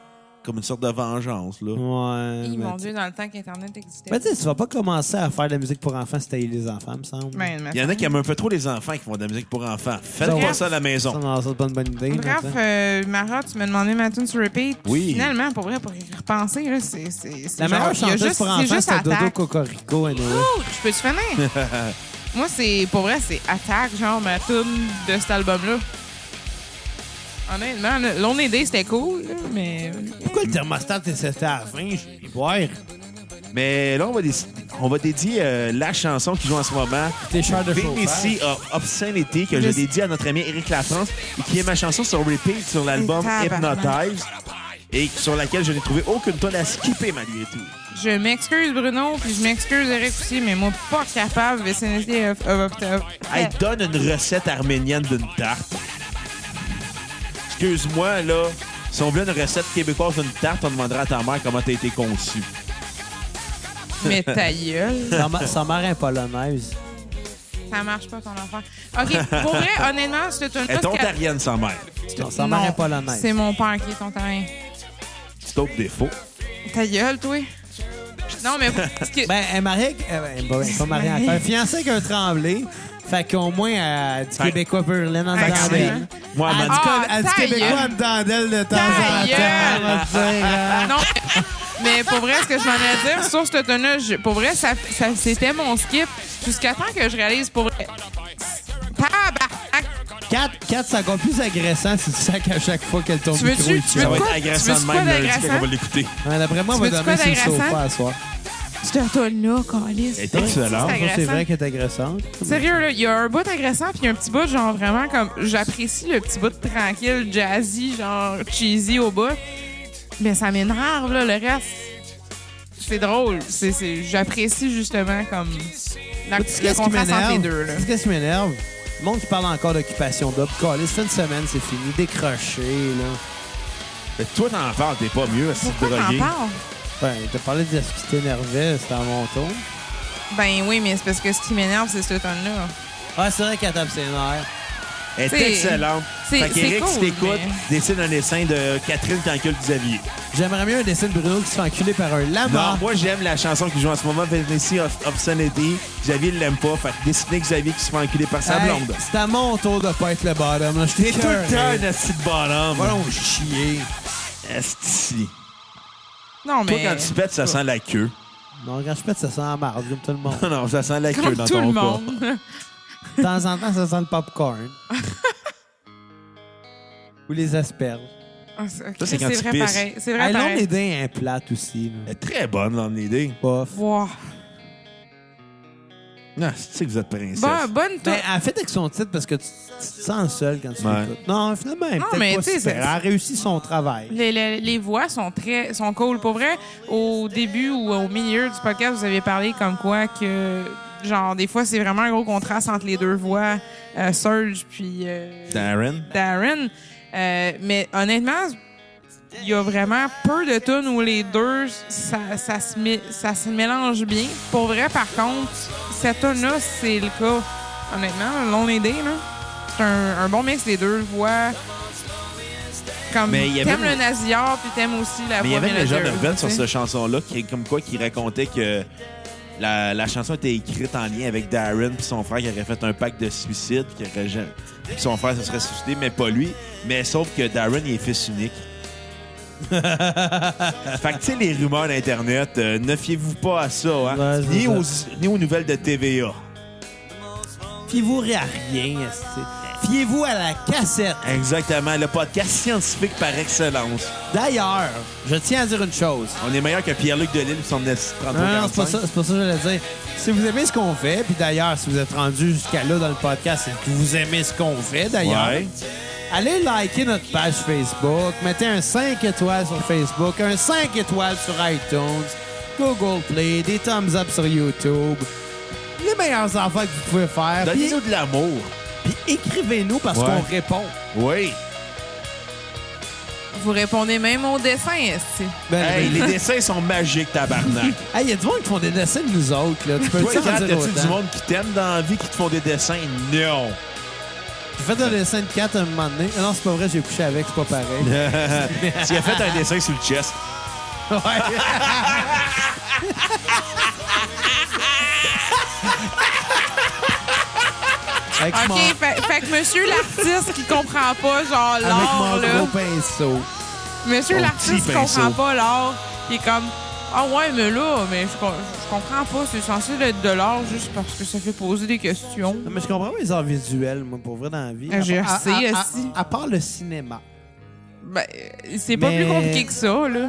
Comme une sorte de vengeance, là.
Ouais.
Ils
mais
m'ont
tu-
dit dans le temps qu'Internet existait.
Mais tu sais, tu vas pas commencer à faire de la musique pour enfants si t'as eu les enfants, me semble.
Ben, mais-
Il y en a qui aiment un peu trop les enfants qui font de la musique pour enfants. Faites
Ça,
pas
ouais.
ça à la
Ça,
maison.
non, ça, c'est pas une bonne idée. là,
Bref,
tu sais.
euh, Mara, tu m'as demandé ma tune sur repeat.
Oui.
Finalement, pour vrai, pour y repenser, là, c'est. c'est- c'est
La
genre-
meilleure
il y a
chanteuse
juste-
pour
c'est
enfants,
juste Ah!
c'est Dodo
Attack.
Cocorico, anyway.
Ouh, je
[LAUGHS]
peux-tu finir? Moi, c'est. Pour vrai, c'est Attack, genre ma tune de cet album-là. Honnêtement, là, Lonely Day, c'était cool, là, mais.
Pourquoi le thermostat est cessé à 20? Je vais boire.
Mais là, on va, dé- on va dédier euh, la chanson qui joue en ce moment.
Tes chars de
Vénitie of Obscenity, que je
Yes.
dédie à notre ami Eric Lafrance, et qui est ma chanson sur repeat sur l'album
Et tabarnak.
Hypnotize, et sur laquelle je n'ai trouvé aucune tonne à skipper malgré tout.
Je m'excuse, Bruno, puis je m'excuse, Eric aussi, mais moi, pas capable, Vicinity of. of, of- of-
Elle donne une recette arménienne d'une tarte. Excuse-moi, là. Si on voulait une recette québécoise d'une tarte, on demanderait à ta mère comment t'as été conçue.
[LAUGHS] mais ta gueule.
Sa, ma- sa mère est polonaise.
Ça marche pas, ton affaire. OK, pour vrai, honnêtement, cette tune-là.
Elle est
ce qu'elle-
ontarienne, sa mère.
Non, sa mère
Non,
est polonaise.
C'est mon père qui est ontarien.
C'est autre défaut.
Ta gueule, toi. Non, mais. parce que-
Ben, elle est mariée. avec- euh, ben, ben, elle est pas mariée encore. Elle est fiancée avec un tremblé. Fait qu'au moins, elle a du
Fait-
Québécois Berlin en
Fait que
dedans
c'est-
d'elle.
Moi, elle m'a
Elle a
dit-
du,
Ah,
co- elle a du
ta
Québécois en
gueule.
dedans d'elle de temps
Ta
en temps.
gueule.
on va dire, hein.
non, mais pour vrai, ce que je m'en ai à dire sur cette tonne-là, je- pour vrai, ça, ça- c'était mon skip jusqu'à temps que je réalise pour vrai. Tabarnak!
Quatre, quatre, ça encore plus agressant si tu sacs à chaque fois qu'elle tourne
Tu
le
veux-tu-
micro. il
tu
Ça va
tient.
veux-
être
quoi?
agressant
Tu
de
veux
même
quoi
lundi quand on
d'agressant?
va l'écouter.
Ouais, D'après moi, on
Tu
va dormir
veux-tu quoi
sur le sofa
d'agressant?
à soir.
Cette tonne-là, Calis.
Elle est excellente.
C'est
C'est
agressant.
vrai qu'elle est agressante.
Sérieux, là, il y a un bout agressant puis il y a un petit bout, genre vraiment comme. J'apprécie le petit bout tranquille, jazzy, genre cheesy au bout. Mais ça m'énerve, là, le reste. C'est drôle. C'est- c'est- J'apprécie justement comme. La,
Tu sais
le
Qu'est-ce qui
contraste entre les
m'énerve?
deux, là.
Tu sais Qu'est-ce qui m'énerve? Le monde qui parle encore d'occupation double. Calais, fin de semaine, c'est fini. Décroché, là.
Mais toi, t'en parles, t'es pas mieux à se
Pourquoi t'en
droguer.
parles?
Ben, t'as parlé de ce qui t'énervait, c'était à mon tour.
Ben oui, mais c'est parce que ce qui m'énerve, c'est ce ton-là.
Ah, c'est vrai qu'elle tape ses nerfs.
Elle
C'est-
est excellente.
c'est-
Fait
c'est
qu'Éric, si
cool,
t'écoutes,
mais-
dessine un dessin de Catherine Cancule Xavier.
J'aimerais mieux un dessin de Bruno qui se fait enculer par un
Ah.
Non,
lama.
moi, j'aime la chanson qui joue en ce moment, Vanessa of Obscenity. Xavier l'aime pas. Fait que dessiner Xavier qui se fait enculer par sa
Hey,
blonde.
C'est à mon tour de pas être le bottom, là. Je
T'es
t'ai
tout le temps un asti de
Va
bonhomme.
donc chier.
Asti.
Non,
Toi,
mais.
quand tu pètes, ça sent la queue.
Non, quand je pète, ça sent la marde, comme tout le monde.
[LAUGHS] Non, non, ça sent la queue
[LAUGHS] comme
dans
tout
ton
le
corps.
monde.
[LAUGHS]
De temps en temps, ça sent le popcorn. Ou les asperges.
Ah, c'est ok,
Ça, c'est quand
c'est
tu
vrai
pisses.
pareil. C'est vrai
Hey, L'homme des
pareil.
dents est plate aussi.
Elle
là.
est très bonne dans l'idée.
Bof.
Wow.
Non, Ah, c'est que vous êtes princesse.
Bon, bonne tou-
Mais Ben, elle fait avec son titre parce que tu, tu te sens seul quand tu
Ouais.
l'écoutes. Non, finalement, elle est
Non,
peut-être
mais
pas
tu sais,
super. Elle
c'est-
a réussi son travail.
Les, les- les voix sont très sont cool. Pour vrai, au début ou au milieu du podcast, vous avez parlé comme quoi que, genre, des fois, c'est vraiment un gros contraste entre les deux voix, euh, Serge puis euh,
Darren.
Darren. Euh, mais honnêtement, il y a vraiment peu de tunes où les deux, ça, ça, se, mé- ça se mélange bien. Pour vrai, par contre, cette tune-là, c'est le cas. Honnêtement, l'on est dé, là. C'est un, un bon mix des deux voix. Comme
Mais il y avait
t'aimes
une-
le nasillard, puis t'aimes aussi la
Mais il y
voix
avait une légende
mélodieuse,
urbaine sur
tu sais.
cette chanson-là qui, comme quoi, qui racontait que la, la chanson était écrite en lien avec Darren puis son frère qui aurait fait un pacte de suicide puis qui aurait jamais- puis son frère se serait suicidé, mais pas lui. Mais sauf que Darren, il est fils
[LAUGHS]
unique. fait que, tu sais, les rumeurs d'Internet, euh, ne fiez-vous pas à ça, hein?
Ouais, c'est
ni,
ça.
aux, ni aux nouvelles de TVA.
Fiez-vous à rien, esti. Fiez-vous à la cassette.
Exactement, le podcast scientifique par excellence.
D'ailleurs, je tiens à dire une chose.
On est meilleur que Pierre-Luc Delisle et son S- 33
Non, non, c'est pas
45.
ça, c'est pas ça que je voulais dire. Si vous aimez ce qu'on fait, puis d'ailleurs, si vous êtes rendu jusqu'à là dans le podcast, c'est que vous aimez ce qu'on fait, d'ailleurs.
Ouais.
Allez liker notre page Facebook, mettez un 5 étoiles sur Facebook, un 5 étoiles sur iTunes, Google Play, des thumbs up sur YouTube. Les meilleurs enfants que vous pouvez faire. Puis,
Donnez-nous de l'amour.
puis écrivez-nous parce
Ouais.
qu'on répond.
Oui.
Vous répondez même au dessin, esti.
Ben, [LAUGHS]
Hey,
ben,
les dessins sont magiques, tabarnak.
hey, y a du monde qui font des dessins de nous autres. Là. Tu peux
Toi,
tu en
Kat,
dire
t'as-tu du
autant?
monde qui t'aime dans la vie, qui te font des dessins? Non. [LAUGHS]
J'ai fait un dessin de 4 un moment donné. Ah Non, c'est pas vrai, j'ai couché avec, c'est pas pareil.
tu as fait un dessin sur le chest.
Avec
OK,
mon,
fait, fait que monsieur l'artiste qui comprend pas, genre,
avec
l'art,
mon
là...
gros pinceau.
Monsieur
Au
l'artiste
petit
comprend
pinceau.
pas l'art. Il est comme Ah ouais, mais là, mais je, com- je comprends pas, c'est censé être de l'art juste parce que ça fait poser des questions.
Non, mais je comprends pas les arts visuels, moi, pour vrai, dans la vie.
Ah, j'ai
À part-
assez,
à- à-
aussi.
à- à part le cinéma.
Ben, euh, c'est pas
Mais-
plus compliqué que ça, là.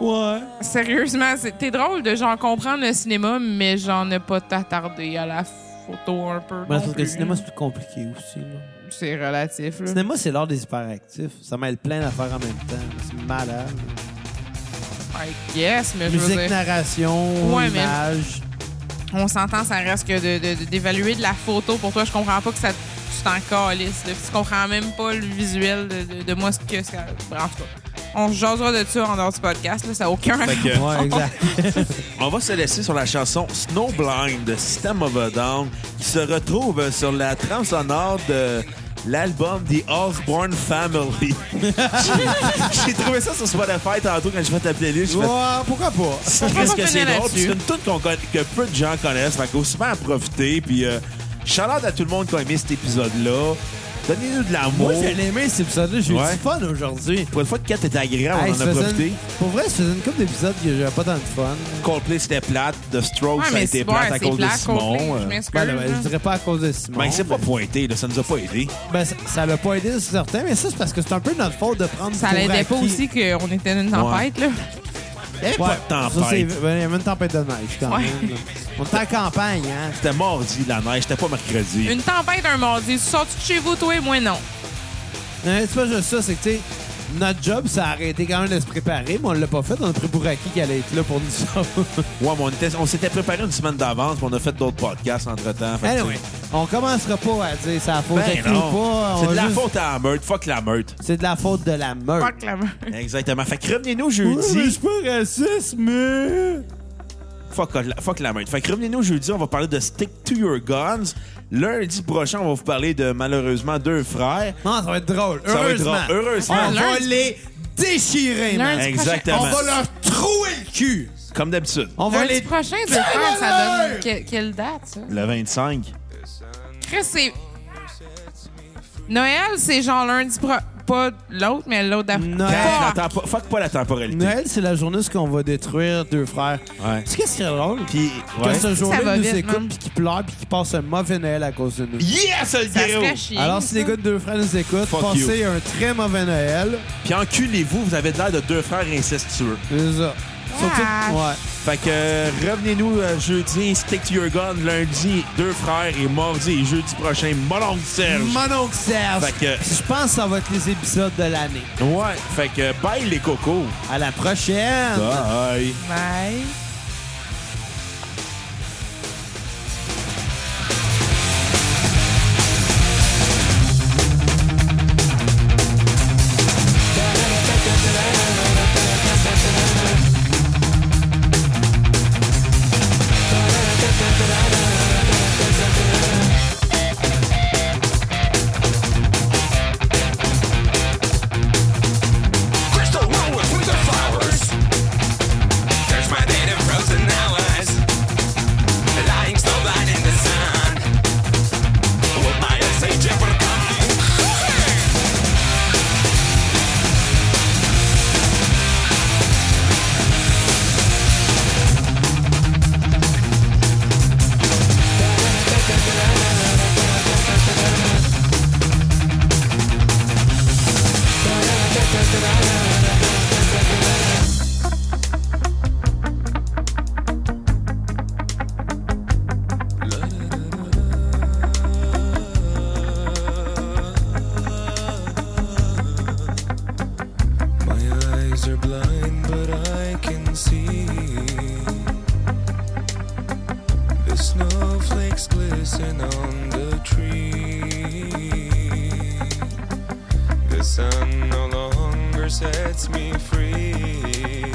Ouais.
Sérieusement, c'est- t'es drôle de genre comprendre le cinéma, mais j'en ai pas t'attardé à la photo un peu. non
parce Ben, que
plus.
le cinéma, c'est plus compliqué aussi. là.
c'est relatif,
Le
là.
cinéma, c'est l'art des hyperactifs. Ça mêle plein d'affaires en même temps. C'est malade.
I guess, mais je veux
Musique,
dire,
narration,
Ouais, mais-
image.
on s'entend, ça reste que de- de- de- d'évaluer de, la photo. Pour toi, je comprends pas que ça tu t'en calisses. là. Tu comprends même pas le visuel de, de- de moi ce que ça. En tout cas, on se jasera de ça en dehors du podcast. Là, ça a aucun
Fait que,
Ouais, exact.
on va se laisser sur la chanson Snowblind de System of a Down qui se retrouve sur la trame sonore de l'album The Osborne Family. [LAUGHS] J'ai trouvé ça sur Spotify tantôt quand je fais ta playlist. J'ai fait,
Ouais, pourquoi pas?
C'est
peut pas
qu'est-ce que
finir
c'est drôle.
là-dessus.
puis C'est une toute qu'on conna- que peu de gens connaissent. Fait qu'au souvent à profiter. Puis, euh, shout-out à tout le monde qui a aimé cet épisode-là. Donnez-nous de l'amour.
Moi, j'ai aimé cet épisode-là. J'ai eu
Ouais.
du fun aujourd'hui.
Pour une fois que 4 était agréable, Ah,
Hey,
on en
ça
a
faisait
profité.
une- Pour vrai, ça faisait une couple d'épisodes que j'avais pas tant de fun.
Coldplay, c'était plate. The Strokes,
Ouais,
ça a
mais
été
c'est-
plate
ouais,
à
c'est
cause de
plate,
Simon.
complet, je
euh.
m'excuse,
Ben, là, ben,
là.
je dirais pas à cause de Simon.
Mais il s'est Ben, pas pointé. Là, ça nous a pas aidé.
Ben, ça- ça l'a pas aidé, c'est certain, mais ça, c'est parce que c'est un peu notre faute de prendre
[LAUGHS] Ça
pour
l'aidait pas
acquis.
aussi qu'on était dans une tempête, là.
Il n'y avait
Ouais,
pas de
ça, c'est-
tempête.
ben, il y avait une tempête de neige, quand
Ouais.
même. là. On était en campagne, hein?
C'était mardi, la neige. C'était pas mercredi.
Une tempête un mardi. Tu sors-tu de chez vous, toi et moi, non?
Euh. Non, C'est pas juste ça, c'est que, tu sais, notre job, ça aurait été quand même de se préparer, mais on l'a pas fait. On a pris pour acquis qu'elle allait être là pour nous sauver.
[LAUGHS] Ouais, mais on était- on s'était préparé une semaine d'avance. puis On a fait d'autres podcasts entre-temps. Fait que,
anyway, on commencera pas à dire ça la faute à
Ben
qui ou pas.
non. C'est
on
de la
juste-
faute à la meute. Fuck la
[LAUGHS]
meute.
C'est de la faute de la meute.
Fuck la main.
Exactement. Fait que revenez-nous
Ouais, mais
jeudi.
suis pas raciste, mais...
Fuck la, fuck la main. Fait que revenez-nous jeudi, on va parler de Stick to Your Guns. Lundi prochain, on va vous parler de malheureusement deux frères.
Non, ça va être drôle.
Ça va être
Heureusement.
drôle. Heureusement.
On va
Lundi-
les déchirer, man.
Lundi
Exactement.
On va leur trouer le cul.
Comme d'habitude.
On va
Lundi
les...
prochain, deux
Fais-le
frères, ça
leur!
donne que- quelle date, ça?
Le 25.
Chris, c'est. Noël, c'est genre lundi pro. pas l'autre, mais l'autre d'après.
Non.
Cache
Fuck!
la tempo- Fuck pas la temporalité.
Noël, c'est la journée où on va détruire deux frères.
Ouais.
Tu sais qu'est-ce qui est drôle?
Puis,
Quand
ouais.
ce jour-là,
va
ils nous
vite,
écoutent,
man.
puis qu'ils pleurent, puis qu'ils passent un mauvais Noël à cause de nous.
Yes, le
Ça
gros!
serait chiant.
Alors, si les gars de deux frères nous écoutent,
Fuck
passez un très mauvais Noël.
Puis enculez-vous, vous avez de l'air de deux frères incestueux.
C'est ça. Surtout-
Ah.
ouais.
Fait que euh, revenez-nous euh, jeudi, stick to your gun, lundi, deux frères, et mardi et jeudi prochain, mon oncle Serge.
Mon oncle Serge.
Fait que-
Puis Je pense que ça va être les épisodes de l'année.
Ouais, fait que euh, bye les cocos.
À la prochaine!
Bye.
Bye.
Crystal wall with winter flowers. There's my dead and frozen allies. Lying snowblind in the sun. Will my eyes say Jeopardy?
My eyes are blind, but I can see the snowflakes glisten on the tree. The sun no longer sets me free.